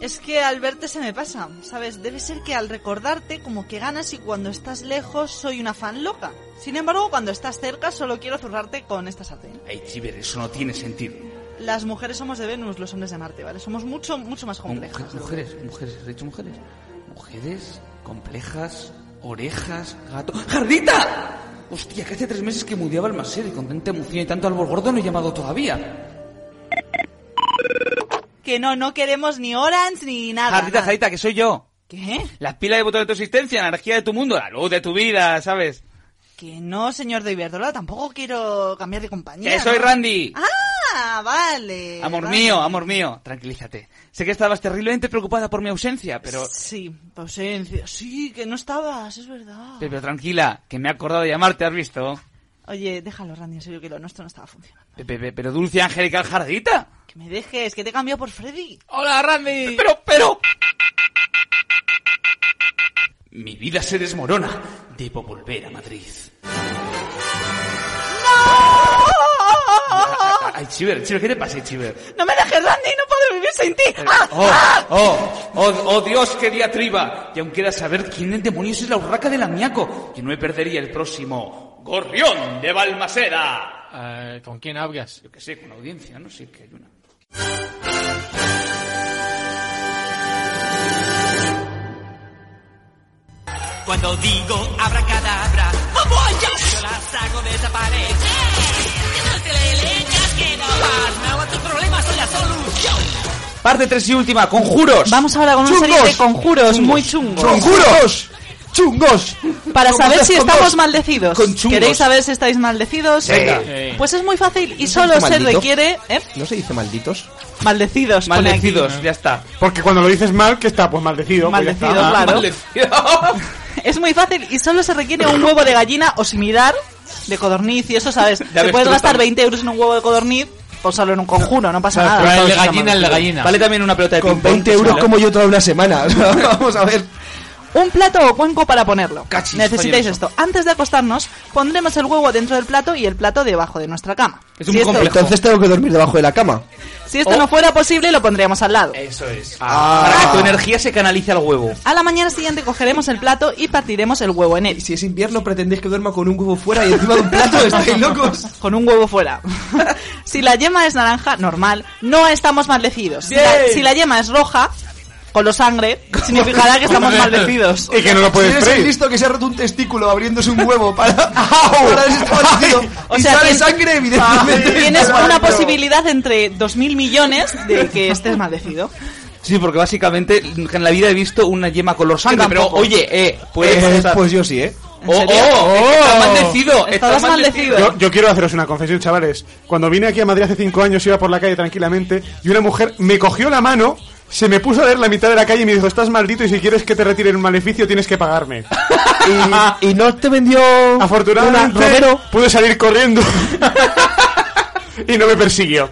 S6: Es que al verte se me pasa, ¿sabes? Debe ser que al recordarte como que ganas y cuando estás lejos soy una fan loca. Sin embargo, cuando estás cerca solo quiero zurrarte con esta sartén.
S1: Ay, Chiver, eso no tiene sentido.
S6: Las mujeres somos de Venus, los hombres de Marte, ¿vale? Somos mucho, mucho más complejas.
S1: Mujer- mujeres, mujeres, he dicho mujeres. Mujeres complejas, orejas, gato. ¡Jardita! Hostia, que hace tres meses que mudeaba el Mased y con tanta emoción y tanto árbol gordo no he llamado todavía.
S6: Que no, no queremos ni Orange ni nada.
S1: Jardita,
S6: nada.
S1: Jardita, que soy yo.
S6: ¿Qué?
S1: Las pilas de botón de tu existencia, la energía de tu mundo, la luz de tu vida, ¿sabes?
S6: Que no, señor de Iberdrola, tampoco quiero cambiar de compañía.
S1: Que
S6: ¿no?
S1: soy Randy.
S6: Ah, vale.
S1: Amor
S6: vale.
S1: mío, amor mío, tranquilízate. Sé que estabas terriblemente preocupada por mi ausencia, pero...
S6: Sí, ausencia. Sí, que no estabas, es verdad.
S1: Pero, pero tranquila, que me he acordado de llamarte, ¿has visto?
S6: Oye, déjalo, Randy, en serio, que lo nuestro no estaba funcionando.
S1: Pe- pe- pe- Pero Dulce Angélica Jardita.
S6: Que me dejes, que te cambio por Freddy.
S5: ¡Hola, Randy!
S1: Pero, pero... Mi vida se desmorona. Debo volver a Madrid. ¡No! Ay, Chiver, Chiver, ¿qué te pasa, Chiver?
S6: <laughs> ¡No me dejes, Randy! ¡No puedo vivir sin ti! ¡Ah!
S1: ¡Oh, oh, oh, oh, Dios, qué diatriba! Y aún queda saber quién en demonios es la urraca del amiaco. Yo no me perdería el próximo Gorrión de Balmaseda.
S5: ¿Con quién hablas?
S1: Yo qué sé, con la audiencia, no sé qué hay una.
S8: Cuando digo abracadabra, ¡Bombolla! Yo las hago desaparecer. Eh, Que no te le elijas, que no. Paz, me hago a tus problemas, soy la solución.
S1: Parte 3 y última, conjuros.
S6: Vamos ahora con una
S1: Chungos.
S6: serie de conjuros muy chungos.
S1: ¡Conjuros!
S4: ¡Chungos!
S6: Para
S4: Con
S6: saber
S4: dos,
S6: si
S4: con
S6: estamos
S4: dos.
S6: maldecidos.
S4: Con chungos.
S6: ¿Queréis saber si estáis maldecidos?
S4: Sí. Sí.
S6: Pues es muy fácil y solo
S4: ¿Dice
S6: se
S4: maldito?
S6: requiere... ¿eh?
S4: ¿No se dice malditos?
S6: Maldecidos. pone aquí.
S1: Maldecidos, ya está.
S2: Porque cuando lo dices mal, que está? Pues maldecido. pues ya está.
S6: Maldecido, claro.
S1: Maldecido.
S6: <laughs> Es muy fácil y solo se requiere un huevo de gallina o similar de codorniz y eso,
S4: <laughs>
S6: ¿sabes?
S1: Ya
S6: Te
S1: ves
S6: puedes
S1: tú,
S6: gastar
S1: Pablo.
S6: 20 euros en un huevo de codorniz por solo en un conjuro, no pasa
S4: Claro,
S6: nada.
S4: pero el de gallina, el de gallina.
S1: Vale también una pelota de
S4: Con 20 euros como yo toda una semana. <laughs> O sea, Vamos a ver.
S6: Un plato o cuenco para ponerlo. Necesitáis
S4: fallo
S6: esto. Antes de acostarnos, pondremos el huevo dentro del plato y el plato debajo de nuestra cama.
S1: Es
S6: si, esto,
S4: Entonces tengo que dormir debajo de la cama.
S6: si esto no fuera posible, lo pondríamos al lado.
S1: Eso es.
S2: Ah.
S1: Para que Ah, tu energía se canalice al huevo.
S6: A la mañana siguiente cogeremos el plato y partiremos el huevo en él.
S4: Si es invierno, pretendéis que duerma con un huevo fuera y encima de un
S2: <laughs>
S4: plato, estáis locos.
S6: Con un huevo fuera. <laughs> si la yema es naranja, normal, no estamos maldecidos. Si la,
S4: Bien.
S6: si la yema es roja, con lo sangre,
S4: <laughs>
S6: significará que estamos maldecidos.
S2: Y que no lo puedes
S4: ¿Tienes
S2: freír.
S4: visto que se ha roto un testículo abriéndose un huevo para, para ver si está maldecido?
S6: O
S4: y
S6: sea,
S4: sale
S6: tien-
S4: sangre, evidentemente.
S6: Tienes una posibilidad entre 2.000 millones de que estés maldecido.
S1: Sí, porque básicamente en la vida he visto una yema color sangre.
S6: Yo
S1: Pero
S6: tampoco.
S1: oye, eh, pues.
S4: Eh, pues yo sí, ¿eh?
S1: ¡Oh, oh!
S6: serio?
S1: oh estás maldecido!
S6: Estabas
S1: ¡Estás maldecido!
S6: maldecido.
S2: Yo, yo quiero haceros una confesión, chavales. Cuando vine aquí a Madrid hace cinco años, iba por la calle tranquilamente y una mujer me cogió la mano, se me puso a leer la mitad de la calle y me dijo: Estás maldito y si quieres que te retiren un maleficio tienes que pagarme.
S4: Y, y no te vendió.
S2: Afortunadamente,
S4: una- Romero.
S2: pude salir corriendo y no me persiguió.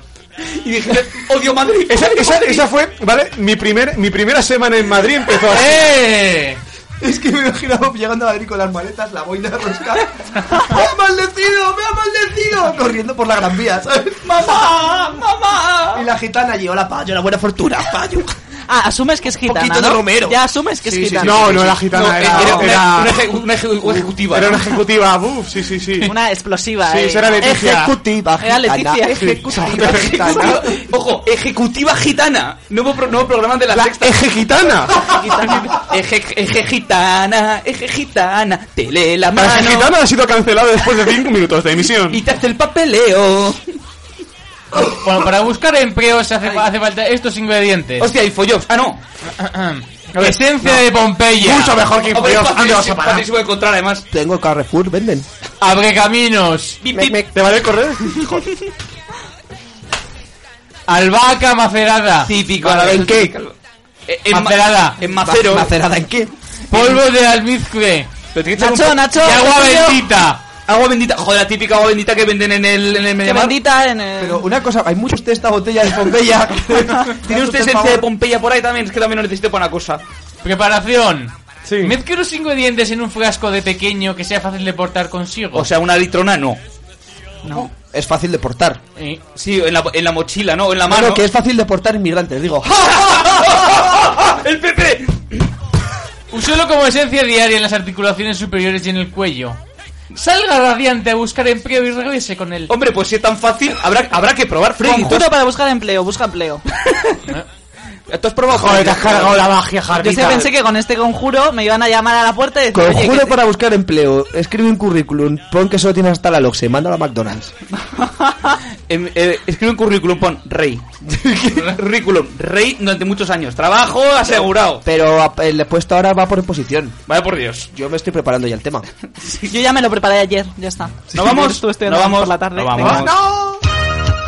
S1: Y dije, odio Madrid.
S2: Esa, esa- esa fue, ¿vale? Mi, primer, mi primera semana en Madrid empezó así.
S5: ¡Eh!
S4: Es que me imaginaba llegando a Madrid con las maletas, la boina rosca. ¡Me ha maldecido! ¡Me ha maldecido! Corriendo por la Gran Vía, ¿sabes? <laughs>
S6: ¡Mamá! ¡Mamá!
S4: Y la gitana allí, hola payo, la buena fortuna, payo.
S6: Ah, asumes que es gitana,
S4: Poquito de
S6: ¿no?
S4: Romero.
S6: Ya asumes que es
S4: Sí, sí,
S6: gitana.
S2: No, no era gitana,
S1: No,
S2: era,
S1: era una-
S2: era-
S1: una eje- una eje- una ejecutiva.
S2: era una ejecutiva. <laughs> Uf, sí, sí, sí.
S6: Una explosiva.
S2: Sí,
S6: eh.
S2: será Leticia.
S4: Ejecutiva,
S6: Era Leticia.
S1: <laughs>
S4: Ejecutiva,
S1: Ejecutiva-
S4: gitana.
S1: Ojo, ejecutiva gitana. Nuevo, pro- nuevo programa de la, sexta.
S2: Eje gitana.
S1: Eje, eje gitana, eje gitana, te lee la
S2: La
S1: mano
S2: gitana ha sido cancelada después de 5 minutos de emisión.
S1: y te hace el papeleo.
S5: Bueno, para buscar empleo se hace, hace falta estos ingredientes.
S1: Hostia, y folló. Ah, no.
S5: ver, Esencia no. de Pompeya.
S2: Mucho mejor que
S1: Hombre,
S2: Infodios.
S1: Ah, pues es
S2: ¿Dónde vas a
S1: facilísimo,
S2: parar?
S1: facilísimo de encontrar, además.
S4: Tengo Carrefour, venden.
S5: Abre caminos.
S2: ¿Te vale el correo?
S5: Albahaca macerada.
S1: Típico.
S4: ¿En qué?
S1: Eh, en
S5: Macerada.
S1: ma- En macero.
S4: ¿Macerada en qué?
S5: Polvo de almizcle.
S1: Pero tiene que
S6: Nacho,
S1: ser un-
S6: Nacho,
S5: Y agua
S6: Antonio.
S5: bendita.
S1: Agua bendita. Joder, la típica agua bendita que venden en el, en el
S6: Que
S1: Mediamar.
S6: bendita en el...
S4: Pero una cosa, hay muchos de esta botella de
S1: <laughs>
S4: Pompeya. <laughs>
S1: Tiene usted
S4: Por
S1: esencia
S4: favor.
S1: de Pompeya por ahí también. Es que también lo necesito para una cosa.
S5: Preparación. Mezcle los ingredientes en un frasco de pequeño que sea fácil de portar consigo.
S1: O sea, una litrona no.
S6: No.
S4: Es fácil de portar.
S5: Eh,
S1: Sí, en la, en la mochila, ¿no? En la
S4: Bueno,
S1: mano.
S4: que es fácil de portar inmigrantes, digo.
S1: ¡Ah! ¡El Pepe!
S5: Úselo como esencia diaria en las articulaciones superiores y en el cuello. Salga radiante a buscar empleo y regrese con él.
S1: Hombre, pues si es tan fácil, habrá, habrá que probar Freddy. ¿Tú,
S6: Conjuro para buscar empleo, busca empleo.
S1: tú has probado
S2: Joder, te has
S1: Freddy?
S2: cargado la magia,
S6: Yo
S2: Jarvita.
S6: sí pensé que con este conjuro me iban a llamar a la puerta y decir, oye, que
S4: Conjuro
S6: te-
S4: para buscar empleo. Escribe un currículum. Pon que solo tienes hasta la Loxe. Mándalo a McDonald's.
S1: Em, eh, escribe un currículum, pon rey. <laughs> currículum, rey durante muchos años. Trabajo asegurado.
S4: Pero a- el puesto ahora va por imposición.
S1: Vaya por Dios.
S4: Yo me estoy preparando ya el <laughs> tema.
S6: Yo ya me lo preparé ayer, ya está.
S1: No vamos,
S6: Tú estudiando
S1: no vamos,
S6: este por la tarde.
S1: no vamos.
S6: Venga.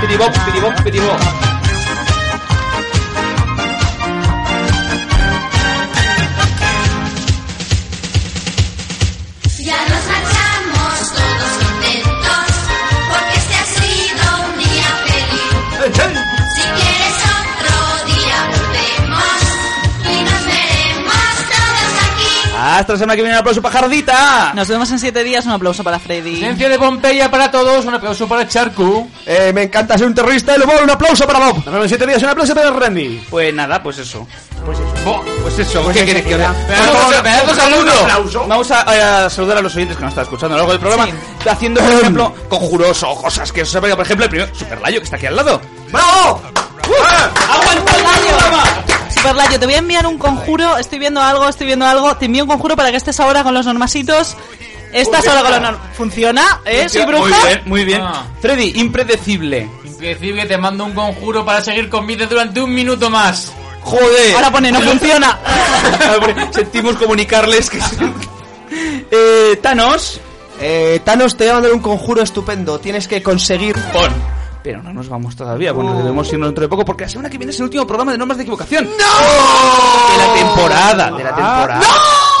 S1: Pitibop, pitibop, pitibop.
S15: Ya nos marchamos todos contentos, porque este ha sido un día feliz. Si quieres otro día volvemos y nos veremos todos aquí.
S1: Hasta la Ah, semana que viene un aplauso para Jardita.
S6: Nos vemos en siete días, un aplauso para Freddy.
S5: Esencia de Pompeya para todos. Un aplauso para Charcu.
S4: Eh, me encanta ser un terrorista y lo voy un aplauso para Bob.
S2: Nos vemos en siete días. Un aplauso para Randy.
S1: Pues nada, pues eso.
S5: Bo-
S1: Pues eso, ¿qué quieres que haga?
S5: Me das dos- me das dos al uno.
S1: Vamos a, a saludar a los oyentes que nos están escuchando a lo largo del programa. Haciendo, por ejemplo, conjuros o cosas que se saben. Por ejemplo, el primer Superlayo que está aquí al lado. Uh,
S4: ¡Bravo!
S1: ¡Ah! ¡Aguanta el programa!
S6: Superlayo, te voy a enviar un conjuro. Estoy viendo algo, estoy viendo algo. Te envío un conjuro para que estés ahora con los normasitos. Estás ahora con los norm... ¿Funciona? ¿Eh? ¿Soy bruja?
S1: Muy bien, muy bien.
S5: Ah.
S1: Freddy, impredecible.
S5: Impredecible, te mando un conjuro para seguir con vida durante un minuto más.
S1: Joder.
S6: Ahora pone, no funciona.
S1: <laughs> Sentimos comunicarles que... eh, Thanos.
S4: Eh, Thanos, te voy a mandar un conjuro estupendo. Tienes que conseguir.
S1: Pon. Pero no nos vamos todavía, bueno, debemos irnos dentro de poco porque la semana que viene es el último programa de normas de equivocación. ¡No! Ah. De la temporada, de la temporada.
S2: Ah,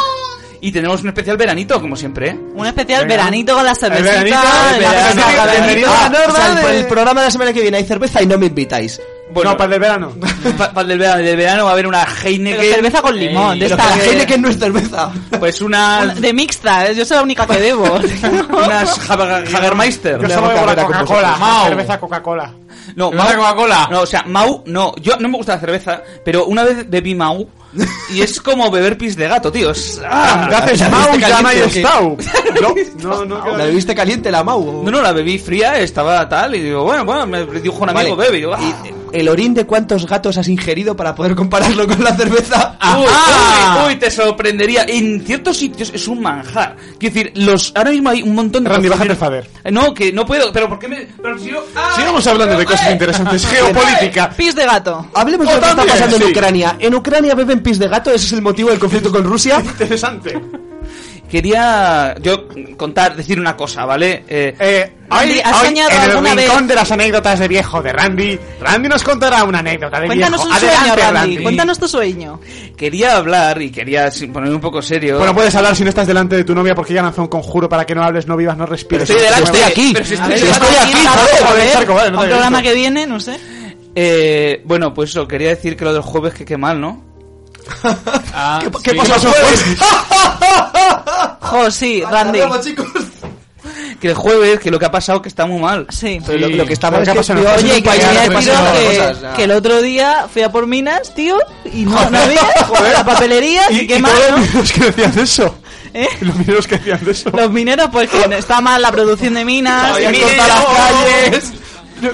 S1: Y tenemos un especial veranito, como siempre, ¿eh?
S6: Un especial veranito con la cervecita.
S2: veranito, el
S6: la
S2: veranito,
S6: cervecita,
S2: el
S6: veranito.
S2: veranito.
S4: Ah,
S2: Ah,
S4: o sea, el,
S2: normal,
S4: el programa de la semana que viene hay cerveza y no me invitáis.
S1: Bueno,
S2: No, para el del verano.
S1: pa- para el del verano, del verano va a haber una
S6: Pero
S1: Heineken. eh,
S6: cerveza con limón, de
S4: Pero
S6: esta-
S4: que la Heineken no es cerveza.
S1: Pues una.
S6: <laughs> Una- De mixta, ¿eh? yo soy la única que debo.
S1: Unas Haber- Hagermeister.
S2: Yo
S4: Le
S2: solo
S4: hago
S2: bebo la
S4: carrera con
S2: Coca-Cola,
S4: vosotros.
S2: Mao.
S5: Mau.
S2: Cerveza Coca-Cola.
S1: No,
S5: ¿Cerveza
S1: Mau-
S5: Coca-Cola?
S1: No, o sea, Mau, no. Yo no me gusta la cerveza, pero una vez bebí Mau y es como beber pis de gato, tío. Es-
S2: Ah, gracias,
S4: la
S2: Mau,
S4: viste
S2: ya no hay
S4: caliente, ¿o
S2: Stau. No, no, no.
S4: ¿La bebiste caliente la Mau?
S1: No, no, la bebí fría, estaba tal, y digo, bueno, bueno, me dijo un amigo, bebe. Y yo, ah.
S4: ¿Y el orín de cuántos gatos has ingerido para poder compararlo con la cerveza?
S1: Uy,
S5: Ajá.
S1: uy, uy, te sorprendería. En ciertos sitios es un manjar. Quiero decir, los ahora mismo hay un montón de.
S2: Randy, bájate
S1: cocineros-
S2: el fader.
S1: Eh, No, que no puedo. Pero ¿por qué me.? Pero si no. ¡Ah!
S2: Sigamos hablando de cosas interesantes. Geopolítica.
S6: Pis de gato.
S4: Hablemos de
S2: O
S4: lo que está
S2: también,
S4: pasando en
S2: sí.
S4: Ucrania. ¿En Ucrania beben pis de gato? ¿Ese es el motivo del conflicto con Rusia?
S2: Interesante.
S1: Quería yo contar, decir una cosa, ¿vale? Eh,
S2: Eh, hoy,
S6: Randy, ¿has
S2: hoy,
S6: soñado
S2: en el
S6: alguna
S2: rincón
S6: vez?
S2: de las anécdotas de viejo de Randy, Randy nos contará una anécdota de
S6: Cuéntanos
S2: viejo.
S6: un sueño,
S2: Adelante,
S6: Randy. Cuéntanos tu sueño.
S1: quería hablar y quería sin- ponerme un poco serio.
S2: Eh. Bueno, puedes hablar si no estás delante de tu novia porque ya lanzó un conjuro para que no hables, no vivas, no respires.
S1: Pero estoy delante.
S2: Bueno,
S4: aquí.
S1: Pero si estoy
S4: A ver,
S1: aquí,
S4: joder,
S2: joder, Charco, vale, no
S6: Un
S2: te había
S6: programa
S2: visto.
S6: que viene, no sé.
S1: eh, bueno, pues eso, quería decir que lo del jueves que qué mal, ¿no?
S5: Ah,
S4: ¿Qué
S5: sí.
S4: pasa pasó jueves?
S6: Jo, sí, Randy.
S1: Que el jueves, que lo que ha pasado que está muy mal.
S6: Sí.
S4: Pero Lo, lo que está
S2: Pero
S4: mal es que
S2: ¿qué pasa en
S4: peor
S2: Ucrania?
S4: es
S6: Oye,
S4: un
S6: que
S4: país
S6: yo
S4: en
S6: voy a
S4: el que
S6: deciros
S4: pasan
S6: que,
S4: cosas, ya.
S6: que el otro día fui a por minas, tío, y no, no había la papelería,
S2: Y,
S6: y, qué
S2: y
S6: mal,
S2: todos
S6: ¿no?
S2: los mineros que decían de eso.
S6: ¿Eh?
S2: Los mineros que decían de eso.
S6: Los mineros, pues que está mal la producción de minas,
S1: Ay,
S6: y han
S1: mineros.
S6: cortado las calles.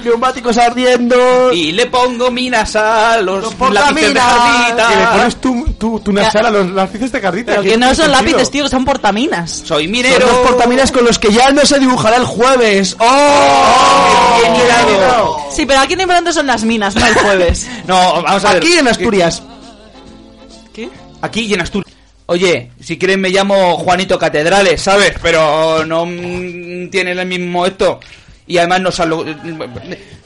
S14: Neumáticos ardiendo.
S1: Y le pongo minas a los
S14: ponga
S1: lápices de
S14: minas.
S1: cardita.
S2: Que le pones tu, tu, tu nasal a los lápices de carrita.
S6: Pero
S2: ¿qué-
S6: que no
S2: qué
S6: son
S2: sentido?
S6: lápices, tío, son portaminas.
S1: Soy
S4: Son
S1: minero.
S4: los portaminas con los que ya no se dibujará el jueves. ¡Oh!
S6: Sí, pero aquí en importante son las minas, no el jueves.
S1: No, vamos a ver.
S4: Aquí en Asturias.
S1: Aquí y en Asturias. Oye, si quieren me llamo Juanito Catedrales, ¿sabes? Pero no mm, tienen el mismo esto. Y además no salgo...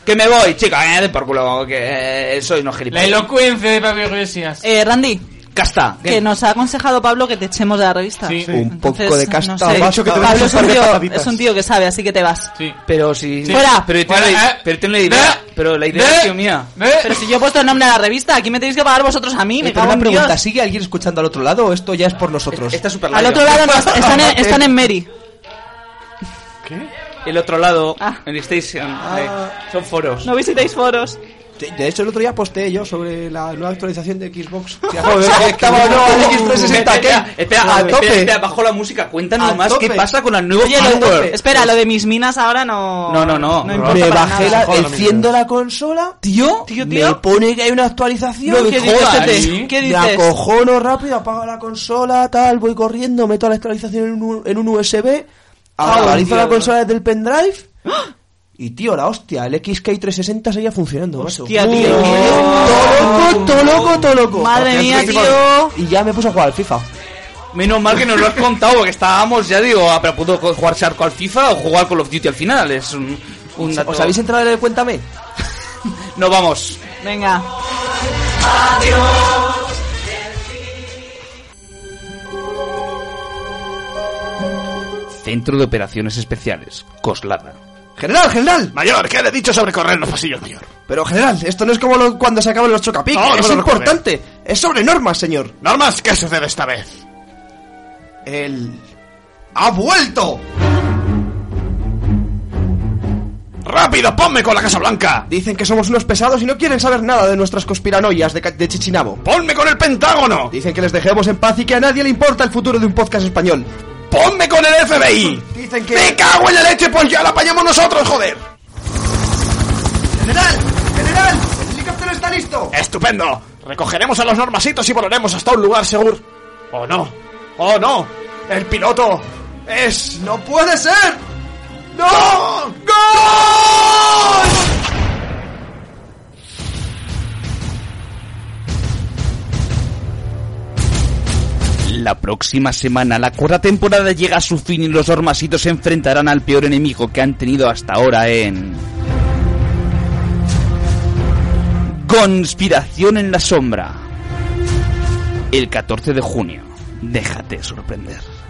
S1: Que me voy, chica, eh, de por culo, que eh, soy no
S5: La
S1: gilipollas.
S5: elocuencia de Pablo Iglesias.
S6: Eh, Randy,
S1: Casta.
S6: que nos ha aconsejado Pablo que te echemos de la revista.
S1: Sí. Un
S4: poco
S6: Entonces,
S4: de casta,
S6: no sé.
S4: ha dicho que te
S6: Pablo
S4: metes
S6: es un,
S4: un par de
S6: tío,
S4: pataditas.
S6: es un tío que sabe, así que te vas.
S1: Pero si...
S6: Sí. Fuera.
S1: Pero tiene
S6: Fuera,
S1: la, pero tiene la idea... Pero la idea
S6: Ve.
S1: es que mía.
S5: ¿Eh?
S6: Pero si yo he puesto el nombre a la revista, aquí me tenéis que pagar vosotros a mí, me
S4: Eh, Pero
S6: cago
S4: una
S6: en
S4: pregunta,
S6: Dios.
S4: ¿sigue alguien escuchando al otro lado o esto ya es por nosotros?
S1: Está súper
S6: Al otro lado no, están, en, están en Mary.
S1: El otro lado, en Station, eh, son foros.
S6: Ah. No visitéis foros.
S4: De hecho, el otro día posteé yo sobre la nueva actualización de
S1: <laughs>
S4: Xbox. Si
S1: Joder,
S4: afectaba o no al
S1: Espera,
S4: X360. ¿qué?
S1: espera, espera,
S4: Al
S1: espera,
S4: tope.
S1: espera, bajo la música, cuéntanos
S4: Al
S1: más
S4: tope.
S1: qué pasa con las nuevas
S6: Oye, lo- espera, lo de mis minas ahora no.
S1: Pues No, no, no.
S6: importa
S4: me
S6: para
S4: bajé
S6: nada.
S4: la, enciendo la consola.
S6: Tío, tío,
S4: Me
S6: tío.
S4: pone que hay una actualización.
S6: No,
S4: que
S6: ¿qué dices? ¿Sí? <laughs> ¿Qué dices?
S4: Me acojono rápido, apago la consola, tal, voy corriendo, meto la actualización en un, en un USB,
S6: Ah,
S4: actualizo la consola desde el pendrive. Y tío, la hostia, el XK360 seguía funcionando. macho.
S6: Hostia, tío.
S4: Todo loco, todo loco, todo loco.
S6: Madre
S4: Porque
S6: mía,
S4: el
S6: tío.
S4: principal- Y ya me puse a jugar al FIFA.
S1: Menos mal que nos lo has contado, porque estábamos, ya digo, a punto de jugar Charco al FIFA o jugar Call of Duty al final. Es un, un dato-
S4: ¿Os habéis entrado en el Cuéntame?
S1: <laughs> No vamos.
S6: Venga.
S1: Centro de Operaciones Especiales, Coslada.
S4: General, general.
S28: Mayor, ¿qué le he dicho sobre correr los pasillos, mayor?
S4: Pero general, esto no es como lo- cuando se acaban los chocapic.
S28: No, no me
S4: es
S28: lo recuerde.
S4: importante. Es sobre normas, señor.
S28: Normas, ¿qué sucede esta vez?
S4: El... ¡Ha vuelto!
S28: ¡Rápido, ponme con la Casa Blanca!
S4: Dicen que somos unos pesados y no quieren saber nada de nuestras conspiranoias de, ca- de Chichinabo.
S28: ¡Ponme con el Pentágono!
S4: Dicen que les dejemos en paz y que a nadie le importa el futuro de un podcast español.
S28: ¡Ponme con el FBI!
S4: Dicen que...
S28: ¡Me cago en la leche! Pues ya la apañamos nosotros, joder.
S11: ¡General! ¡General! ¡El helicóptero está listo!
S28: ¡Estupendo! Recogeremos a los normasitos y volaremos hasta un lugar seguro. ¿O no? ¡Oh, no! ¡El piloto es...
S11: ¡No puede ser!
S28: ¡No! ¡Gol!
S1: La próxima semana la cuarta temporada llega a su fin y los hormasitos se enfrentarán al peor enemigo que han tenido hasta ahora en... Conspiración en la sombra. El 14 de junio. Déjate sorprender.